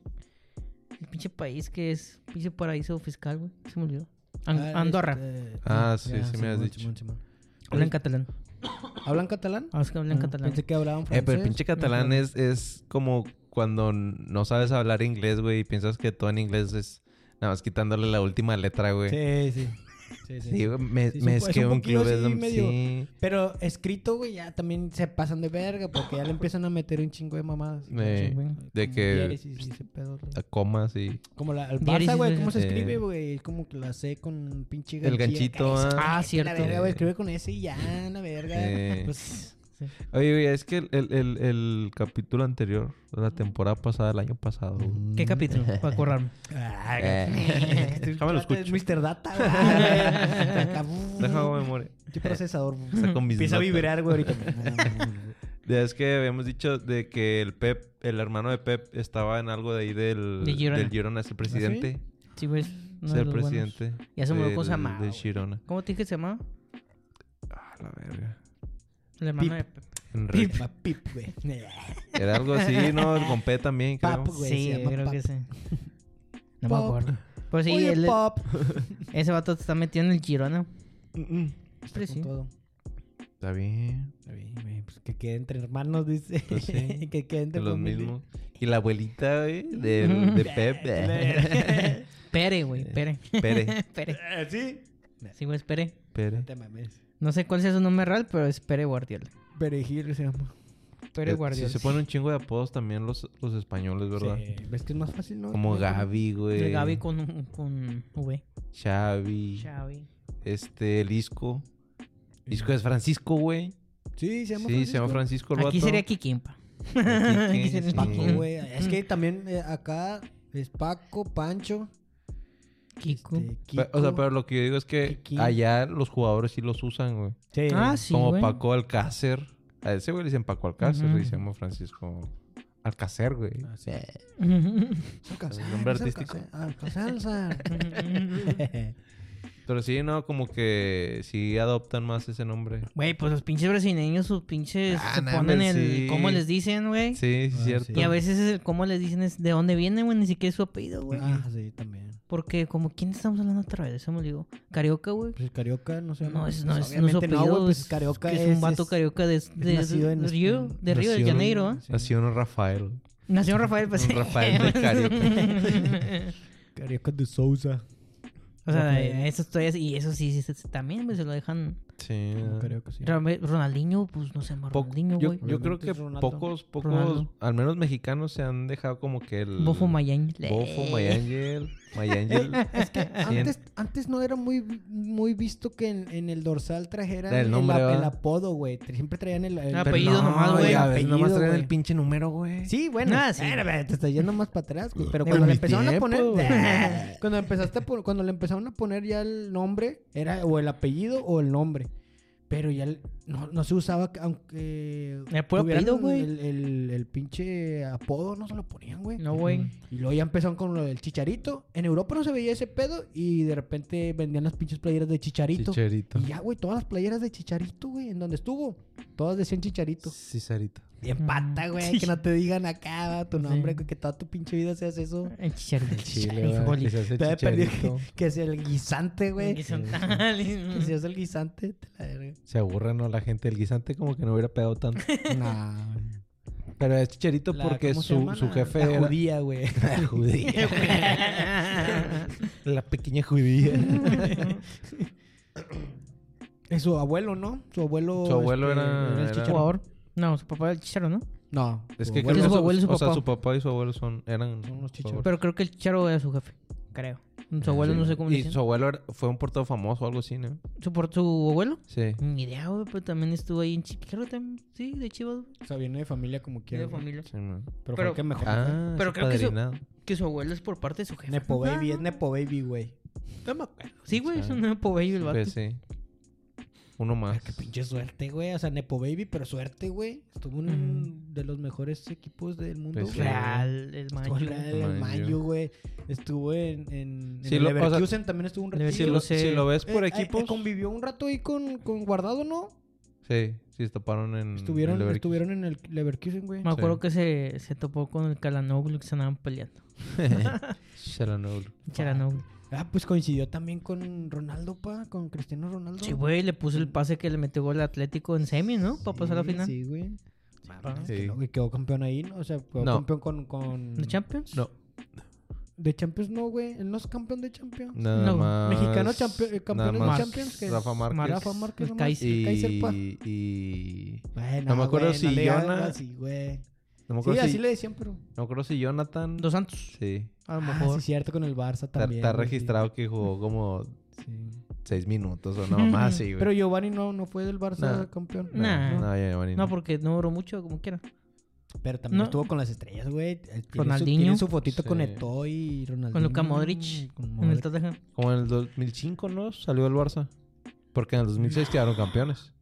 Speaker 3: El pinche país que es pinche paraíso fiscal, güey. Se me olvidó. An-
Speaker 2: Ah,
Speaker 3: Andorra.
Speaker 2: este,
Speaker 1: Ah, sí, sí me has dicho.
Speaker 2: Simón.
Speaker 3: Hablan catalán.
Speaker 2: ¿Hablan catalán?
Speaker 3: Ah, es que hablan
Speaker 2: Ah,
Speaker 3: catalán.
Speaker 2: Pensé que hablaban
Speaker 1: Eh,
Speaker 2: francés.
Speaker 1: pero el pinche catalán es, es como cuando no sabes hablar inglés, güey, y piensas que todo en inglés es nada más quitándole la última letra, güey. Sí.
Speaker 2: Sí, sí. Sí, sí.
Speaker 1: güey, me,
Speaker 2: Sí, es
Speaker 1: me
Speaker 2: un po- es
Speaker 1: esquivé
Speaker 2: un
Speaker 1: un
Speaker 2: poquillo
Speaker 1: club. es
Speaker 2: así
Speaker 1: de-
Speaker 2: medio-
Speaker 1: Sí.
Speaker 2: Pero escrito, güey, ya también se pasan de verga porque ya le empiezan a meter un chingo de mamadas.
Speaker 1: Eh,
Speaker 3: güey.
Speaker 1: de
Speaker 2: Como
Speaker 1: que
Speaker 2: diéresis y ese pedo, güey.
Speaker 1: a comas y
Speaker 2: Como la el
Speaker 3: Diéresis,
Speaker 2: Barça, güey,
Speaker 3: güey.
Speaker 2: ¿cómo se
Speaker 1: Sí.
Speaker 2: escribe, güey? Es Como que la C con pinche
Speaker 1: eh, el ganchito.
Speaker 2: ganchillo.
Speaker 1: ah.
Speaker 3: Ah,
Speaker 2: La
Speaker 3: cierto.
Speaker 2: verga, güey,
Speaker 1: Eh.
Speaker 2: escribe con S y ya, la verga.
Speaker 1: Eh.
Speaker 2: Pues,
Speaker 1: Oye, güey, es que el, el- el- el capítulo anterior, la temporada pasada, el año pasado. güey.
Speaker 2: Mm.
Speaker 3: ¿Qué capítulo? Para acordarme.
Speaker 2: ah,
Speaker 1: Eh,
Speaker 2: este
Speaker 1: déjame lo
Speaker 2: vato es
Speaker 1: escucho.
Speaker 2: Mr. Data, güey. Acá,
Speaker 1: Deja hago memoria.
Speaker 2: Qué procesador.
Speaker 1: Está con mis
Speaker 2: Empieza a
Speaker 1: notas.
Speaker 2: vibrar, güey, ahorita.
Speaker 1: Ya es que habíamos dicho de que el Pep, el hermano de Pep, estaba en algo de ahí del,
Speaker 3: De Girona.
Speaker 2: ¿Ah,
Speaker 1: del Girona, es el presidente.
Speaker 3: Sí, güey. es uno de
Speaker 1: ser
Speaker 3: los buenos.
Speaker 1: presidente.
Speaker 3: Ya se murió
Speaker 1: del-
Speaker 3: con Samara,
Speaker 1: De
Speaker 3: güey.
Speaker 1: Chirona.
Speaker 3: ¿Cómo te dije que se llamaba?
Speaker 1: Ah, la verga.
Speaker 3: El hermano
Speaker 2: Pip.
Speaker 3: de Pepe.
Speaker 1: Enrique.
Speaker 2: Ma- Pip, güey.
Speaker 1: Era algo así, ¿no? Con P también, creo.
Speaker 2: Papu, güey,
Speaker 3: Sí,
Speaker 2: se llama
Speaker 3: creo que
Speaker 2: Papu.
Speaker 3: sí. No me
Speaker 2: Pop.
Speaker 3: acuerdo. Pues sí,
Speaker 2: Oye,
Speaker 3: él-
Speaker 2: Pop.
Speaker 3: ese vato te está metido en el Girona.
Speaker 1: Mm, mm.
Speaker 3: Pues
Speaker 2: Con
Speaker 3: sí.
Speaker 2: todo.
Speaker 1: Está bien.
Speaker 2: Está bien, güey, pues que quede entre hermanos, dice.
Speaker 1: Pues sí,
Speaker 2: que quede entre
Speaker 1: De los
Speaker 2: familia.
Speaker 1: mismos. Y la abuelita, güey, de, de Pepe.
Speaker 3: Pere, güey, Pere.
Speaker 1: Eh, Pere,
Speaker 3: Pere.
Speaker 2: Eh, ¿Sí?
Speaker 3: Sí, güey, es Pere.
Speaker 1: Pere.
Speaker 2: No te mames.
Speaker 3: No sé cuál sea su nombre real, pero es Pere Guardiola.
Speaker 2: Perejil se llama.
Speaker 3: Pere
Speaker 1: Eh,
Speaker 3: Guardiola.
Speaker 1: sí, se ponen un chingo de apodos también los, los españoles, ¿verdad?
Speaker 2: Sí, ¿Ves que es más fácil, no?
Speaker 1: Como
Speaker 2: No,
Speaker 1: Gaby, güey.
Speaker 3: De Gaby con, un- con V.
Speaker 1: Xavi.
Speaker 3: Xavi.
Speaker 1: Este, el Isco. Isco es Francisco, güey.
Speaker 2: Sí, se
Speaker 1: Sí,
Speaker 2: llama
Speaker 1: se llama Francisco
Speaker 2: Francisco.
Speaker 1: el
Speaker 3: Aquí
Speaker 1: vato.
Speaker 3: sería Kikimpa.
Speaker 1: Aquí,
Speaker 3: aquí sería
Speaker 1: sí.
Speaker 2: Paco, güey. Es que también eh, acá es Paco, Pancho,
Speaker 3: Kiko.
Speaker 2: este,
Speaker 1: Pe- O sea,
Speaker 2: Kiko.
Speaker 1: pero lo que yo digo es que
Speaker 2: Kiki.
Speaker 1: allá los jugadores sí los usan, güey.
Speaker 2: Sí.
Speaker 3: Ah, sí,
Speaker 1: Como
Speaker 3: güey.
Speaker 1: Paco Alcácer. A ese güey le dicen Paco Alcácer,
Speaker 3: Ujú.
Speaker 1: le dicen Francisco Alcácer, güey.
Speaker 2: Ah, sí.
Speaker 3: Eh,
Speaker 2: Es Alcázar,
Speaker 1: El nombre
Speaker 2: es
Speaker 1: artístico.
Speaker 2: Alcázar, Alcázar.
Speaker 1: Pero sí, no, como que sí adoptan más ese nombre.
Speaker 3: Güey, pues los pinches brasileños, sus pinches
Speaker 1: Ah,
Speaker 3: se
Speaker 1: no
Speaker 3: ponen
Speaker 1: mames,
Speaker 3: el
Speaker 1: sí.
Speaker 3: cómo les dicen, güey.
Speaker 1: Sí, sí,
Speaker 2: Ah,
Speaker 1: cierto.
Speaker 2: sí.
Speaker 3: Y a veces el cómo les dicen es de dónde viene, güey, ni siquiera es su apellido, güey.
Speaker 2: ah, sí, también.
Speaker 3: Porque como quién estamos hablando otra vez, se me olvidó. Carioca, güey.
Speaker 2: Pues carioca, no sé.
Speaker 3: No, es, no, es, no es su
Speaker 2: pues obviamente no,
Speaker 3: apellido,
Speaker 2: güey, pues
Speaker 3: es-
Speaker 2: carioca
Speaker 3: es, un
Speaker 2: es-
Speaker 3: vato
Speaker 2: es-
Speaker 3: carioca de, de-
Speaker 2: nacido en
Speaker 3: de Río,
Speaker 2: España.
Speaker 3: de Río de
Speaker 1: Nació en-
Speaker 3: Janeiro, ¿eh?
Speaker 1: Nació un Rafael.
Speaker 3: Nació Rafael, pues.
Speaker 1: Un Rafael de Carioca.
Speaker 2: Carioca de Sousa.
Speaker 3: o sea,
Speaker 2: Rafael.
Speaker 3: eh, esas historias, y eso sí, sí, se- se- también, güey, se lo dejan.
Speaker 1: Sí.
Speaker 2: Carioca, sí.
Speaker 3: Rame- Ronaldinho, pues no se llama
Speaker 1: Poco-
Speaker 3: Ronaldinho,
Speaker 1: yo,
Speaker 3: güey.
Speaker 1: yo creo que
Speaker 2: Obviamente es Ronaldo.
Speaker 1: pocos, pocos,
Speaker 3: Ronaldo.
Speaker 1: al menos mexicanos se han dejado como que el...
Speaker 3: Bofo Mayang.
Speaker 1: Bofo, Mayangel, Mayangel.
Speaker 2: Es que
Speaker 1: Sí,
Speaker 2: antes, antes no era muy, muy visto que en, en el dorsal trajera
Speaker 1: Era el
Speaker 2: el,
Speaker 1: nombre,
Speaker 2: ap-
Speaker 1: ¿verdad?
Speaker 2: el apodo, güey. Tra- Siempre traían el, el-
Speaker 3: Ah, apellido nomás, güey.
Speaker 1: ya ves, nomás
Speaker 2: Apellido,
Speaker 1: traen
Speaker 2: güey.
Speaker 1: el pinche número, güey.
Speaker 2: Sí, bueno.
Speaker 3: Ah, sí.
Speaker 2: Pero, pero, te estás yendo más para atrás, güey. Pero
Speaker 1: De
Speaker 2: cuando le
Speaker 1: mi
Speaker 2: empezaron
Speaker 1: tiempo,
Speaker 2: a
Speaker 1: güey.
Speaker 3: pues.
Speaker 2: poner. cuando, empezaste a pon- cuando le empezaron a poner ya el nombre, era o el apellido o el nombre. Pero ya el- no, no se usaba, aunque.
Speaker 3: El puro
Speaker 2: tuvieran
Speaker 3: apellido, güey.
Speaker 2: El, el- el pinche apodo no se lo ponían, güey.
Speaker 3: No, güey.
Speaker 2: Y luego ya empezaron con lo del chicharito. En Europa no se veía ese pedo y de repente vendían las pinches playeras de chicharito.
Speaker 1: Chicharito.
Speaker 2: Y ya, güey, todas las playeras de chicharito, güey, en donde estuvo, todas decían chicharito.
Speaker 1: Sí, Sarita.
Speaker 2: Y empata, güey,
Speaker 3: Sí.
Speaker 2: que no te digan acá va, tu nombre,
Speaker 3: Sí.
Speaker 2: güey, que toda tu pinche vida seas eso.
Speaker 3: El chicharito. El
Speaker 1: Chile, güey, que se hace
Speaker 2: Te había perdido
Speaker 1: chicharito.
Speaker 2: que, que sea el guisante, güey.
Speaker 3: Que
Speaker 2: Que
Speaker 3: son
Speaker 2: seas el guisante, te la verga.
Speaker 1: Se aburre, ¿no? La gente del guisante como que no hubiera pegado tanto.
Speaker 2: Nah.
Speaker 1: Pero es chicharito
Speaker 2: La-
Speaker 1: porque
Speaker 2: ¿cómo se
Speaker 1: su,
Speaker 2: llama?
Speaker 1: su
Speaker 2: La-
Speaker 1: jefe
Speaker 2: La
Speaker 1: era...
Speaker 2: judía, güey.
Speaker 1: La judía. La pequeña judía.
Speaker 2: Es su abuelo, ¿no? Su abuelo. este,
Speaker 1: Su abuelo era-
Speaker 2: el
Speaker 1: era-
Speaker 2: chicharito.
Speaker 3: Jugador. No, su papá era el chicharo, ¿no?
Speaker 2: No.
Speaker 1: Es
Speaker 2: su
Speaker 1: que
Speaker 2: abuelo-
Speaker 1: creo
Speaker 3: su
Speaker 1: que
Speaker 3: abuelo y su
Speaker 1: o sea,
Speaker 3: papá.
Speaker 1: su papá y su abuelo son, eran
Speaker 2: Son unos chicharos.
Speaker 1: jugadores.
Speaker 3: Pero creo que el chicharo era su jefe. Creo. Su abuelo, no sé cómo le
Speaker 1: Y
Speaker 3: dicen.
Speaker 1: su abuelo era- fue un portero famoso o algo así, ¿no?
Speaker 3: ¿Su, por- su abuelo?
Speaker 1: Sí.
Speaker 3: Ni idea, güey, pero también estuvo ahí en Chicharo también. Sí, de Chivas. güey.
Speaker 2: O sea, viene de familia como quiera.
Speaker 3: de
Speaker 2: güey.
Speaker 3: familia.
Speaker 1: sí, man.
Speaker 2: Pero,
Speaker 3: Pero-
Speaker 2: fue el que mejor.
Speaker 1: Ah,
Speaker 3: Pero
Speaker 1: sí,
Speaker 3: creo que su-
Speaker 1: padrinado.
Speaker 3: Que su abuelo es por parte de su jefe. Ah,
Speaker 2: Nepo
Speaker 3: ¿no?
Speaker 2: Baby, es Nepo Baby, güey. No me acuerdo.
Speaker 3: Sí, güey, es
Speaker 1: Sí.
Speaker 3: un Nepo Baby el vato.
Speaker 1: Pues sí. Uno más.
Speaker 2: Ah, qué pinche suerte, güey. O sea, Nepo Baby, pero suerte, güey. Estuvo en un de los mejores equipos del mundo,
Speaker 1: Pues sí.
Speaker 2: güey.
Speaker 3: Real, el
Speaker 2: Estuvo
Speaker 3: macho.
Speaker 2: en la- en el
Speaker 1: Mayo.
Speaker 2: Mayo, güey. Estuvo en, en,
Speaker 1: Sí,
Speaker 2: en
Speaker 1: lo- o
Speaker 2: el
Speaker 1: sea,
Speaker 2: Leverkusen, también estuvo un rato.
Speaker 1: Si
Speaker 3: Leverkusen,
Speaker 1: lo,
Speaker 3: Yo sé.
Speaker 1: si lo ves
Speaker 3: Eh,
Speaker 1: por equipos.
Speaker 2: convivió un rato ahí con, con Guardado, ¿no?
Speaker 1: Sí, sí, se taparon en.
Speaker 2: Estuvieron,
Speaker 1: Mm, en Leverkusen.
Speaker 2: estuvieron en el Leverkusen, güey.
Speaker 3: Me acuerdo
Speaker 1: Sí.
Speaker 3: que se, se topó con el Calanoglu que se andaban peleando.
Speaker 1: Shalanoglu.
Speaker 3: Charanoglu.
Speaker 2: Ah, pues coincidió también con Ronaldo, pa. Con Cristiano Ronaldo.
Speaker 3: Sí, güey, le puso el pase que le metió gol al Atlético en semi, ¿no? Para pasar a la
Speaker 2: Sí,
Speaker 3: final.
Speaker 2: Sí, güey.
Speaker 1: Sí.
Speaker 2: Que no, que quedó campeón ahí, ¿no? O sea, quedó
Speaker 1: No.
Speaker 2: campeón con... con...
Speaker 3: ¿De Champions?
Speaker 1: No,
Speaker 2: De Champions no, güey. Él no es campeón de Champions.
Speaker 1: nada
Speaker 3: No,
Speaker 1: más.
Speaker 2: mexicano champe- eh, campeón
Speaker 1: nada
Speaker 2: de
Speaker 1: más
Speaker 2: Champions, que es
Speaker 1: Rafa Márquez.
Speaker 2: Rafa Márquez
Speaker 3: El
Speaker 2: nomás,
Speaker 3: Kaiser.
Speaker 1: Y,
Speaker 2: el Kaiser, pa.
Speaker 1: y-
Speaker 2: Bueno,
Speaker 1: no me acuerdo
Speaker 2: güey,
Speaker 1: si
Speaker 2: no le hagas
Speaker 1: Jonah-
Speaker 2: así, güey.
Speaker 1: No me
Speaker 2: Sí,
Speaker 1: acuerdo,
Speaker 2: así
Speaker 1: si,
Speaker 2: le decían, pero...
Speaker 1: no me acuerdo si Jonathan.
Speaker 3: Dos Santos.
Speaker 1: Sí.
Speaker 3: A lo
Speaker 2: Ah,
Speaker 3: mejor.
Speaker 2: sí, cierto, con el Barça
Speaker 1: Está,
Speaker 2: también.
Speaker 1: está
Speaker 2: güey, sí.
Speaker 1: registrado que jugó como
Speaker 2: Sí.
Speaker 1: seis minutos o no más, sí, güey.
Speaker 2: Pero Giovanni no, no fue del Barça
Speaker 1: Nah.
Speaker 2: campeón.
Speaker 1: No,
Speaker 3: Nah.
Speaker 1: no, ya, Giovanni,
Speaker 3: No,
Speaker 1: no.
Speaker 3: porque no duró mucho, como quiera.
Speaker 2: Pero también
Speaker 3: No.
Speaker 2: estuvo con las estrellas, güey. Eh, tiene su-
Speaker 3: Ronaldinho.
Speaker 2: Tiene su fotito con
Speaker 1: Sí.
Speaker 2: Eto'o y Ronaldinho.
Speaker 3: Con Luka Modric.
Speaker 2: Ah, Con
Speaker 3: En el
Speaker 2: Modric.
Speaker 3: Tottenham.
Speaker 1: Como en el 2005, ¿no? Salió el Barça. Porque en el 2006 quedaron campeones.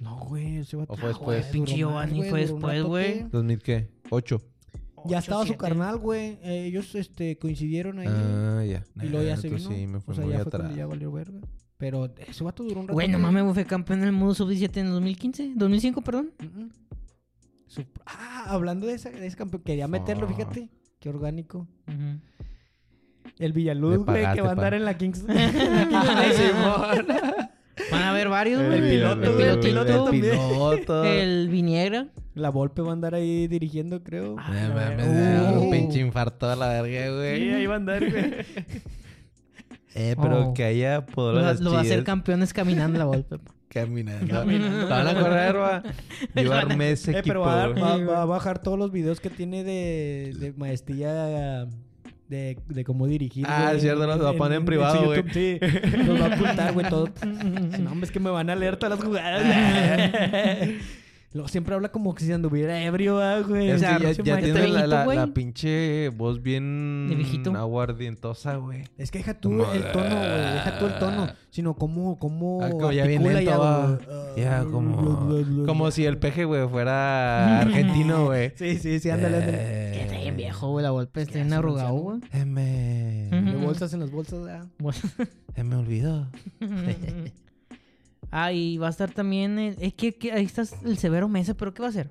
Speaker 2: No, güey. ese vato-
Speaker 1: O fue
Speaker 2: Ah, güey,
Speaker 1: después.
Speaker 2: duró
Speaker 3: Pinche
Speaker 2: más,
Speaker 3: Giovanni
Speaker 2: güey,
Speaker 3: fue
Speaker 2: duró un
Speaker 3: después,
Speaker 2: rato,
Speaker 3: güey.
Speaker 2: ¿qué?
Speaker 1: ¿2000 qué? 8.
Speaker 2: Ya estaba su
Speaker 3: 8-7.
Speaker 2: carnal, güey. Eh, ellos este, coincidieron ahí.
Speaker 1: Ah, ya.
Speaker 2: y luego ya se vino.
Speaker 1: Entonces Sí, me fue
Speaker 2: o sea,
Speaker 1: muy
Speaker 2: ya fue
Speaker 1: atrás.
Speaker 2: cuando ya valió verga. Pero ese vato duró un rato.
Speaker 3: Güey, no
Speaker 2: que-
Speaker 3: mames, güey, fue campeón del mundo sub-17 en 2015. 2005, perdón.
Speaker 2: Mm-mm. Mm, Su- Ah, hablando de ese, de ese campeón, quería meterlo,
Speaker 1: Fuck.
Speaker 2: fíjate. Qué orgánico. El Villaluz,
Speaker 1: Le
Speaker 2: güey, que
Speaker 1: pagaste,
Speaker 2: va a andar
Speaker 1: pa.
Speaker 2: en la Kings. en la Kings de Simón.
Speaker 3: Van a haber varios,
Speaker 2: El
Speaker 3: güey.
Speaker 2: piloto, güey, el piloto
Speaker 1: El
Speaker 2: también.
Speaker 1: piloto.
Speaker 3: El Viniegra.
Speaker 2: La Volpe va a andar ahí dirigiendo, creo.
Speaker 1: Ah, No mames, me da un pinche infarto a la verga, güey.
Speaker 2: uh. va a andar, güey.
Speaker 1: Eh, pero
Speaker 3: Oh.
Speaker 1: que haya
Speaker 3: Lo,
Speaker 1: podrá
Speaker 3: va-
Speaker 1: las
Speaker 3: lo va a hacer
Speaker 1: chidas
Speaker 3: campeones caminando la Volpe. pa.
Speaker 1: caminando. Lo van a correr, va. Llevarme ese
Speaker 2: Eh,
Speaker 1: equipo,
Speaker 2: pero va a, dar-
Speaker 1: güey.
Speaker 2: va- va a bajar todos los videos que tiene de, de maestría de, de cómo dirigir.
Speaker 1: Ah,
Speaker 2: güey,
Speaker 1: es cierto, los va a poner en privado,
Speaker 2: su
Speaker 1: güey.
Speaker 2: YouTube, Sí, los va a ocultar, güey, todo. Si no, hombre, es que me van a leer todas las jugadas. Luego siempre habla como que si anduviera ebrio, ah, güey.
Speaker 1: Es
Speaker 3: O sea,
Speaker 1: que ya,
Speaker 3: pinche
Speaker 1: ya
Speaker 3: maestro
Speaker 1: tiene la,
Speaker 3: viejito,
Speaker 1: la- la
Speaker 3: güey.
Speaker 1: pinche voz bien
Speaker 3: De viejito.
Speaker 1: aguardientosa, güey.
Speaker 2: Es que deja tú el tono, güey. Deja tú el tono. Sino cómo, cómo
Speaker 1: Ah, como ya bien
Speaker 2: Oh, articula
Speaker 1: lento,
Speaker 2: ya,
Speaker 1: va.
Speaker 2: güey. Ah,
Speaker 1: Ya, como... Como si el peje, güey, fuera argentino, güey.
Speaker 2: Sí, sí, sí, ándale, ándale.
Speaker 3: Ya está bien
Speaker 1: Eh,
Speaker 3: viejo, güey, la Volpe. Está
Speaker 2: ya
Speaker 3: bien
Speaker 2: se
Speaker 3: arrugado,
Speaker 2: anciano.
Speaker 3: güey.
Speaker 1: M...
Speaker 2: De bolsas en las bolsas, ah.
Speaker 1: Se me olvidó.
Speaker 3: ah, y va a estar también. el- es que, que ahí está el Severo Mesa, pero ¿qué va a hacer?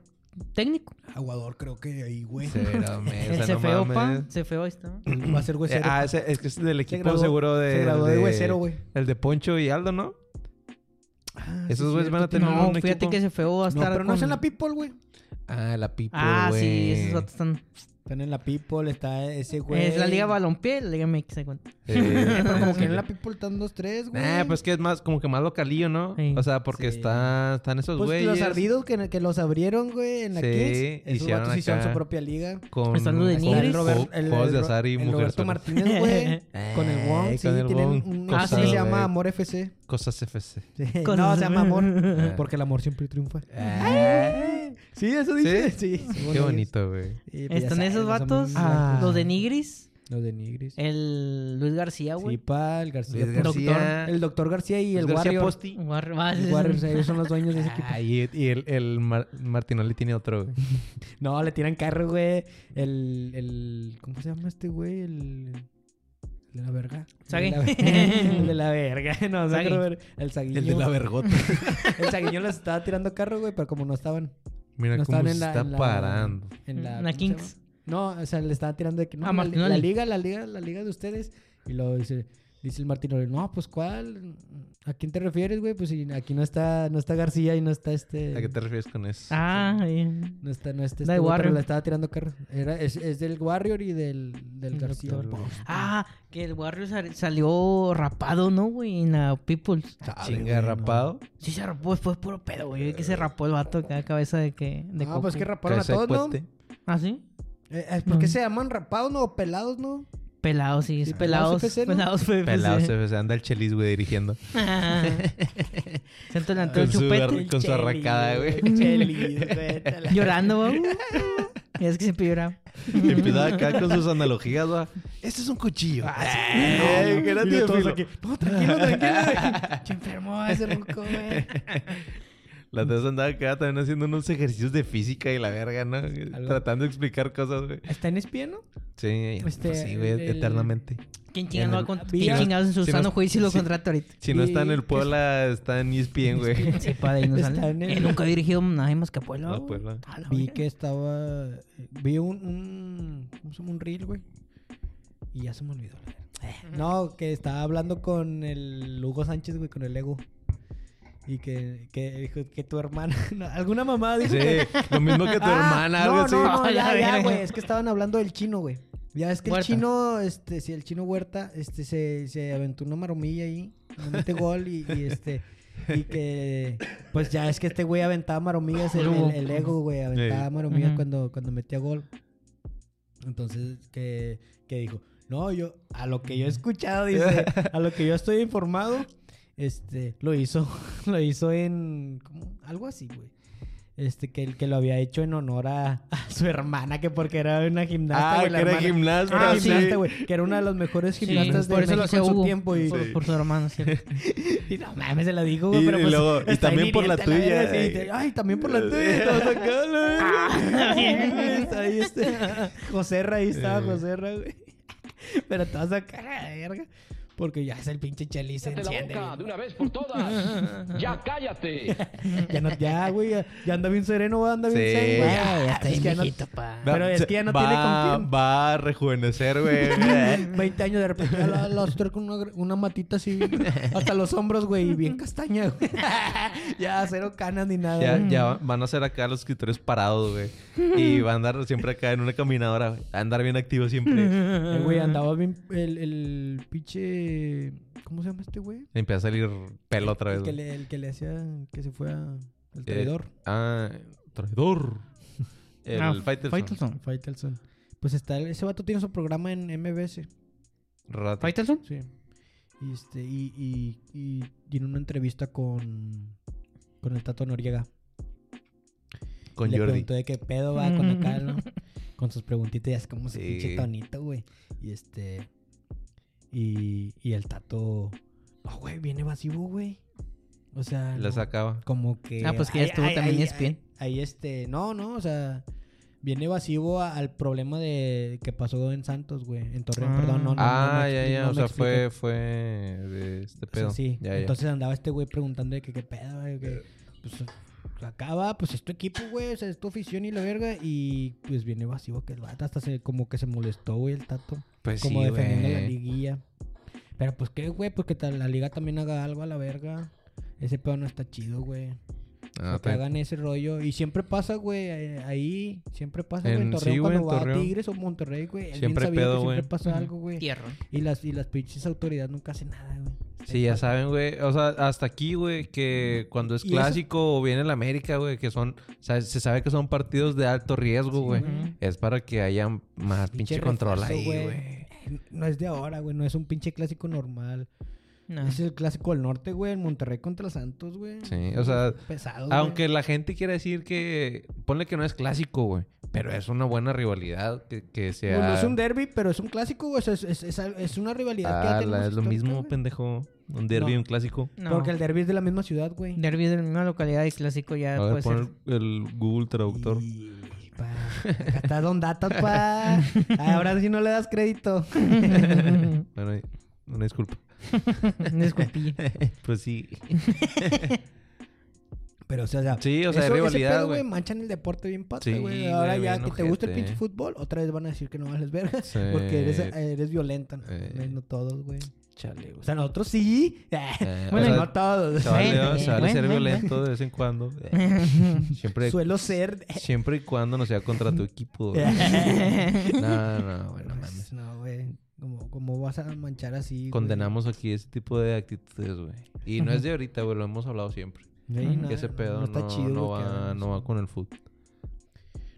Speaker 3: Técnico.
Speaker 2: Aguador, creo que ahí, güey.
Speaker 1: Severo Mesa,
Speaker 3: el
Speaker 1: no
Speaker 3: Cefeo, pa.
Speaker 1: mames.
Speaker 3: Cefeo, ahí está.
Speaker 2: Va a ser
Speaker 1: Eh,
Speaker 2: huesero.
Speaker 1: ah, ese- es que es del equipo
Speaker 2: graduó-
Speaker 1: seguro de...
Speaker 2: se graduó de
Speaker 1: el
Speaker 2: huesero, güey.
Speaker 1: El de Poncho y Aldo, ¿no?
Speaker 2: Ah, sí,
Speaker 1: Esos güeyes
Speaker 2: cierto.
Speaker 1: van a tener
Speaker 3: No,
Speaker 1: un
Speaker 3: fíjate
Speaker 1: equipo.
Speaker 3: que Cefeo va a
Speaker 2: No,
Speaker 3: estar.
Speaker 2: pero no es
Speaker 3: con-
Speaker 2: en la People, güey.
Speaker 1: Ah, la Pipo,
Speaker 3: Ah, sí,
Speaker 1: güey.
Speaker 3: esos vatos están.
Speaker 2: Están en la People, está ese güey.
Speaker 3: Es la Liga Balompié, la Liga MX, se cuenta.
Speaker 1: Eh,
Speaker 2: Pero como que en
Speaker 1: sí.
Speaker 2: la People están dos, tres, güey.
Speaker 1: Nah, pues que es más, como que más localillo, ¿no?
Speaker 3: Sí.
Speaker 1: O sea, porque
Speaker 2: Sí.
Speaker 1: está- están esos
Speaker 2: Pues
Speaker 1: güeyes.
Speaker 2: los ardidos que, que los abrieron, güey, en la
Speaker 1: Sí,
Speaker 2: Kings. Esos
Speaker 1: hicieron
Speaker 2: vatos hicieron
Speaker 1: acá.
Speaker 2: su propia liga.
Speaker 1: Con,
Speaker 3: Están los de
Speaker 1: con
Speaker 2: Está
Speaker 3: Nigris.
Speaker 2: el Robert,
Speaker 1: jo-
Speaker 2: el, el
Speaker 1: juegos de
Speaker 2: Ro-
Speaker 1: azar y
Speaker 2: el
Speaker 1: mujeres.
Speaker 2: Roberto
Speaker 1: sueltas.
Speaker 2: Martínez, güey. con el Wong,
Speaker 1: Eh,
Speaker 2: sí,
Speaker 1: con el
Speaker 2: tienen
Speaker 1: Wong.
Speaker 2: un
Speaker 1: Cosas
Speaker 2: cosa que se
Speaker 3: de-
Speaker 2: llama Amor FC.
Speaker 1: Cosas FC.
Speaker 2: Sí,
Speaker 3: Cosas-
Speaker 2: No, se llama Amor, porque el amor siempre triunfa. Sí, eso dice. Sí,
Speaker 1: Eh,
Speaker 2: pues
Speaker 1: Qué bonito, güey.
Speaker 3: Están esos vatos,
Speaker 1: Ah.
Speaker 3: los de Nigris,
Speaker 2: Los de Nigris.
Speaker 3: el Luis García, güey.
Speaker 2: Sí, pa, el García.
Speaker 1: Luis
Speaker 2: Posti.
Speaker 1: García.
Speaker 2: El doctor Pues García y el
Speaker 1: Luis García
Speaker 2: Warrior.
Speaker 1: Posti.
Speaker 3: Warrior- ah, sí,
Speaker 2: Los
Speaker 3: sí,
Speaker 2: Warriors,
Speaker 3: sí.
Speaker 2: ellos son los dueños de ese equipo.
Speaker 1: Ah, y y el, el Mar- Martinoli tiene otro, güey.
Speaker 2: No, le tiran carro, güey. El, el... ¿Cómo se llama este güey? El... el de la verga.
Speaker 3: Sague.
Speaker 2: El de la verga. El de la verga. No,
Speaker 3: Sague.
Speaker 2: Sague. El saguiño.
Speaker 1: vergota.
Speaker 2: El saguiño les estaba tirando carro, güey, pero como no estaban
Speaker 1: Mira
Speaker 2: No
Speaker 1: cómo
Speaker 2: estaban
Speaker 1: se
Speaker 2: en la-
Speaker 1: está
Speaker 2: en la-
Speaker 1: parando.
Speaker 2: en la...
Speaker 3: La
Speaker 2: ¿cómo se
Speaker 3: Kings.
Speaker 2: llama? No, o sea, le estaba tirando de que... No,
Speaker 3: Ah,
Speaker 2: la,
Speaker 3: Martinoli.
Speaker 2: la liga, la liga, la liga de ustedes. Y luego dice... Dice el Martinoli, no, pues ¿cuál? ¿A quién te refieres, güey? Pues si aquí no está, no está García y no está este.
Speaker 1: ¿A qué te refieres con eso?
Speaker 3: Ah,
Speaker 2: No está, no está.
Speaker 3: Da
Speaker 2: este güey,
Speaker 3: Warrior.
Speaker 2: pero le estaba tirando carro. Era, es, es del Warrior y del, del
Speaker 3: El
Speaker 2: García. Pues,
Speaker 3: doctor. Ah, que el Warrior sal- salió rapado, ¿no, güey? En la Peoples.
Speaker 1: Chinga, rapado.
Speaker 3: Sí, se rapó, fue puro pedo, güey. Que se rapó el vato acá, cabeza de que. De
Speaker 2: ah, pues
Speaker 3: coco.
Speaker 2: que raparon a
Speaker 1: Cabeza de
Speaker 2: todos, ¿no?
Speaker 1: cuete.
Speaker 3: ¿Ah, sí?
Speaker 2: Eh, eh, ¿Por qué
Speaker 3: No.
Speaker 2: se llaman rapados, no? ¿O pelados, no?
Speaker 3: Pelados, sí,
Speaker 2: Sí,
Speaker 3: pelados.
Speaker 2: pelados
Speaker 3: Pelados,
Speaker 2: FC, ¿no?
Speaker 3: FFC.
Speaker 1: Pelado, se, se anda el chelis, güey, dirigiendo.
Speaker 3: Se entonó el
Speaker 1: Con su,
Speaker 3: chupete.
Speaker 1: con su arracada, güey.
Speaker 3: Llorando, güey. Y es que siempre llora.
Speaker 1: Y empieza acá con sus analogías, va. Este es un cuchillo.
Speaker 2: Ah,
Speaker 1: Eh, Ay, que no tiene filo.
Speaker 2: No, tranquilo, tranquilo. Se enfermó ese ruco, güey.
Speaker 1: Las dos andaban acá también haciendo unos ejercicios de física y la verga, ¿no? Tratando de explicar cosas, güey.
Speaker 2: ¿Está en espía, no?
Speaker 1: Sí,
Speaker 2: Este,
Speaker 1: pues sí, güey,
Speaker 2: el- el-
Speaker 1: eternamente.
Speaker 3: ¿Quién chingados,
Speaker 1: En
Speaker 3: no va
Speaker 1: el-
Speaker 3: a cont-
Speaker 2: Vi-
Speaker 3: ¿Quién chingados en su
Speaker 1: si
Speaker 3: sano
Speaker 1: nos-
Speaker 3: juicio lo
Speaker 1: si-
Speaker 3: contrata ahorita?
Speaker 1: Si no está en el
Speaker 2: ¿qué
Speaker 1: Puebla, está en E ESPN,
Speaker 2: E
Speaker 1: güey.
Speaker 3: Sí, pa, de ahí no
Speaker 2: Está
Speaker 3: sale.
Speaker 2: en el-
Speaker 3: Eh, nunca he dirigido nadie más que a Puebla.
Speaker 1: No,
Speaker 3: güey.
Speaker 1: Puebla.
Speaker 3: A la
Speaker 2: Vi
Speaker 3: verga.
Speaker 2: que estaba. Vi un. un ¿Cómo se llama? Un reel, güey. Y ya se me olvidó. la verga. No, que estaba hablando con el Hugo Sánchez, güey, con el Ego. Y que, que dijo que tu hermana. no, alguna mamá dijo.
Speaker 1: Sí,
Speaker 2: que-
Speaker 1: lo mismo que tu
Speaker 2: Ah,
Speaker 1: hermana, algo
Speaker 2: no,
Speaker 1: así.
Speaker 2: No, no,
Speaker 3: A la
Speaker 2: ya, ya,
Speaker 3: verga.
Speaker 2: güey. Es que estaban hablando del chino, güey. Ya es que
Speaker 3: Huerta.
Speaker 2: el chino, este, sí, el chino Huerta, este, se, se aventó una maromilla ahí, no mete gol y, y, este, y que, pues ya es que este güey aventaba maromillas, el, el- el ego, güey, aventaba
Speaker 1: Sí.
Speaker 2: maromillas
Speaker 3: Ujú.
Speaker 2: cuando, cuando metía gol. Entonces, que, que dijo, no, yo, a lo que yo he escuchado, dice, a lo que yo estoy informado, este, lo hizo, lo hizo en, ¿cómo? algo así, güey. Este, que el que lo había hecho en honor a, a su hermana, que porque era una
Speaker 5: Ah,
Speaker 2: gimnasta. güey, la
Speaker 5: que era
Speaker 2: hermana.
Speaker 5: gimnasta,
Speaker 2: Era
Speaker 5: sí.
Speaker 2: gimnasta, güey, Que era una de los mejores gimnastas de
Speaker 3: por eso lo
Speaker 2: México
Speaker 3: hacía
Speaker 2: en su
Speaker 3: Hugo.
Speaker 2: tiempo. Y,
Speaker 3: por, por su hermano, sí.
Speaker 2: y no mames, se la dijo,
Speaker 5: Y-
Speaker 2: güey. pero
Speaker 5: y
Speaker 2: pues,
Speaker 5: luego- y
Speaker 2: está
Speaker 5: también
Speaker 2: bien
Speaker 5: por la
Speaker 2: hiriente
Speaker 5: tuya,
Speaker 2: verga, sí,
Speaker 5: eh.
Speaker 2: te- Ay, también por la Ah, tuya. y todos acá, la verga. Está ahí este. José Ra, ahí estaba
Speaker 1: Eh.
Speaker 2: José Ra, güey. Pero todos acá, la verga. Porque ya es el pinche Chely se enciende. bien.
Speaker 6: de una vez por todas. ya cállate.
Speaker 2: Ya, no, ya, güey, ya, ya anda bien sereno, va, anda bien
Speaker 5: Sí.
Speaker 2: zen, güey.
Speaker 3: Ah, Ya, ya está
Speaker 2: Es
Speaker 3: bien
Speaker 2: que ya no-
Speaker 3: viejito, pa.
Speaker 2: Pero es que ya no
Speaker 5: va,
Speaker 2: tiene con quién.
Speaker 5: Va a rejuvenecer, güey.
Speaker 2: 20 años de repente ya la, la otra con una, gr- una matita así, bien- hasta los hombros, güey, y bien castaña, güey. ya, cero canas ni nada.
Speaker 1: Ya,
Speaker 2: güey.
Speaker 1: ya van a ser acá los escritores parados, güey. Y van a andar siempre acá en una caminadora, güey. A andar bien activo siempre.
Speaker 2: Eh, güey, andaba bien el, el pinche... ¿Cómo se llama este güey?
Speaker 1: Le empieza a salir pelo otra vez.
Speaker 2: El que,
Speaker 1: güey.
Speaker 2: le, el que le hacía... Que se fue a... El
Speaker 1: Eh,
Speaker 2: traidor.
Speaker 1: Ah, traidor. El
Speaker 3: Ah,
Speaker 1: Faitelson.
Speaker 3: Faitelson.
Speaker 2: Faitelson. Pues está... Ese vato tiene su programa en MBS.
Speaker 1: Rato.
Speaker 3: ¿Faitelson?
Speaker 2: Sí. Y, este, y, y, y tiene una entrevista con, con el Tato Noriega.
Speaker 1: Con
Speaker 2: Le
Speaker 1: Jordi.
Speaker 2: preguntó de qué pedo va con acá, ¿no? con sus preguntitas, ya es como su
Speaker 1: Sí.
Speaker 2: pinche tonito, güey. Y este. Y, y el Tato. No, güey, bien evasivo, güey. O sea.
Speaker 1: La
Speaker 2: "Ah, no,
Speaker 1: sacaba.
Speaker 2: Como que.
Speaker 3: Ah, pues que ya estuvo también en ESPN.
Speaker 2: Ahí, este. No, no, o sea. Bien evasivo a- al problema de que pasó en Santos, güey. En Torreón,
Speaker 3: Ah.
Speaker 2: perdón. No, no, no,
Speaker 1: ah,
Speaker 2: no me
Speaker 1: ya,
Speaker 2: expli-
Speaker 1: ya.
Speaker 2: no
Speaker 1: o
Speaker 2: me
Speaker 1: sea,
Speaker 2: expliqué.
Speaker 1: fue, fue de este
Speaker 2: O sea,
Speaker 1: pedo.
Speaker 2: sí.
Speaker 1: Ya, ya.
Speaker 2: Entonces andaba este güey preguntando de que qué pedo, güey, que, pues acaba, pues es tu equipo, güey, o sea, es tu afición y la verga. Y pues viene vacío que el vato hasta se, como que se molestó, güey, el tato.
Speaker 1: pues
Speaker 2: como
Speaker 1: sí,
Speaker 2: defendiendo la
Speaker 1: güey.
Speaker 2: liguilla. Pero pues qué, güey, pues que tal- la liga también haga algo a la verga. Ese pedo no está chido, güey. O sea,
Speaker 1: Ah,
Speaker 2: que
Speaker 1: también.
Speaker 2: hagan ese rollo. Y siempre pasa, güey, eh, ahí. Siempre pasa, güey,
Speaker 1: En-
Speaker 2: en
Speaker 1: sí,
Speaker 2: Torreón
Speaker 1: güey,
Speaker 2: cuando
Speaker 1: en
Speaker 2: va
Speaker 1: Torreón.
Speaker 2: a Tigres o Monterrey, güey. es bien
Speaker 1: Siempre hay
Speaker 2: sabido que
Speaker 1: pedo,
Speaker 2: Siempre
Speaker 1: güey.
Speaker 2: pasa algo, güey.
Speaker 3: Tierra.
Speaker 2: Y las, y las pinches autoridades nunca hacen nada, güey.
Speaker 1: Sí, ya saben, güey. O sea, hasta aquí, güey, que cuando es
Speaker 2: Y eso-
Speaker 1: clásico o viene la América, güey, que son... o sea, se sabe que son partidos de alto riesgo, güey. Es para que haya más pinche, control
Speaker 2: refuerzo,
Speaker 1: ahí, güey.
Speaker 2: Eh, No es de ahora, güey. No es un pinche clásico normal.
Speaker 3: No.
Speaker 2: Es el clásico del norte, güey. En Monterrey contra Santos, güey.
Speaker 1: Sí, o sea,
Speaker 2: Pesado, güey.
Speaker 1: Aunque la gente quiera decir que... Ponle que no es clásico, güey. Pero es una buena rivalidad que, que sea...
Speaker 2: Pues no es un derby, pero es un clásico, güey. O sea, es, es- es al- es una rivalidad que ya
Speaker 1: Ah,
Speaker 2: tenemos
Speaker 1: la- es lo
Speaker 2: histórica,
Speaker 1: mismo,
Speaker 2: güey.
Speaker 1: pendejo. Un derby,
Speaker 2: No.
Speaker 1: un clásico.
Speaker 3: No.
Speaker 2: Porque el derby es de la misma ciudad, güey.
Speaker 3: derbi de la misma localidad y clásico ya
Speaker 1: A ver,
Speaker 3: puede
Speaker 1: pon
Speaker 3: ser.
Speaker 1: el, el Google Traductor.
Speaker 2: Y, pa, acá está Don Data, pa. Ay, Ahora sí no le das crédito.
Speaker 1: Bueno, ahí- una disculpa.
Speaker 3: Disculpilla.
Speaker 1: Pues sí.
Speaker 2: Pero, o sea, ya-
Speaker 1: Sí, o sea, hay
Speaker 2: ese
Speaker 1: rivalidad,
Speaker 2: pedo,
Speaker 1: güey.
Speaker 2: Manchan el deporte bien
Speaker 1: Sí,
Speaker 2: pata, güey. Ahora
Speaker 1: güey,
Speaker 2: ya que
Speaker 1: bien
Speaker 2: te gusta el
Speaker 1: ojete.
Speaker 2: pinche fútbol, otra vez van a decir que no vales verga.
Speaker 1: Sí.
Speaker 2: Porque eres, eres violenta. No,
Speaker 1: Eh.
Speaker 2: Güey, no todos, güey.
Speaker 1: Chale,
Speaker 2: O sea, nosotros sí. bueno,
Speaker 1: Eh, o sea,
Speaker 2: no todos.
Speaker 1: Se vale,
Speaker 3: Bueno,
Speaker 1: ¿no? Se vale
Speaker 3: bueno,
Speaker 1: ser
Speaker 3: bueno.
Speaker 1: violento de vez en cuando. eh, Siempre,
Speaker 2: Suelo ser.
Speaker 1: siempre y cuando no sea contra tu equipo. güey. No, no, bueno, mames.
Speaker 2: Pues, no, güey. ¿Cómo, cómo vas a manchar así? güey?
Speaker 1: Condenamos aquí ese tipo de actitudes, güey. Y no es de ahorita, güey, lo hemos hablado siempre.
Speaker 2: Sí,
Speaker 3: Ujú.
Speaker 2: no,
Speaker 1: que ese
Speaker 2: no,
Speaker 1: pedo no,
Speaker 2: no está chido,
Speaker 1: no
Speaker 2: güey, que
Speaker 1: va,
Speaker 2: hagamos
Speaker 1: no va
Speaker 2: eso.
Speaker 1: con el fútbol.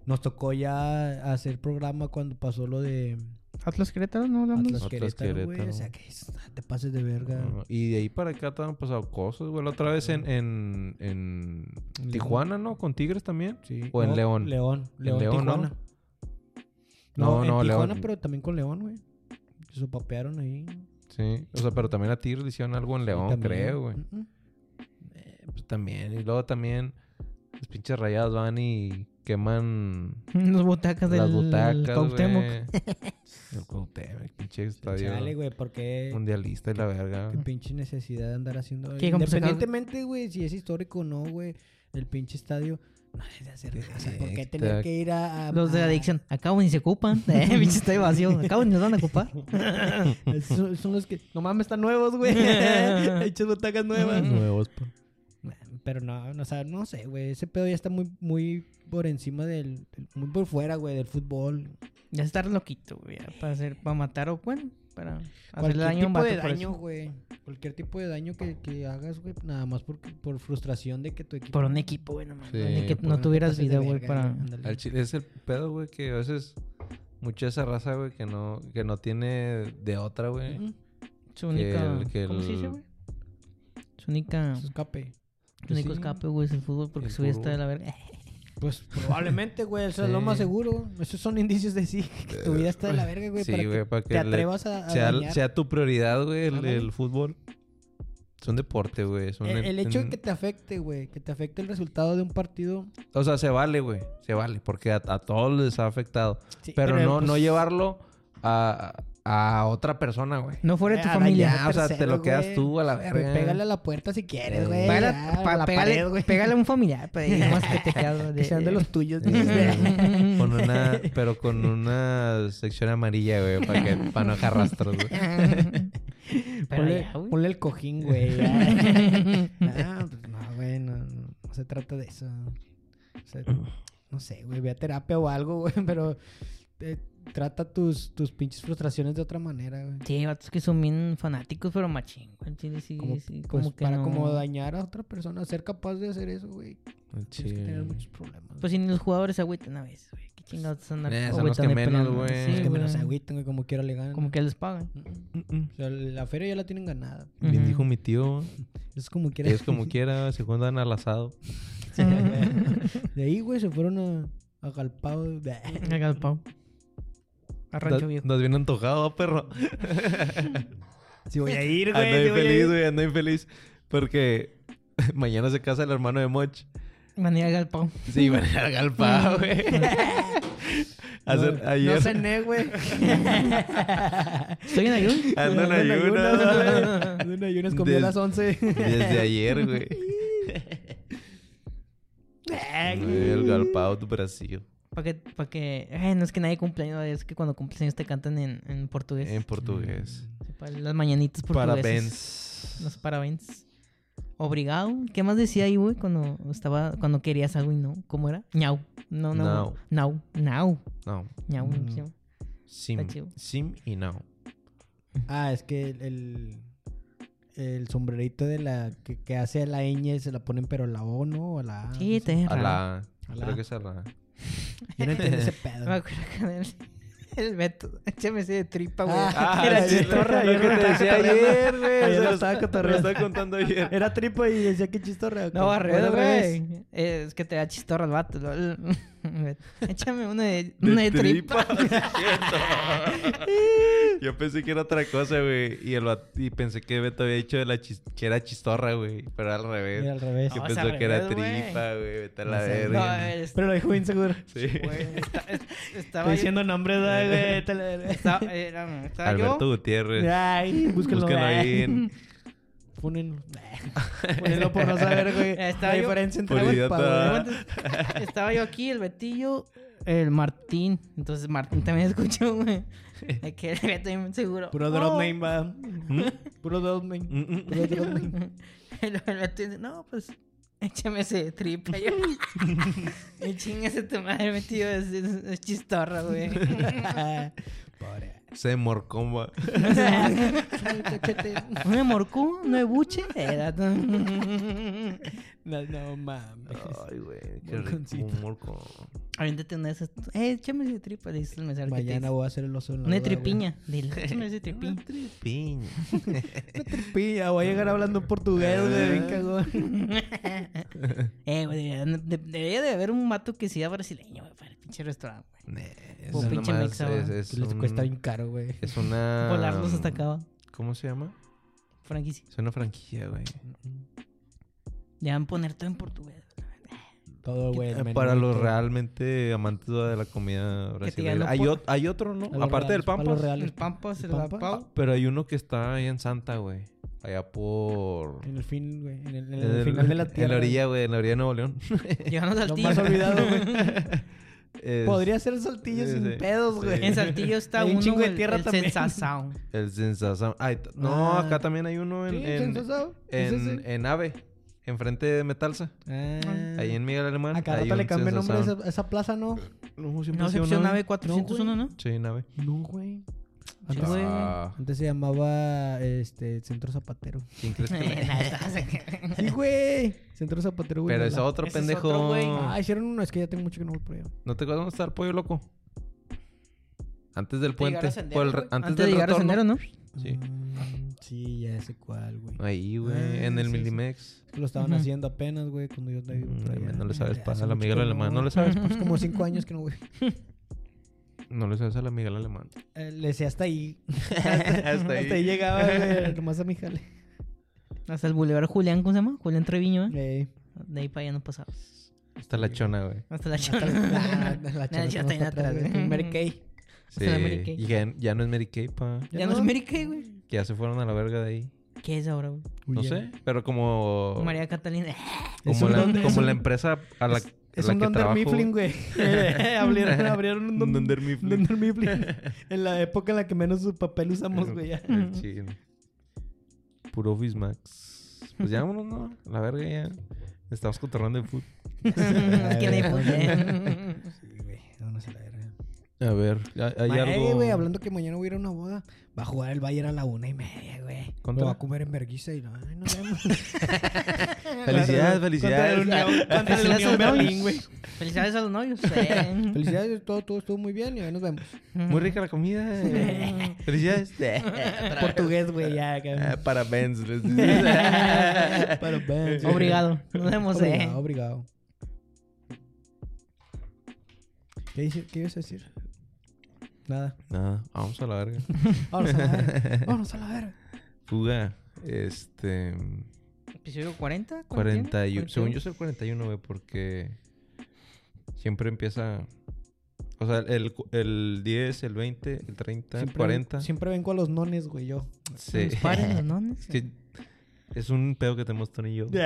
Speaker 2: Nos tocó ya hacer programa cuando pasó lo de
Speaker 3: Atlas Querétaro, ¿no hablamos?
Speaker 2: Atlas
Speaker 1: Atlas
Speaker 2: Querétaro, güey. O
Speaker 1: Querétaro.
Speaker 2: sea, que es- te pases de verga.
Speaker 1: No, Y de ahí para acá te han pasado cosas, güey. La otra vez en, en, en
Speaker 2: En
Speaker 1: Tijuana, ¿no? ¿Con Tigres también.
Speaker 2: Sí.
Speaker 1: O en
Speaker 2: No,
Speaker 1: León.
Speaker 2: León.
Speaker 1: En
Speaker 2: León,
Speaker 1: León, ¿no?
Speaker 2: Tijuana.
Speaker 1: No,
Speaker 2: No, en
Speaker 1: no,
Speaker 2: Tijuana,
Speaker 1: León.
Speaker 2: pero también con León, güey. Se sopapearon ahí.
Speaker 1: Sí. O sea, pero también a Tigres le hicieron algo en León,
Speaker 2: También.
Speaker 1: creo, güey.
Speaker 2: Mm, mm.
Speaker 1: Eh, pues también. Y luego también los pinches rayados van y queman
Speaker 3: Las butacas del
Speaker 1: las butacas,
Speaker 3: Cuauhtémoc.
Speaker 1: güey. El Cuauhtémoc, pinche estadio
Speaker 2: Chale, güey, porque
Speaker 1: mundialista y la verga.
Speaker 2: qué pinche necesidad de andar haciendo.
Speaker 3: Sí, como se acaba-
Speaker 2: Independientemente, güey, si es histórico o no, güey, el pinche estadio. No es de hacer nada. O sea, ¿Por qué
Speaker 1: Exacto.
Speaker 2: tener que ir a. a-
Speaker 3: Los de
Speaker 2: a-
Speaker 3: Addiction. Acabo ni se ocupan. Eh, pinche estadio vacío. Acabo ni los van a ocupar.
Speaker 2: Son, son los que. No mames, están nuevos, güey. Hechas butacas nuevas.
Speaker 1: Nuevos, pues. pa.
Speaker 2: Pero no, no, o sea, no sé, güey. Ese pedo ya está muy, muy por encima del. del- Muy por fuera, güey, del fútbol.
Speaker 3: Ya estar loquito, güey. ya, Para hacer, para matar o bueno, para hacerle
Speaker 2: Cualquier
Speaker 3: daño a un
Speaker 2: tipo de
Speaker 3: vato, por eso.
Speaker 2: daño, güey. Cualquier tipo de daño que, que hagas, güey. Nada más por, por frustración de que tu equipo.
Speaker 3: Por un equipo, güey, no mames.
Speaker 1: Sí,
Speaker 3: Ni que
Speaker 1: por
Speaker 3: no
Speaker 2: te
Speaker 3: tuvieras
Speaker 2: pases de
Speaker 3: vida, güey,
Speaker 2: verga,
Speaker 3: para...
Speaker 2: ándale.
Speaker 1: Al chile es el pedo, güey, que a veces mucha esa raza, güey, que no, que no tiene de otra, güey.
Speaker 2: Ujú.
Speaker 3: Su única...
Speaker 1: el- que
Speaker 3: ¿Cómo se dice,
Speaker 1: el-
Speaker 3: güey? Su única...
Speaker 2: Su escape.
Speaker 3: Su único
Speaker 1: sí.
Speaker 3: escape, güey, es el fútbol porque
Speaker 1: El
Speaker 3: su vida está
Speaker 1: fútbol.
Speaker 3: de la verga.
Speaker 2: Pues probablemente, güey, eso es lo
Speaker 1: Sí.
Speaker 2: más seguro. Esos son indicios de sí, que tu vida está de la verga, güey,
Speaker 1: Sí,
Speaker 2: para,
Speaker 1: güey,
Speaker 2: que
Speaker 1: para que
Speaker 2: te
Speaker 1: le-
Speaker 2: atrevas a, a
Speaker 1: sea,
Speaker 2: dañar.
Speaker 1: sea tu prioridad, güey, el,
Speaker 2: Ándale.
Speaker 1: el fútbol. Es un deporte, güey. es un-
Speaker 2: Eh, E-, el, el hecho de
Speaker 1: un-
Speaker 2: que te afecte, güey, que te afecte el resultado de un partido.
Speaker 1: O sea, se vale, güey. Se vale, porque a, a todos les ha afectado.
Speaker 2: sí,
Speaker 1: pero no, no
Speaker 2: pues,
Speaker 1: llevarlo a, a otra persona, güey.
Speaker 3: No fuera de tu
Speaker 2: a
Speaker 3: familia.
Speaker 2: dañar
Speaker 1: o sea, te
Speaker 2: tercero,
Speaker 1: lo quedas
Speaker 2: güey.
Speaker 1: tú a la
Speaker 2: Pues
Speaker 1: verga.
Speaker 2: Pégale a la puerta si quieres, güey.
Speaker 3: Pégale,
Speaker 2: ya, a
Speaker 3: pa-
Speaker 2: la
Speaker 3: pégale-
Speaker 2: pared, güey.
Speaker 3: pégale a un familiar, pues, y nomás que te quedas
Speaker 2: Que
Speaker 3: de-
Speaker 2: sean de los tuyos, güey.
Speaker 1: Eh, con una, pero con una sección amarilla, güey, para que para no dejar rastros, güey.
Speaker 3: Pero
Speaker 2: Ponle,
Speaker 3: ya, güey.
Speaker 2: ponle el cojín, güey. Ah, pues no, güey, no, no, no se trata de eso. O sea, no sé, güey, ve a terapia o algo, güey, pero eh, trata tus, tus pinches frustraciones de otra manera, güey.
Speaker 3: Sí, vatos que son bien fanáticos, pero machín, güey. al chile sí,
Speaker 2: Como,
Speaker 3: sí,
Speaker 2: pues,
Speaker 3: como que
Speaker 2: para
Speaker 3: no.
Speaker 2: como dañar a otra persona, ser capaz de hacer eso, güey. Tienes que tener
Speaker 1: Sí.
Speaker 2: muchos problemas.
Speaker 3: Pues si ni los jugadores se agüitan a veces, güey. Qué chingados son
Speaker 1: Eh,
Speaker 3: a-
Speaker 1: son los
Speaker 3: agüitan
Speaker 1: que
Speaker 3: de
Speaker 1: menos,
Speaker 3: plano,
Speaker 1: güey.
Speaker 3: sí,
Speaker 1: Los
Speaker 2: que menos se
Speaker 3: güey.
Speaker 2: agüiten, güey, como quiera le ganan.
Speaker 3: Como que les pagan.
Speaker 1: Mm,
Speaker 2: O sea, la feria ya la tienen ganada.
Speaker 1: Bien
Speaker 3: Ujú.
Speaker 1: dijo mi tío,
Speaker 2: Es como
Speaker 1: que
Speaker 2: quiera.
Speaker 1: es como quiera, se juntan al asado.
Speaker 2: De ahí, güey, se fueron a, a Galpao.
Speaker 3: Acá el pavo. A rancho
Speaker 1: Andas-
Speaker 3: viejo.
Speaker 1: andas bien antojado, ¿va, perro.
Speaker 2: Si voy a ir, güey.
Speaker 1: Ando
Speaker 2: sí voy a
Speaker 1: infeliz,
Speaker 2: ir.
Speaker 1: güey, ando infeliz. Porque mañana se casa el hermano de Moch.
Speaker 3: Manía al pavo.
Speaker 1: Sí, van a ir al galpao, güey. Hace-
Speaker 2: Mm. No,
Speaker 1: ayer.
Speaker 2: No cené, güey.
Speaker 3: Estoy en ayun.
Speaker 1: Ando en ayunas, güey.
Speaker 2: Ando en ayunas, comí a
Speaker 1: Des-
Speaker 2: las 11.
Speaker 1: Desde ayer, güey. Güey, el galpao de Brasil.
Speaker 3: Para que, pa' que. Ay, no es que nadie cumpleaños, es que cuando cumples años te cantan en, en portugués.
Speaker 1: En portugués.
Speaker 3: Sí, pa- Las mañanitas portuguesas.
Speaker 1: Parabéns.
Speaker 3: Los parabéns. Obrigado. ¿Qué más decía ahí, güey, cuando estaba, cuando querías algo y no? ¿Cómo era? Ñau. No, no.
Speaker 1: Now.
Speaker 3: Now. Now.
Speaker 1: No.
Speaker 3: Ñau. ¿no se
Speaker 2: Mm.
Speaker 3: llama?
Speaker 1: Sim.
Speaker 3: Está chido.
Speaker 1: Sim y no.
Speaker 2: Ah, es que el, el, el sombrerito de la que, que hace la ñ se la ponen, pero la O no, o la A.
Speaker 3: Sí,
Speaker 2: no
Speaker 3: te
Speaker 2: sé.
Speaker 1: A la.
Speaker 2: A la-
Speaker 1: Creo que es a la.
Speaker 2: Yo no entiendo ese
Speaker 3: No me
Speaker 2: pedo.
Speaker 3: acuerdo que era el, el Beto. Échame ese de tripa, güey.
Speaker 2: Ah,
Speaker 3: era
Speaker 2: sí,
Speaker 3: chistorra.
Speaker 1: Lo
Speaker 3: yo
Speaker 1: que
Speaker 3: no
Speaker 1: te
Speaker 3: estaba
Speaker 1: decía
Speaker 3: cotorreando.
Speaker 1: ayer, güey.
Speaker 2: Ayer
Speaker 1: Se
Speaker 2: lo
Speaker 1: lo
Speaker 2: estaba
Speaker 1: lo
Speaker 2: cotorreando.
Speaker 1: estaba contando ayer.
Speaker 2: Era tripa y decía que chistorra.
Speaker 3: No,
Speaker 2: ¿o
Speaker 3: barredo,
Speaker 2: al revés?
Speaker 3: güey. Eh, Es que te da chistorra el vato. ¿no? El- Échame una de, una de tripa.
Speaker 1: Yo pensé que era otra cosa, güey. Y, el va- y pensé que Beto había dicho de la chis- que era chistorra, güey. Pero al revés.
Speaker 2: Era al revés.
Speaker 1: Que pues
Speaker 3: No, es
Speaker 1: pensó
Speaker 3: al
Speaker 1: que era
Speaker 3: revés, güey.
Speaker 1: tripa, güey. Vete a la
Speaker 2: No sé.
Speaker 1: verga.
Speaker 3: No, es-
Speaker 2: Pero lo dijo inseguro.
Speaker 1: Sí.
Speaker 3: güey, está- es-
Speaker 2: Estoy
Speaker 3: estaba yo.
Speaker 2: diciendo nombres, ¿verdad, güey.
Speaker 1: Eh.
Speaker 2: Vete a la verga.
Speaker 3: Estaba, era- estaba
Speaker 1: Alberto
Speaker 3: yo.
Speaker 1: Gutiérrez.
Speaker 2: Ay, búsquenlo.
Speaker 1: Búsquenlo ahí en-
Speaker 2: Fúnenlo. Fúnenlo por no saber, güey.
Speaker 3: Estaba
Speaker 2: La
Speaker 3: yo-
Speaker 2: diferencia entre
Speaker 1: Por
Speaker 2: el
Speaker 1: idiota.
Speaker 2: pavo, güey.
Speaker 3: Aguanta. Estaba yo aquí, el Betillo, el Martín. Entonces Martín también escuchó, güey. Es que el Beto bien seguro. Oh,
Speaker 2: Puro drop name, va. Puro drop name.
Speaker 1: Mm, mm.
Speaker 2: Puro drop name.
Speaker 3: El, el Beto dice, no, pues échame ese de tripa. Yo, el chingase tu madre, Betillo, es, es- es chistorra, güey.
Speaker 1: Mm.
Speaker 2: Pobre.
Speaker 1: Se morcomba.
Speaker 3: ¿No de morcú? ¿No de buche? Era-
Speaker 2: No, no mames.
Speaker 1: Ay, güey. Qué rico.
Speaker 2: Morconcito.
Speaker 1: un Morco.
Speaker 3: Aviéntate una de esas. Eh, échame ese de tripa, le dice el mesero. que te
Speaker 2: Mañana
Speaker 3: dice.
Speaker 2: voy a hacer el oso en la
Speaker 3: Una de
Speaker 2: boda, güey.
Speaker 3: tripiña. Dile, échame ese de tripiña.
Speaker 1: Piña.
Speaker 2: Una tripiña. Voy a llegar hablando portugués, güey. Bien cagón.
Speaker 3: Eh, güey, debería de, debería de haber un mato que sea brasileño, güey, para el pinche restaurante, güey.
Speaker 1: Nah,
Speaker 3: O
Speaker 1: eso
Speaker 3: pinche
Speaker 1: nomás
Speaker 3: mexa, va.
Speaker 1: es- es
Speaker 2: Que Les
Speaker 1: un-
Speaker 2: cuesta bien caro, güey.
Speaker 1: Es
Speaker 2: Ah.
Speaker 1: una.
Speaker 3: Volarlos hasta acá, va.
Speaker 1: ¿Cómo se llama?
Speaker 3: Frankie, sí.
Speaker 1: Es una franquicia, güey.
Speaker 3: Ya van a poner todo en portugués.
Speaker 2: Todo, güey. el
Speaker 1: Eh,
Speaker 2: menú
Speaker 1: Para
Speaker 2: y
Speaker 1: los
Speaker 2: todo.
Speaker 1: realmente amantes de la comida brasileña.
Speaker 3: digan,
Speaker 1: Hay,
Speaker 3: no,
Speaker 1: ot- hay otro, ¿no?
Speaker 2: A los
Speaker 1: Aparte del
Speaker 2: reales, para
Speaker 1: Pampas.
Speaker 2: los reales.
Speaker 3: El Pampas, el
Speaker 2: ¿El Pampas?
Speaker 1: Ah,
Speaker 3: Pau.
Speaker 1: Pero hay uno que está allá en Santa, güey. Allá por.
Speaker 2: En el fin, güey. En el, en
Speaker 1: en
Speaker 2: el
Speaker 1: el-
Speaker 2: final de la tierra.
Speaker 1: En la orilla, güey. En la orilla de Nuevo León.
Speaker 3: Llegamos al
Speaker 2: Lo
Speaker 3: tío.
Speaker 2: más olvidado, güey.
Speaker 1: Es
Speaker 2: Podría ser saltillo
Speaker 1: Sí, sí.
Speaker 2: sin pedos,
Speaker 1: Sí.
Speaker 2: güey.
Speaker 3: En Saltillo está
Speaker 2: Hay un
Speaker 3: uno,
Speaker 2: chingo de
Speaker 3: el-
Speaker 2: tierra
Speaker 3: el
Speaker 2: también.
Speaker 3: Sensação.
Speaker 1: El sensación. Ay, t- no,
Speaker 2: Ah.
Speaker 1: acá también hay uno en.
Speaker 2: Sí,
Speaker 1: en,
Speaker 2: sensasao. ¿Es
Speaker 1: en,
Speaker 2: ese?
Speaker 1: en Ave. Enfrente de Metalsa.
Speaker 2: Ah.
Speaker 1: Ahí en Miguel Alemán.
Speaker 2: A cada
Speaker 1: hay
Speaker 2: rato le
Speaker 1: un
Speaker 2: cambian nombre a esa,
Speaker 1: Sensazón.
Speaker 2: a esa plaza, ¿no?
Speaker 1: No, siempre
Speaker 3: No,
Speaker 1: ha sido
Speaker 3: sección
Speaker 1: Nave.
Speaker 3: nave 401, ¿no?
Speaker 1: Sí, nave.
Speaker 2: No, güey. Antes,
Speaker 3: Sí, güey.
Speaker 1: Ah,
Speaker 2: antes se llamaba este Centro Zapatero.
Speaker 1: ¿quién crees que
Speaker 3: Eh,
Speaker 1: me-
Speaker 3: nada, estás acá.
Speaker 2: Sí, güey. Centro Zapatero, güey.
Speaker 1: Pero es
Speaker 2: la-
Speaker 1: otro
Speaker 3: Ese es
Speaker 1: pendejo.
Speaker 3: otro, güey.
Speaker 2: Ah, hicieron uno, es que ya tengo mucho que no voy por allá.
Speaker 1: ¿No te acuerdas dónde está el pollo loco? Antes del puente.
Speaker 3: llegar a Sendero,
Speaker 1: Por el re-
Speaker 3: güey.
Speaker 1: antes,
Speaker 3: Antes de
Speaker 1: del
Speaker 3: llegar a
Speaker 1: retorno.
Speaker 3: Sendero, ¿no?
Speaker 1: Sí.
Speaker 2: Mm, Sí, ya sé cuál, güey.
Speaker 1: Ahí, güey.
Speaker 2: Ah,
Speaker 1: en el
Speaker 2: sí, sí.
Speaker 1: Milimex.
Speaker 2: Es que lo estaban
Speaker 3: Ujú.
Speaker 2: haciendo apenas, güey, cuando yo andaba ahí por
Speaker 1: Mm,
Speaker 2: allá.
Speaker 1: no le sabes
Speaker 2: Ya
Speaker 1: pas
Speaker 2: hace
Speaker 1: a la
Speaker 2: mucho
Speaker 1: Miguel
Speaker 2: que
Speaker 1: Alemán,
Speaker 2: no,
Speaker 1: no le sabes
Speaker 2: Pues como cinco años que no, güey.
Speaker 1: No le sabes a la Miguel Alemán.
Speaker 2: Eh, le decía hasta ahí. hasta, hasta ahí. llegaba, güey, nomás a mi jale.
Speaker 3: Hasta el Boulevard Julián, ¿cómo se llama? Julián Treviño, ¿eh?
Speaker 2: Eh,
Speaker 3: De ahí para allá no pasabas.
Speaker 1: Hasta la chona, güey.
Speaker 3: Hasta la
Speaker 2: hasta la,
Speaker 3: chona.
Speaker 2: la-
Speaker 3: chona
Speaker 2: la chona
Speaker 3: está
Speaker 2: está
Speaker 3: bien atrás,
Speaker 2: atrás, güey.
Speaker 3: güey.
Speaker 2: Primer K.
Speaker 1: Sí.
Speaker 3: Hasta la Mary Kay.
Speaker 1: Y ya, ya no es Mary Kay, pa.
Speaker 3: Ya no es Mary Kay, güey.
Speaker 1: Que ya se fueron a la verga de ahí.
Speaker 3: ¿Qué es ahora, güey?
Speaker 1: No sé. Pero como.
Speaker 3: María Catalina.
Speaker 2: Es
Speaker 1: Como,
Speaker 2: un
Speaker 1: la,
Speaker 2: don de- es
Speaker 1: como
Speaker 2: un-
Speaker 1: la empresa a la,
Speaker 2: Es
Speaker 1: a la
Speaker 2: un
Speaker 1: que
Speaker 2: Dunder
Speaker 1: trabajo,
Speaker 2: Mifflin,
Speaker 1: güey.
Speaker 2: güey. abrieron, abrieron un
Speaker 1: Un
Speaker 2: Don-
Speaker 1: Dunder Mifflin.
Speaker 2: Dunder Mifflin. En la época en la que menos su papel usamos, güey. ya.
Speaker 1: El chino. Puro Office Max. Pues ya vámonos, ¿no? A La verga ya. Estamos cotorrando de fútbol.
Speaker 3: es que nadie puede.
Speaker 2: Sí, güey. Vámonos a la verga.
Speaker 1: A ver, ¿hay, hay
Speaker 2: Ma-
Speaker 1: algo?
Speaker 2: Ey, güey, hablando que mañana voy a ir a una boda. Va a jugar el Bayern a la una y media, güey.
Speaker 1: ¿Contra?
Speaker 2: Me va a comer en verguiza y no, ay, no vemos.
Speaker 5: Felicidades, felicidades.
Speaker 2: Contra la Unión- contra la
Speaker 3: Felicidades a los
Speaker 2: Unión Berlín, güey.
Speaker 3: novios. Felicidades a los novios. eh.
Speaker 2: Felicidades, todo, todo estuvo muy bien y ahí nos vemos.
Speaker 5: Muy rica la comida. eh. Felicidades.
Speaker 2: Portugués, güey, ya.
Speaker 1: Eh,
Speaker 5: Ah,
Speaker 2: acá.
Speaker 5: Parabéns. les dice.
Speaker 2: Pero ven, sí.
Speaker 3: Obrigado. Nos vemos, eh.
Speaker 2: Obrigado, obrigado. ¿Qué, dice- qué ibas a decir? Nada.
Speaker 1: Nada, vamos a la verga.
Speaker 2: Vámonos a la verga. Vámonos a la verga.
Speaker 1: Fuga, este.
Speaker 3: eh. Episodio 40.
Speaker 1: 41. Según yo es el 41, güey, porque. Siempre empieza. O sea, el, cu- el 10, el 20, el 30, el
Speaker 2: Siempre
Speaker 1: 40.
Speaker 2: ven- siempre vengo a los nones, güey, yo.
Speaker 1: Sí.
Speaker 3: Paren los
Speaker 1: Es que es un pedo que tenemos Tony y yo. que el-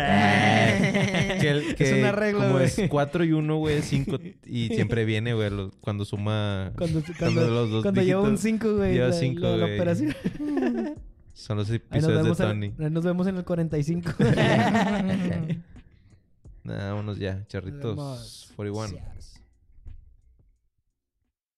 Speaker 2: Eh. Es
Speaker 1: que
Speaker 2: una regla,
Speaker 1: como
Speaker 2: güey.
Speaker 1: es 4 y 1, güey, 5 y siempre viene, güey, lo- cuando suma
Speaker 2: Cuando,
Speaker 1: cuando
Speaker 2: cuando,
Speaker 1: los dos
Speaker 2: cuando llevo un
Speaker 1: dígitos
Speaker 2: 5, güey.
Speaker 1: lleva
Speaker 2: la-
Speaker 1: cinco,
Speaker 2: la- la
Speaker 1: güey.
Speaker 2: operación.
Speaker 1: son los
Speaker 2: Ahí nos,
Speaker 1: episodios de
Speaker 2: vemos en,
Speaker 1: Tony.
Speaker 2: ahí nos vemos en el 45.
Speaker 1: Nada, vámonos ya, charritos
Speaker 2: vemos.
Speaker 1: 41.
Speaker 2: Gracias.